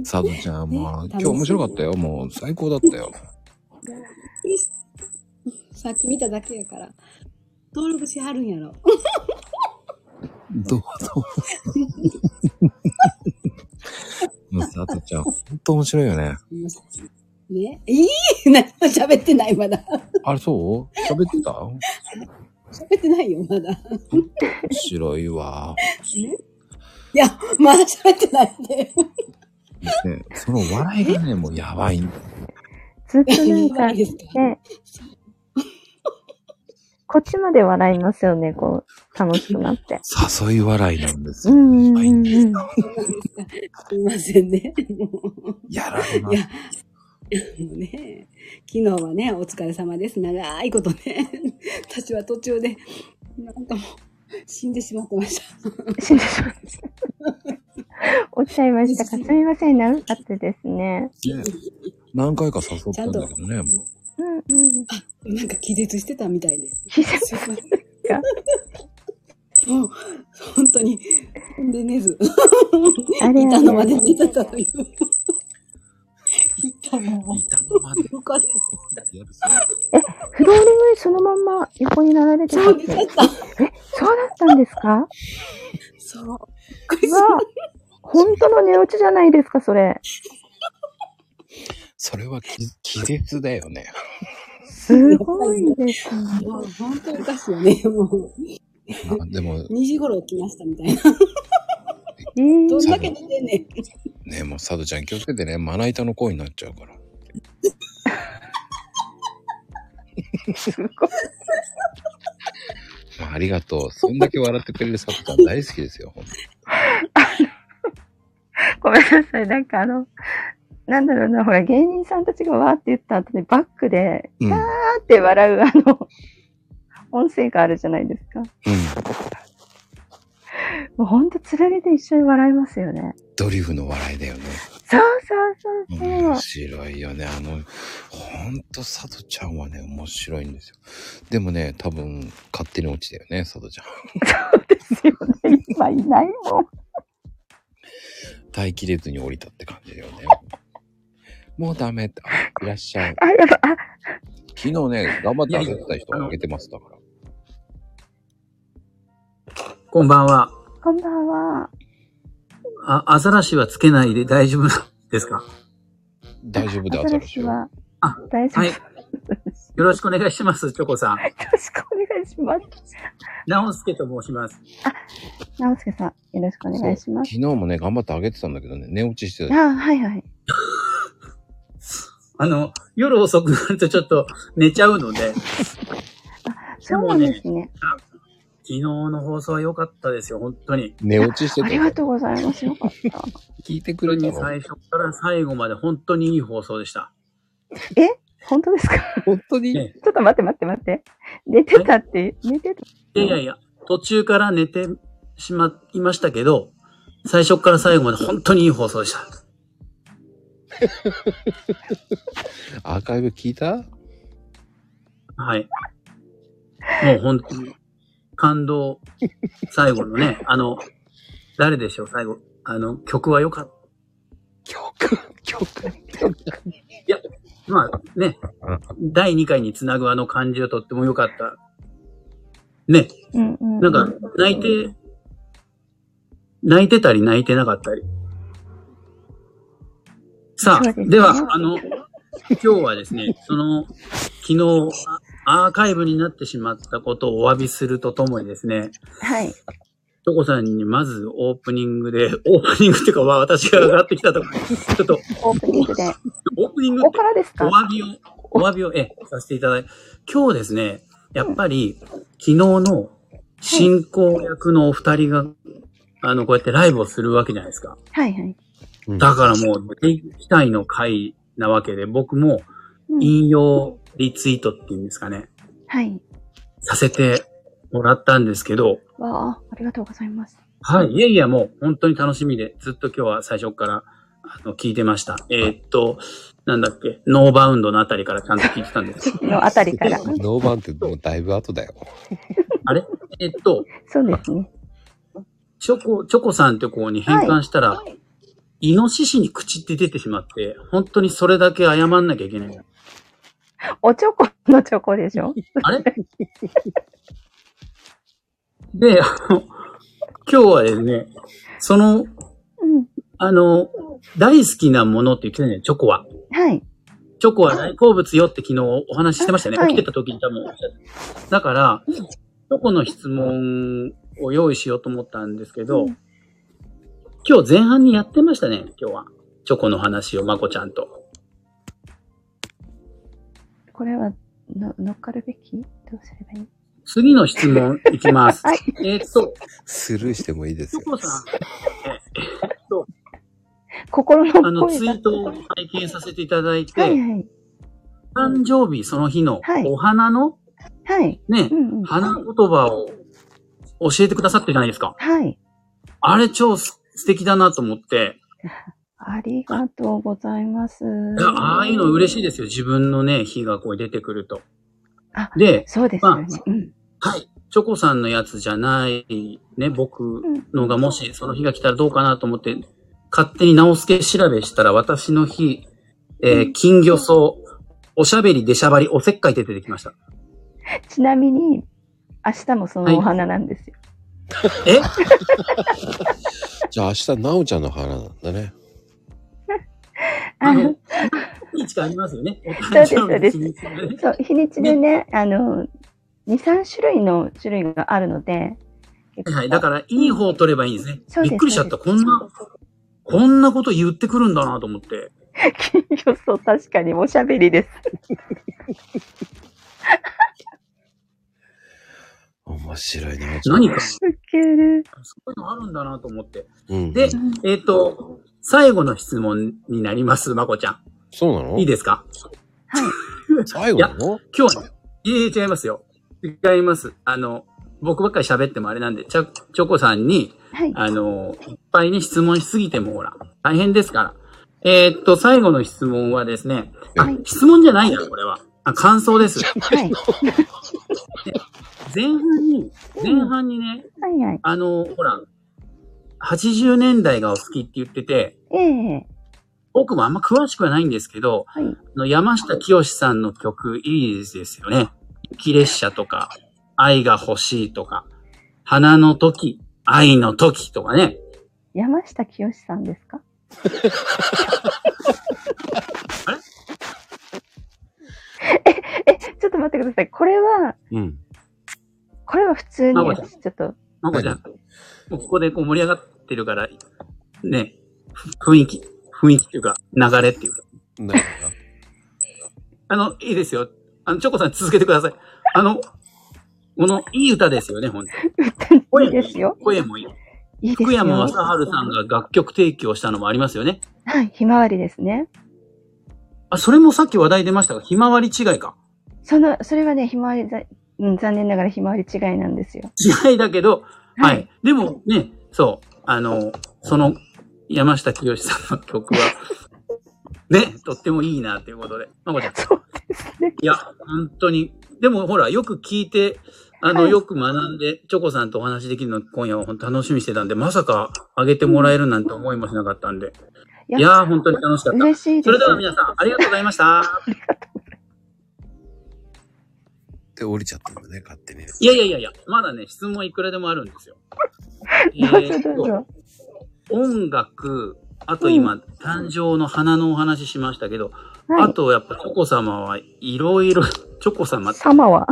[SPEAKER 2] た。
[SPEAKER 1] 佐藤ちゃん、もう、
[SPEAKER 6] ね
[SPEAKER 1] 今日面白かったよ。もう、最高だったよ。
[SPEAKER 6] さっき見ただけやから。登録しはるんやろ。
[SPEAKER 1] どうぞ。もう、佐藤ちゃん、本当面白いよね。
[SPEAKER 6] ねいい 何も喋ってない、まだ。
[SPEAKER 1] あれ、そう喋ってた面
[SPEAKER 6] 喋ってないよ、まだ。
[SPEAKER 1] 白いわ。
[SPEAKER 6] いや、まだ喋ってないんで。
[SPEAKER 1] ね、その笑いがね、もうやばいんだよ。
[SPEAKER 2] ずっとなんか、
[SPEAKER 6] い いですか
[SPEAKER 2] ね、こっちまで笑いますよね、こう、楽しくなって。
[SPEAKER 1] 誘い笑いなんです
[SPEAKER 2] う
[SPEAKER 1] よ。
[SPEAKER 2] んうん
[SPEAKER 1] は
[SPEAKER 2] う
[SPEAKER 1] い
[SPEAKER 2] んうん。
[SPEAKER 6] すいませんね。もう
[SPEAKER 1] やられま
[SPEAKER 6] いや、もうね、昨日はね、お疲れ様です。長いことね。私は途中で、なんかもう、死んでしまってました。
[SPEAKER 2] 死んでしま った。落ちちゃいましたか。すみません、長かったですね。
[SPEAKER 1] すね。何回か誘ったんだけどね、もう。
[SPEAKER 2] うんうん。
[SPEAKER 6] なんか気絶してたみたいです。
[SPEAKER 2] 膝
[SPEAKER 6] すごいもう、本当に、で寝ず。
[SPEAKER 2] あれあれ
[SPEAKER 6] 板のまで寝てたという。板の
[SPEAKER 1] いたのまで。
[SPEAKER 6] 横で。
[SPEAKER 1] やるそう
[SPEAKER 2] フローリングにそのまんま横になられてた
[SPEAKER 6] そ
[SPEAKER 2] っ
[SPEAKER 6] う、寝ちゃ
[SPEAKER 2] て。
[SPEAKER 6] った。
[SPEAKER 2] そうだったんです か
[SPEAKER 6] そう。
[SPEAKER 2] うわ本当の寝落ちじゃないですか、それ。
[SPEAKER 1] それは気気絶だよね。
[SPEAKER 2] すごい ですね。
[SPEAKER 6] もう本当おかしいよね。もう、
[SPEAKER 1] あでも、
[SPEAKER 6] 2時頃起きましたみたいな。
[SPEAKER 2] え
[SPEAKER 6] どん
[SPEAKER 2] ー、
[SPEAKER 6] だけ寝てんねん。
[SPEAKER 1] ね、もう佐藤ちゃん気をつけてね、まな板の声になっちゃうから。
[SPEAKER 2] すごい。
[SPEAKER 1] ありがとう。そんだけ笑ってくれるサトさん大好きですよ。ほんと
[SPEAKER 2] ごめんなさい。なんかあの、なんだろうな、ほら、芸人さんたちがわーって言った後にバックで、
[SPEAKER 1] うん
[SPEAKER 2] キャーって笑う、あの、音声があるじゃないですか。
[SPEAKER 1] うん。
[SPEAKER 2] もうほんと、つられて一緒に笑いますよね。
[SPEAKER 1] ドリフの笑いだよね。
[SPEAKER 2] そうそうそう
[SPEAKER 1] 面
[SPEAKER 2] そう。
[SPEAKER 1] 白いよね。あの、ほんと、サトちゃんはね、面白いんですよ。でもね、多分、勝手に落ちたよね、サトちゃん。
[SPEAKER 2] ですよね。今いないもん。
[SPEAKER 1] 耐えきれずに降りたって感じだよね。もうダメって、あいらっしゃい。
[SPEAKER 2] あ、やば、あ、
[SPEAKER 1] 昨日ね、頑張ってあげてた人あげてますだから。
[SPEAKER 7] こんばんは。
[SPEAKER 2] こんばんは。
[SPEAKER 7] あ、アザラシはつけないで大丈夫ですか
[SPEAKER 1] 大丈夫だ、ア
[SPEAKER 2] アザ
[SPEAKER 1] ザ
[SPEAKER 2] ラ
[SPEAKER 1] ラ
[SPEAKER 2] シ
[SPEAKER 1] シは。
[SPEAKER 2] は
[SPEAKER 7] あ、
[SPEAKER 2] 大丈夫。
[SPEAKER 7] はい。
[SPEAKER 2] よ
[SPEAKER 7] よろしくお願いします、チョコさん。
[SPEAKER 2] ろしくお願いします。
[SPEAKER 7] 直輔と申します。
[SPEAKER 2] 直輔さん、よろしくお願いします。
[SPEAKER 1] 昨日もね、頑張ってあげてたんだけどね、寝落ちして
[SPEAKER 2] あ、
[SPEAKER 1] た。
[SPEAKER 2] はいはい。
[SPEAKER 7] あの、夜遅くなるとちょっと寝ちゃうので、昨
[SPEAKER 2] そうなんですね。
[SPEAKER 7] 日の放送は良かったですよ、本当に。
[SPEAKER 1] 寝落ちして
[SPEAKER 2] あ
[SPEAKER 1] た
[SPEAKER 2] り
[SPEAKER 1] よ
[SPEAKER 2] が。とうございます。よかった。
[SPEAKER 1] 聞いてく
[SPEAKER 7] 本
[SPEAKER 1] れ
[SPEAKER 7] 当
[SPEAKER 1] た
[SPEAKER 7] に
[SPEAKER 1] の
[SPEAKER 7] 最初から最後まで本当にいい放送でした。
[SPEAKER 2] え本当ですか
[SPEAKER 1] 本当に
[SPEAKER 7] え
[SPEAKER 2] ちょっと待って待って待って。寝てたって、寝てた。
[SPEAKER 7] えいやいや、途中から寝てしまいましたけど、最初から最後まで本当にいい放送でした。
[SPEAKER 1] アーカイブ聞いた
[SPEAKER 7] はい。もう本当に、感動、最後のね、あの、誰でしょう、最後。あの、曲は良かっ
[SPEAKER 1] 曲、曲、曲。
[SPEAKER 7] た。まあね、第2回につなぐあの感じはとっても良かった。ね、
[SPEAKER 2] うんうん。
[SPEAKER 7] なんか、泣いて、泣いてたり泣いてなかったり。さ
[SPEAKER 2] そうで
[SPEAKER 7] あ、
[SPEAKER 2] すね
[SPEAKER 7] では、あの、今日はですね、その、昨日、あアーカイブになってしまったことをお詫びするとともにですね、
[SPEAKER 2] はい。
[SPEAKER 7] トコさんにまずオープニングで、オープニングっていうか、わ私が上がってきたところ、ちょっと、
[SPEAKER 2] オープニングで。こ
[SPEAKER 7] オープニング
[SPEAKER 2] こ
[SPEAKER 7] って
[SPEAKER 2] からです
[SPEAKER 7] お
[SPEAKER 2] か
[SPEAKER 7] 詫びを、お詫びを、え、させていただいて、今日ですね、やっぱり、昨日の進行役のお二人が、あの、こうやってライブをするわけじゃないですか。
[SPEAKER 2] はいはい。
[SPEAKER 7] だからもう、期待の回なわけで、僕も
[SPEAKER 2] うん、
[SPEAKER 7] 引用リツイートっていうんですかね、
[SPEAKER 2] はい。
[SPEAKER 7] させてもらったんですけど、
[SPEAKER 2] わあ、ありがとうございます。
[SPEAKER 7] はい。いやいや、もう本当に楽しみで、ずっと今日は最初から、あの、聞いてました。えーっと、なんだっけ、ノーバウンドのあたりからちゃんと聞いてたんです。
[SPEAKER 2] のあたりから。
[SPEAKER 1] ノーバンってもうだいぶ後だよ。
[SPEAKER 7] あれえーっと、
[SPEAKER 2] そうですね。
[SPEAKER 7] チョコ、チョコさんってこうに変換したら、イノシシに口って出てしまって、本当にそれだけ謝んなきゃいけない。
[SPEAKER 2] おチョコのチョコでしょ
[SPEAKER 7] あれ で、あの、今日はですね、その、
[SPEAKER 2] うん。
[SPEAKER 7] あの、大好きなものって言ってたね、チョコは。
[SPEAKER 2] はい。
[SPEAKER 7] チョコは大好物よって昨日お話ししてましたよね。
[SPEAKER 2] はい
[SPEAKER 7] 起きてた時に多分おっしゃって。だから、チョコの質問を用意しようと思ったんですけど、
[SPEAKER 2] うん
[SPEAKER 7] 今日前半にやってましたね、今日は。チョコの話をまこちゃんと。
[SPEAKER 2] これは、の乗っかるべきどうすればいい
[SPEAKER 7] 次の質問いきます。
[SPEAKER 2] はい
[SPEAKER 7] えーっと、
[SPEAKER 1] スルーしてもいいですよ
[SPEAKER 7] チョ。コさん、
[SPEAKER 2] 心の
[SPEAKER 7] あの、
[SPEAKER 2] 声
[SPEAKER 7] ツイ
[SPEAKER 2] が。
[SPEAKER 7] ートを拝見させていただいて、
[SPEAKER 2] はいはい。
[SPEAKER 7] 誕生日その日の
[SPEAKER 2] はい
[SPEAKER 7] お花の
[SPEAKER 2] はい。
[SPEAKER 7] ね
[SPEAKER 2] う、んうん。
[SPEAKER 7] 花言葉を教えてくださってるじゃないですか。
[SPEAKER 2] はい。
[SPEAKER 7] あれ超す素敵だなと思って、
[SPEAKER 2] ありがとうございます。
[SPEAKER 7] いやああいうの嬉しい
[SPEAKER 2] で
[SPEAKER 7] ですよ。自分のね、火がこう出てくると
[SPEAKER 2] あ。
[SPEAKER 7] で、
[SPEAKER 2] す。そうですよね。うん。
[SPEAKER 7] はい。チョコさんのやつじゃない、ね、僕のがもしその日が来たらどうかなと思って、勝手に直助調べしたら、私の日、えー金魚草、おしゃべり、出しゃばり、おせっかいって出てきました。
[SPEAKER 2] ちなみに、明日もそのお花なんですよ。
[SPEAKER 7] え
[SPEAKER 1] じゃあ明日、なおちゃんの花なんだね。
[SPEAKER 7] あ
[SPEAKER 2] あ
[SPEAKER 7] の
[SPEAKER 2] の、
[SPEAKER 7] 日がありますよね。お
[SPEAKER 2] で
[SPEAKER 7] 誕
[SPEAKER 2] すそう
[SPEAKER 7] 生
[SPEAKER 2] です
[SPEAKER 7] 日に日がね
[SPEAKER 2] そう、日にちでね、あの、2、3種類の種類があるので、
[SPEAKER 7] はいはい。だから、いい方を取ればいいんですね。
[SPEAKER 2] そうです
[SPEAKER 7] びっくりしちゃった。
[SPEAKER 2] そ
[SPEAKER 7] こ
[SPEAKER 2] うで
[SPEAKER 7] ん
[SPEAKER 2] す
[SPEAKER 7] な、こんなこと言ってくるんだなと思って。
[SPEAKER 2] 金魚草確かにおしゃべりです。
[SPEAKER 1] あ面白いな。
[SPEAKER 7] 何か、
[SPEAKER 1] そ
[SPEAKER 7] そう
[SPEAKER 2] ける。
[SPEAKER 7] ういうのあるんだなと思って。
[SPEAKER 1] うん
[SPEAKER 7] で、えっ、と、最後の質問になります、まこちゃ
[SPEAKER 1] そうなの
[SPEAKER 7] ん。いいですか
[SPEAKER 1] 最後なの
[SPEAKER 7] 今日は、ね、いえ、違いますよ。違います。あの、僕ばっかり喋ってもあれなんで、ちゃ、チョコさんに、
[SPEAKER 2] はい。
[SPEAKER 7] あの、いっぱいに質問しすぎてもほら、大変ですから。えーっと、最後の質問はですね、あ
[SPEAKER 2] はい、
[SPEAKER 7] 質問じゃないな、これは。あ、感想です。
[SPEAKER 2] はい。
[SPEAKER 7] 前半に、前半にね、
[SPEAKER 2] はいはい。
[SPEAKER 7] あの、ほら、80年代がお好きって言ってて、
[SPEAKER 2] ええ
[SPEAKER 7] 僕もあんま詳しくはないんですけど、
[SPEAKER 2] はい。
[SPEAKER 7] あの山下清さんの曲いいですよね。雪列車とか、愛が欲しいとか、花の時、愛の時とかね。
[SPEAKER 2] 山下清さんです かえ、え、ちょっと待ってください。これは、
[SPEAKER 1] うん。
[SPEAKER 2] これは普通に、
[SPEAKER 7] あごめんな
[SPEAKER 2] 私ちょっと、
[SPEAKER 7] まこちゃん、もうここでこう盛り上がってるから、ね、ふ雰囲気、雰囲気っていうか、流れっていうか。
[SPEAKER 1] 何が
[SPEAKER 7] あの、いいですよ。あの、チョコさん続けてください。あの、この、いい歌ですよね、ほん と
[SPEAKER 2] いいですよ。
[SPEAKER 7] 声もいい。
[SPEAKER 2] いいですよ。
[SPEAKER 7] 福山雅治さんが楽曲提供したのもありますよね。
[SPEAKER 2] はい、ひまわりですね。
[SPEAKER 7] あ、それもさっき話題出ましたが、ひまわり違いか。
[SPEAKER 2] その、それはね、ひまわりざ、うん、残念ながらひまわり違いなんですよ。
[SPEAKER 7] 違いだけど、
[SPEAKER 2] は
[SPEAKER 7] はいい。でもね、そう、あの、その、山下清さんの曲は、 ね、とってもいいな、ということで。まこちゃん。
[SPEAKER 2] そうですね。
[SPEAKER 7] いや、本当に。でもほら、よく聞いて、あの、
[SPEAKER 2] はい
[SPEAKER 7] よく学んで、チョコさんとお話できるの、今夜は本当楽しみにしてたんで、まさかあげてもらえるなんて思いもしなかったんで。
[SPEAKER 2] いや
[SPEAKER 7] いやー、本当に楽しかった。
[SPEAKER 2] 嬉しいです。
[SPEAKER 7] それでは皆さん、ありがとうございました。
[SPEAKER 1] で降りちゃったんだね、勝手にね。
[SPEAKER 7] いやいやいやいや、まだね、質問はいくらでもあるんで すよ。
[SPEAKER 2] ど
[SPEAKER 7] え
[SPEAKER 2] うぞど
[SPEAKER 7] ー
[SPEAKER 2] う
[SPEAKER 7] と
[SPEAKER 2] ぞ。
[SPEAKER 7] 音楽、あと今、誕生の花のお話しましたけど、あ
[SPEAKER 2] はい。
[SPEAKER 7] とやっぱチョコ様はいろいろ、 チョコ様って、
[SPEAKER 2] 様は。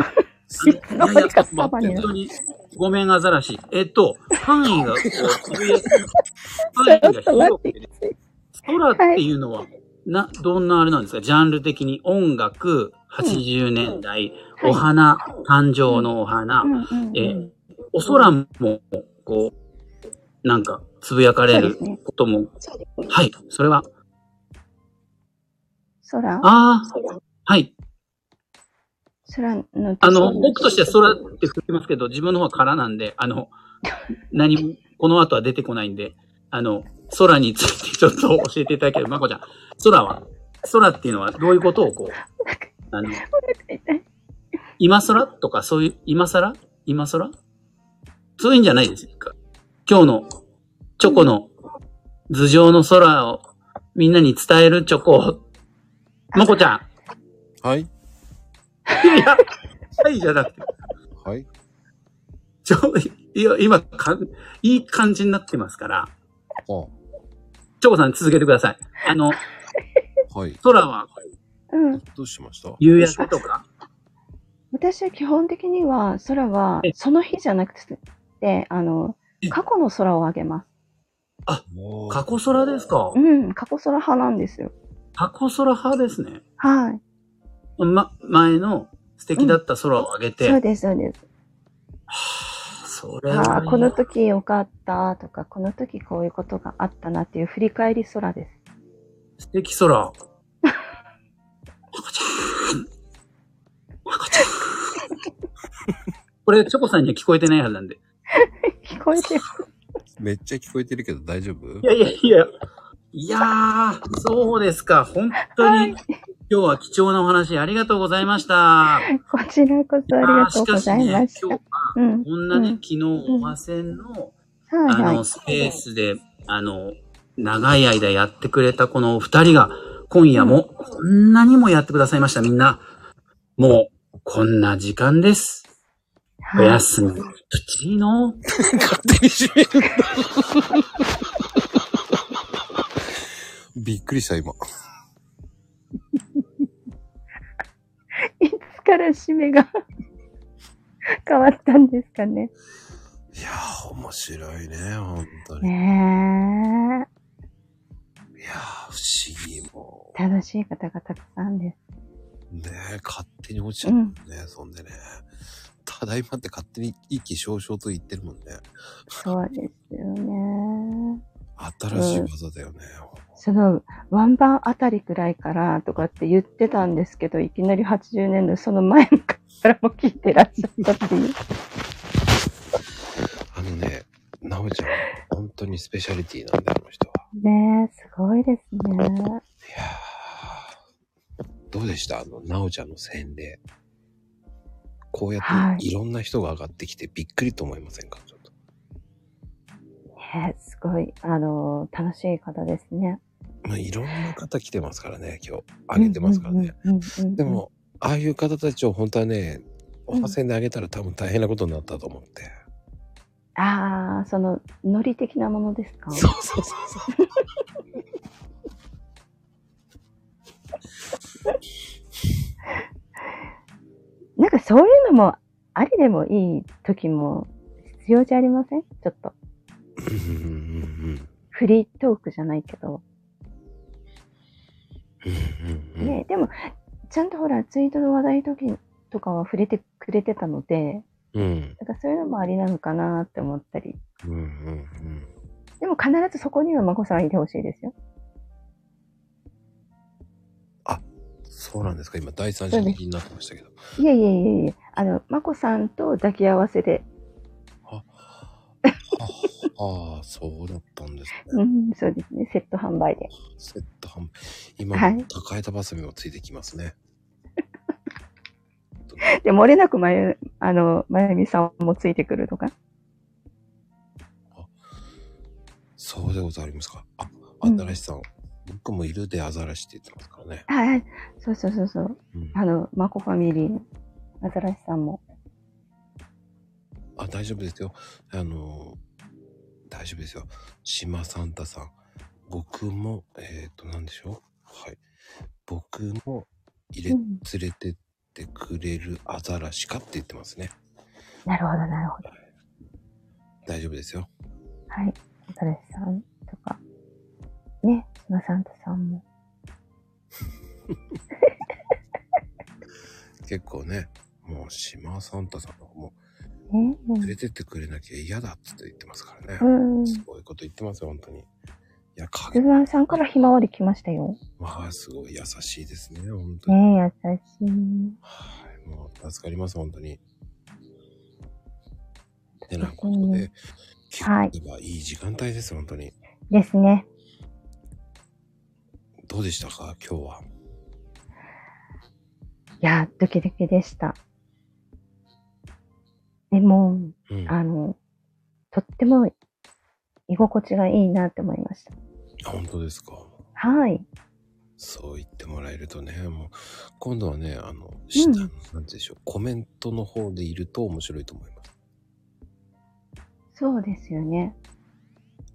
[SPEAKER 7] いやいや
[SPEAKER 2] なんか様にな
[SPEAKER 7] 本
[SPEAKER 2] る
[SPEAKER 7] 当に、ごめんアザラシ。えっと、範囲がこ う、つぶやく範囲が広くて、ね、空っていうのは、な、どんなあれなんですかジャンル的に音楽、80年代、
[SPEAKER 2] はい
[SPEAKER 7] お花、誕生のお花、
[SPEAKER 2] うんうん
[SPEAKER 7] えーお空も、こう、なんか、つぶやかれる
[SPEAKER 2] そうですね
[SPEAKER 7] ことも、はい、それは、
[SPEAKER 2] 空
[SPEAKER 7] ああ、はい。
[SPEAKER 2] 空の。
[SPEAKER 7] あの、僕としては空って振ってますけど、自分の方は空なんで、あの、何も、この後は出てこないんで、あの、空についてちょっと教えていただければ、まこちゃん、空は、空っていうのはどういうことをこう、あの、今空とかそういう、今更今空そういうんじゃないですか。今日の、チョコの、頭上の空をみんなに伝えるチョコ。まこちゃん。
[SPEAKER 1] はい
[SPEAKER 7] いや、はいじゃなくて。
[SPEAKER 1] はい
[SPEAKER 7] ちょ、いや、今かん、いい感じになってますから、
[SPEAKER 1] は
[SPEAKER 7] チョコさん続けてください。あの、
[SPEAKER 1] あはい。
[SPEAKER 7] 空は
[SPEAKER 2] うん。
[SPEAKER 1] どうしました
[SPEAKER 7] 夕焼けとか、
[SPEAKER 2] 私は基本的には、空は
[SPEAKER 7] え、
[SPEAKER 2] その日じゃなくて、あの、過去の空をあげます。
[SPEAKER 7] 過去空ですか
[SPEAKER 2] うん、過去空派なんですよ。
[SPEAKER 7] 過去空派ですね。
[SPEAKER 2] はい。
[SPEAKER 7] ま、前の素敵だった空をあげて、
[SPEAKER 2] そうです、そうです。
[SPEAKER 7] それ
[SPEAKER 2] あ
[SPEAKER 7] は
[SPEAKER 2] あ、この時よかったとか、この時こういうことがあったなっていう振り返り空です。
[SPEAKER 7] 素敵空。まこちゃん。まこちゃん。これ、チョコさんには聞こえてないはずなんで。
[SPEAKER 2] 聞こえ てる。
[SPEAKER 1] めっちゃ聞こえてるけど大丈夫
[SPEAKER 7] いやいやいや。いやー、そうですか。本当に、今日は貴重なお話ありがとうございました。
[SPEAKER 2] こちらこそありがとうござい
[SPEAKER 7] あー
[SPEAKER 2] ま
[SPEAKER 7] しかしね
[SPEAKER 2] し、た。
[SPEAKER 7] 今日は、
[SPEAKER 2] うん。
[SPEAKER 7] こんな
[SPEAKER 2] う
[SPEAKER 7] ね
[SPEAKER 2] ん、
[SPEAKER 7] 昨日、おはせんの、
[SPEAKER 2] はい
[SPEAKER 7] あ
[SPEAKER 2] はい
[SPEAKER 7] の、。スペースで、あの、長い間やってくれたこのお二人が、今夜も、こんなにもやってくださいました、みんな。もう、こんな時間です。お
[SPEAKER 2] は
[SPEAKER 7] や
[SPEAKER 2] い
[SPEAKER 7] すみ。プチーノ。
[SPEAKER 1] 勝手に閉めるんだ。びっくりした、今。
[SPEAKER 2] いつから締めが 変わったんですかね。
[SPEAKER 1] いやー、面白いね、本当に。い
[SPEAKER 2] ね
[SPEAKER 1] やー、不思議も
[SPEAKER 2] え。楽しい方がたくさんです。
[SPEAKER 1] う。ねえ勝手に落ちち
[SPEAKER 2] う
[SPEAKER 1] ゃっ
[SPEAKER 2] ん。
[SPEAKER 1] たね、そんでね。ただいまって勝手に意気消々と言ってるもんね。
[SPEAKER 2] そうですよね。
[SPEAKER 1] 新しい技だよね。
[SPEAKER 2] その、ワンバンあたりくらいからとかって言ってたんですけど、いきなり80年代、その前の方からも聞いてらっしゃったっていう。
[SPEAKER 1] あのね、なおちゃん、本当にスペシャリティなんだよ、あの人は。
[SPEAKER 2] ねえ、すごいですね。
[SPEAKER 1] どうでしたあの、なおちゃんの洗礼。こうや
[SPEAKER 2] は
[SPEAKER 1] っていろんな人が上がってきてびっくりと思いませんかちょっと。
[SPEAKER 2] ねえ、すごい、あの、楽しい方ですね。
[SPEAKER 1] まあ、いろんな方来てますからね、今日。あげてますからね。
[SPEAKER 2] うんうんうんうん
[SPEAKER 1] で、も、ああいう方たちを本当はね、お
[SPEAKER 2] うん
[SPEAKER 1] 派生であげたら多分大変なことになったと思って。
[SPEAKER 2] ああ、その、ノリ的なものですか
[SPEAKER 1] そうそうそうそう。
[SPEAKER 2] なんかそういうのも、ありでもいい時も必要じゃありませんちょっと。
[SPEAKER 1] うんうんうん
[SPEAKER 2] フリートークじゃないけど。
[SPEAKER 1] うんうんうんうん
[SPEAKER 2] ね、でも、ちゃんとほら、ツイートの話題の時とかは触れてくれてたので、
[SPEAKER 1] うん
[SPEAKER 2] なんかそういうのもありなのかなって思ったり。
[SPEAKER 1] うんうん
[SPEAKER 2] でも必ずそこには孫さんいてほしいですよ。
[SPEAKER 1] そうなんですか今第三者的になってましたけど。
[SPEAKER 2] いえいえいえいえ、あの、孫さんと抱き合わせで、
[SPEAKER 1] ああ、そうだったんです
[SPEAKER 2] う
[SPEAKER 1] ね。
[SPEAKER 2] ん、そうですね、セット販売で。
[SPEAKER 1] セット販売。今、
[SPEAKER 2] はい
[SPEAKER 1] 高枝バサミもついてきますね。
[SPEAKER 2] で、漏れなくまゆ、あの、まゆみさんもついてくるとか。
[SPEAKER 1] そうでございますか。あ、
[SPEAKER 2] う
[SPEAKER 1] ア
[SPEAKER 2] ん
[SPEAKER 1] ザラシさん。僕もいるでアザラシって言ってますからね。
[SPEAKER 2] はい、そうそうそうそう。
[SPEAKER 1] うん、
[SPEAKER 2] あの、マコファミリー、アザラシさんも。
[SPEAKER 1] あ、大丈夫ですよ。あのー、大丈夫ですよ。島サンタさん。僕も、えっ、ー、と、なんでしょう。はい。僕も入れ、
[SPEAKER 2] うん
[SPEAKER 1] 連れてってくれるアザラシかって言ってますね。
[SPEAKER 2] なるほど、なるほど。
[SPEAKER 1] 大丈夫ですよ。
[SPEAKER 2] はい、アザラシさんとか。ね、島サンタさんも。
[SPEAKER 1] 結構ね、もう島サンタさんの方も
[SPEAKER 2] ね、うん
[SPEAKER 1] 連れてってくれなきゃ嫌だっつって言ってますからね。
[SPEAKER 2] うん。
[SPEAKER 1] すごいこと言ってますよ、本当に。いや、
[SPEAKER 2] ズ
[SPEAKER 1] 影
[SPEAKER 2] バンさんからひまわり来ましたよ。
[SPEAKER 1] まあ、すごい優しいですね、本当に。
[SPEAKER 2] ねえ、優しい。
[SPEAKER 1] はい、もう助かります、本当に。て
[SPEAKER 2] そうですね
[SPEAKER 1] なことで、
[SPEAKER 2] はい
[SPEAKER 1] 今いい時間帯です、本当に。
[SPEAKER 2] ですね。
[SPEAKER 1] どうでしたか、今日は。
[SPEAKER 2] いや、ドキドキでした。でも、
[SPEAKER 1] うん、あ
[SPEAKER 2] あの、とっても居心地がいいなって思いました。
[SPEAKER 1] 本当ですか。
[SPEAKER 2] はい。
[SPEAKER 1] そう言ってもらえるとね、もう、今度はね、あの、下の、なんていうんでしょう、コメントの方でいると面白いと思います。
[SPEAKER 2] そうですよね。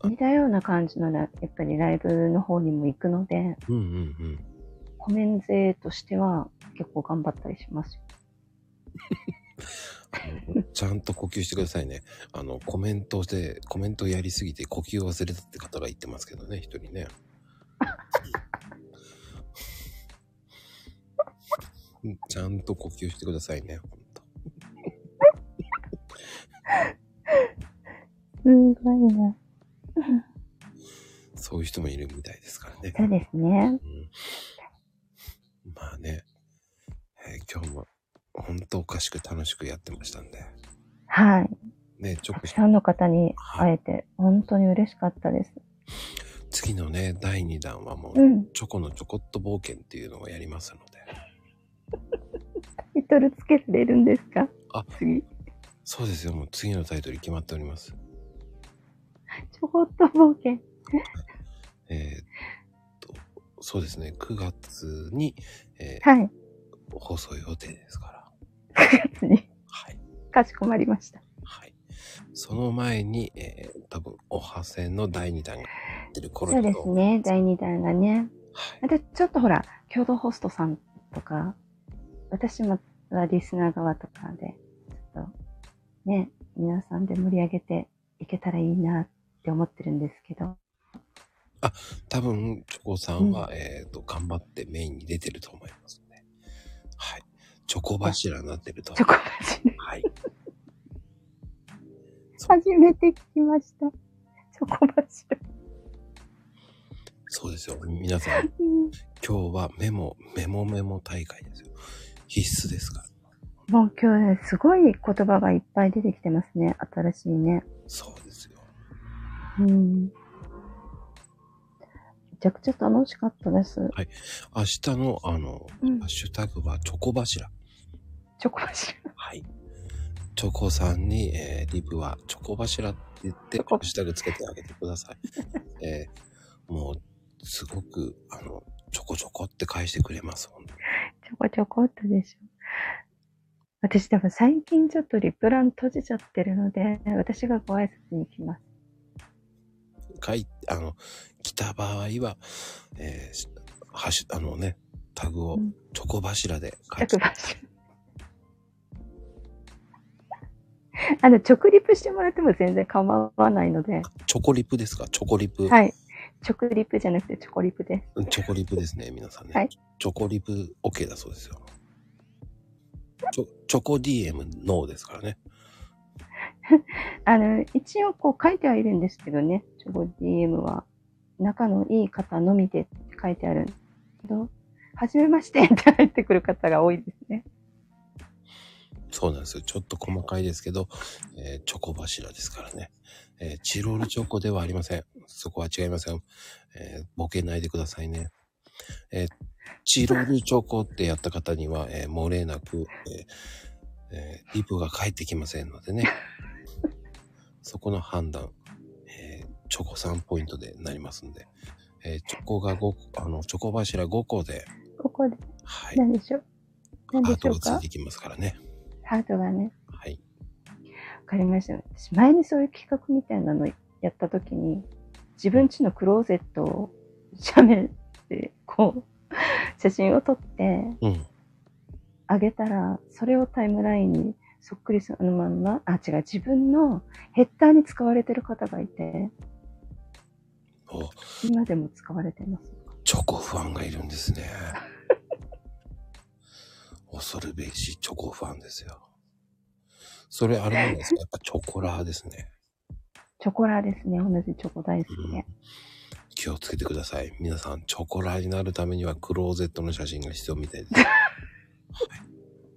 [SPEAKER 2] 似たような感じのラ、やっぱりライブの方にも行くので、
[SPEAKER 1] うんうんうん。
[SPEAKER 2] コメン勢としては結構頑張ったりしますよ。
[SPEAKER 1] あのちゃんと呼吸してくださいね。あの、コメントで、コメントやりすぎて呼吸を忘れたって方が言ってますけどね、一人ね。うん ちゃんと呼吸してくださいね、ほんと。
[SPEAKER 2] すごいな。
[SPEAKER 1] そういう人もいるみたいですからね。
[SPEAKER 2] そうですね。
[SPEAKER 1] うんまあね、えー今日も本当おかしく楽しくやってましたんで。
[SPEAKER 2] はい。
[SPEAKER 1] ね、ちょ
[SPEAKER 2] た
[SPEAKER 1] っ
[SPEAKER 2] く
[SPEAKER 1] と
[SPEAKER 2] さんの方に会えて、本当に嬉しかったです。
[SPEAKER 1] 次のね、第2弾はもう、
[SPEAKER 2] うん。
[SPEAKER 1] チョコのちょこっと冒険っていうのをやりますので。
[SPEAKER 2] タイトルつけてれるんですか
[SPEAKER 1] あ
[SPEAKER 2] 次。ち
[SPEAKER 1] そうですよ、もう次のタイトル決まっております。
[SPEAKER 2] ょこっと冒険。
[SPEAKER 1] えーっと、そうですね、9月に、えー
[SPEAKER 2] はい。
[SPEAKER 1] 放送予定ですから。
[SPEAKER 2] 次に。
[SPEAKER 1] はい。
[SPEAKER 2] かしこまりました。
[SPEAKER 1] はい。その前に、えー多分、おはせの第2弾がやってる頃
[SPEAKER 2] そう
[SPEAKER 1] だ
[SPEAKER 2] で
[SPEAKER 1] と
[SPEAKER 2] すね。第2弾がね。
[SPEAKER 1] はい。
[SPEAKER 2] またちょっとほら、共同ホストさんとか、私もリスナー側とかで、ちょっと、ね、皆さんで盛り上げていけたらいいなって思ってるんですけど。
[SPEAKER 1] 多分、チョコさんは、えっ、と、頑張ってメインに出てると思いますね。はい。チョコ柱になってると。
[SPEAKER 2] チョコバジル。
[SPEAKER 1] ははい。
[SPEAKER 2] 初めて聞きました。チョコバシロ。
[SPEAKER 1] そうですよ。皆さん、
[SPEAKER 2] うん
[SPEAKER 1] 今日はメモ、メモメモ大会ですよ。必須ですから。
[SPEAKER 2] もう今日すごい言葉がいっぱい出てきてますね。新しいね。
[SPEAKER 1] そうですよ。
[SPEAKER 2] うん。めちゃくちゃ楽しかったです。
[SPEAKER 1] 明日の、あの、
[SPEAKER 2] うん
[SPEAKER 1] ハッシュタグはチョコ柱。
[SPEAKER 2] チョコバシロ。
[SPEAKER 1] はい。チョコさんに、えーリブはチョコ柱って言って、
[SPEAKER 2] チョ
[SPEAKER 1] ハ
[SPEAKER 2] コ
[SPEAKER 1] ッシュタグつけてあげてください。 えーもう、すごく、あの、ちょこちょこって返してくれます。本当に
[SPEAKER 2] ちょこちょこっとでしょ。私、でも最近ちょっとリプラン閉じちゃってるので、私がご挨拶に来ます。
[SPEAKER 1] 書い、あの、来た場合は、えーしハッシュ、あのね、タグを
[SPEAKER 2] うん
[SPEAKER 1] チョコ柱で
[SPEAKER 2] チ
[SPEAKER 1] 返して
[SPEAKER 2] ョコバシロ。あの、直リプしてもらっても全然構わないので、
[SPEAKER 1] チョコリプですかチョコリプ。
[SPEAKER 2] はい。直リプじゃなくてチョコリプです。
[SPEAKER 1] うんチョコリプですね、皆さんね。
[SPEAKER 2] はい
[SPEAKER 1] チョコリプ OK だそうですよ。チョチョコ DM ノーですからね。
[SPEAKER 2] あの、一応こう書いてはいるんですけどね、チョコ DM は。仲のいい方のみでって書いてあるんですけど、はじめまして って入ってくる方が多いですね。
[SPEAKER 1] そうなんですよ。ちょっと細かいですけど、えーチョコ柱ですからね、えーチロルチョコではありません。そこは違いません。えーボケないでくださいね。えーチロルチョコってやった方には、えー漏れなく、えーえーリプが返ってきませんのでね。そこの判断、えーチョコ3ポイントでなりますんで。えーチョコが5個、あの、チョコ柱5個で、
[SPEAKER 2] ここで
[SPEAKER 1] はい。
[SPEAKER 2] 何でしょう何
[SPEAKER 1] ハー
[SPEAKER 2] でし
[SPEAKER 1] ト
[SPEAKER 2] ょ
[SPEAKER 1] が
[SPEAKER 2] う
[SPEAKER 1] つい
[SPEAKER 2] か
[SPEAKER 1] てきますからね。
[SPEAKER 2] ハートがね、
[SPEAKER 1] はい。
[SPEAKER 2] わかりました。私前にそういう企画みたいなのやったときに、自分家のクローゼットを喋って、こう、写真を撮って、
[SPEAKER 1] うん。
[SPEAKER 2] あげたら、それをタイムラインにそっくりそのまんま、あ、違う、自分のヘッダーに使われてる方がいて、
[SPEAKER 1] お
[SPEAKER 2] 今でも使われてます。
[SPEAKER 1] チョコファンがいるんですね。 恐るべしチョコファンですよ。それあれなんですかやっぱチョコラーですね。
[SPEAKER 2] チョコラですね。同じチョコ大好きで。
[SPEAKER 1] 気をつけてください。皆さん、チョコラーになるためにはクローゼットの写真が必要みたいです。はい、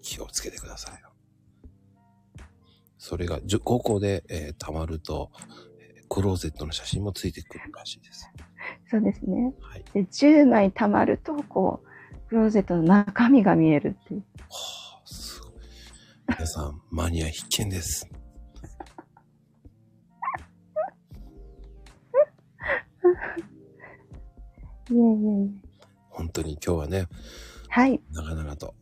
[SPEAKER 1] 気をつけてください。それが10 5個で、えー溜まると、えークローゼットの写真もついてくるらしいです。
[SPEAKER 2] そうですね。
[SPEAKER 1] はい。
[SPEAKER 2] で、10枚貯まると、こう、クローゼットの中身が見えるっていう。
[SPEAKER 1] はあすごい。皆さん、マニア必見です。
[SPEAKER 2] いえいえいえ。
[SPEAKER 1] 本当に今日はね、
[SPEAKER 2] はい。
[SPEAKER 1] 長々と。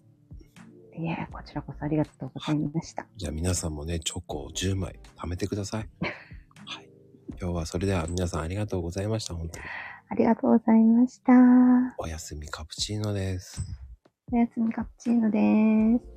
[SPEAKER 2] いえ、こちらこそありがとうございました。
[SPEAKER 1] じゃあ皆さんもね、チョコを10枚貯めてください。はい。今日はそれでは皆さんありがとうございました。本当に。
[SPEAKER 2] ありがとうございました。
[SPEAKER 1] おやすみカプチーノです。
[SPEAKER 2] おやすみカプチーノです。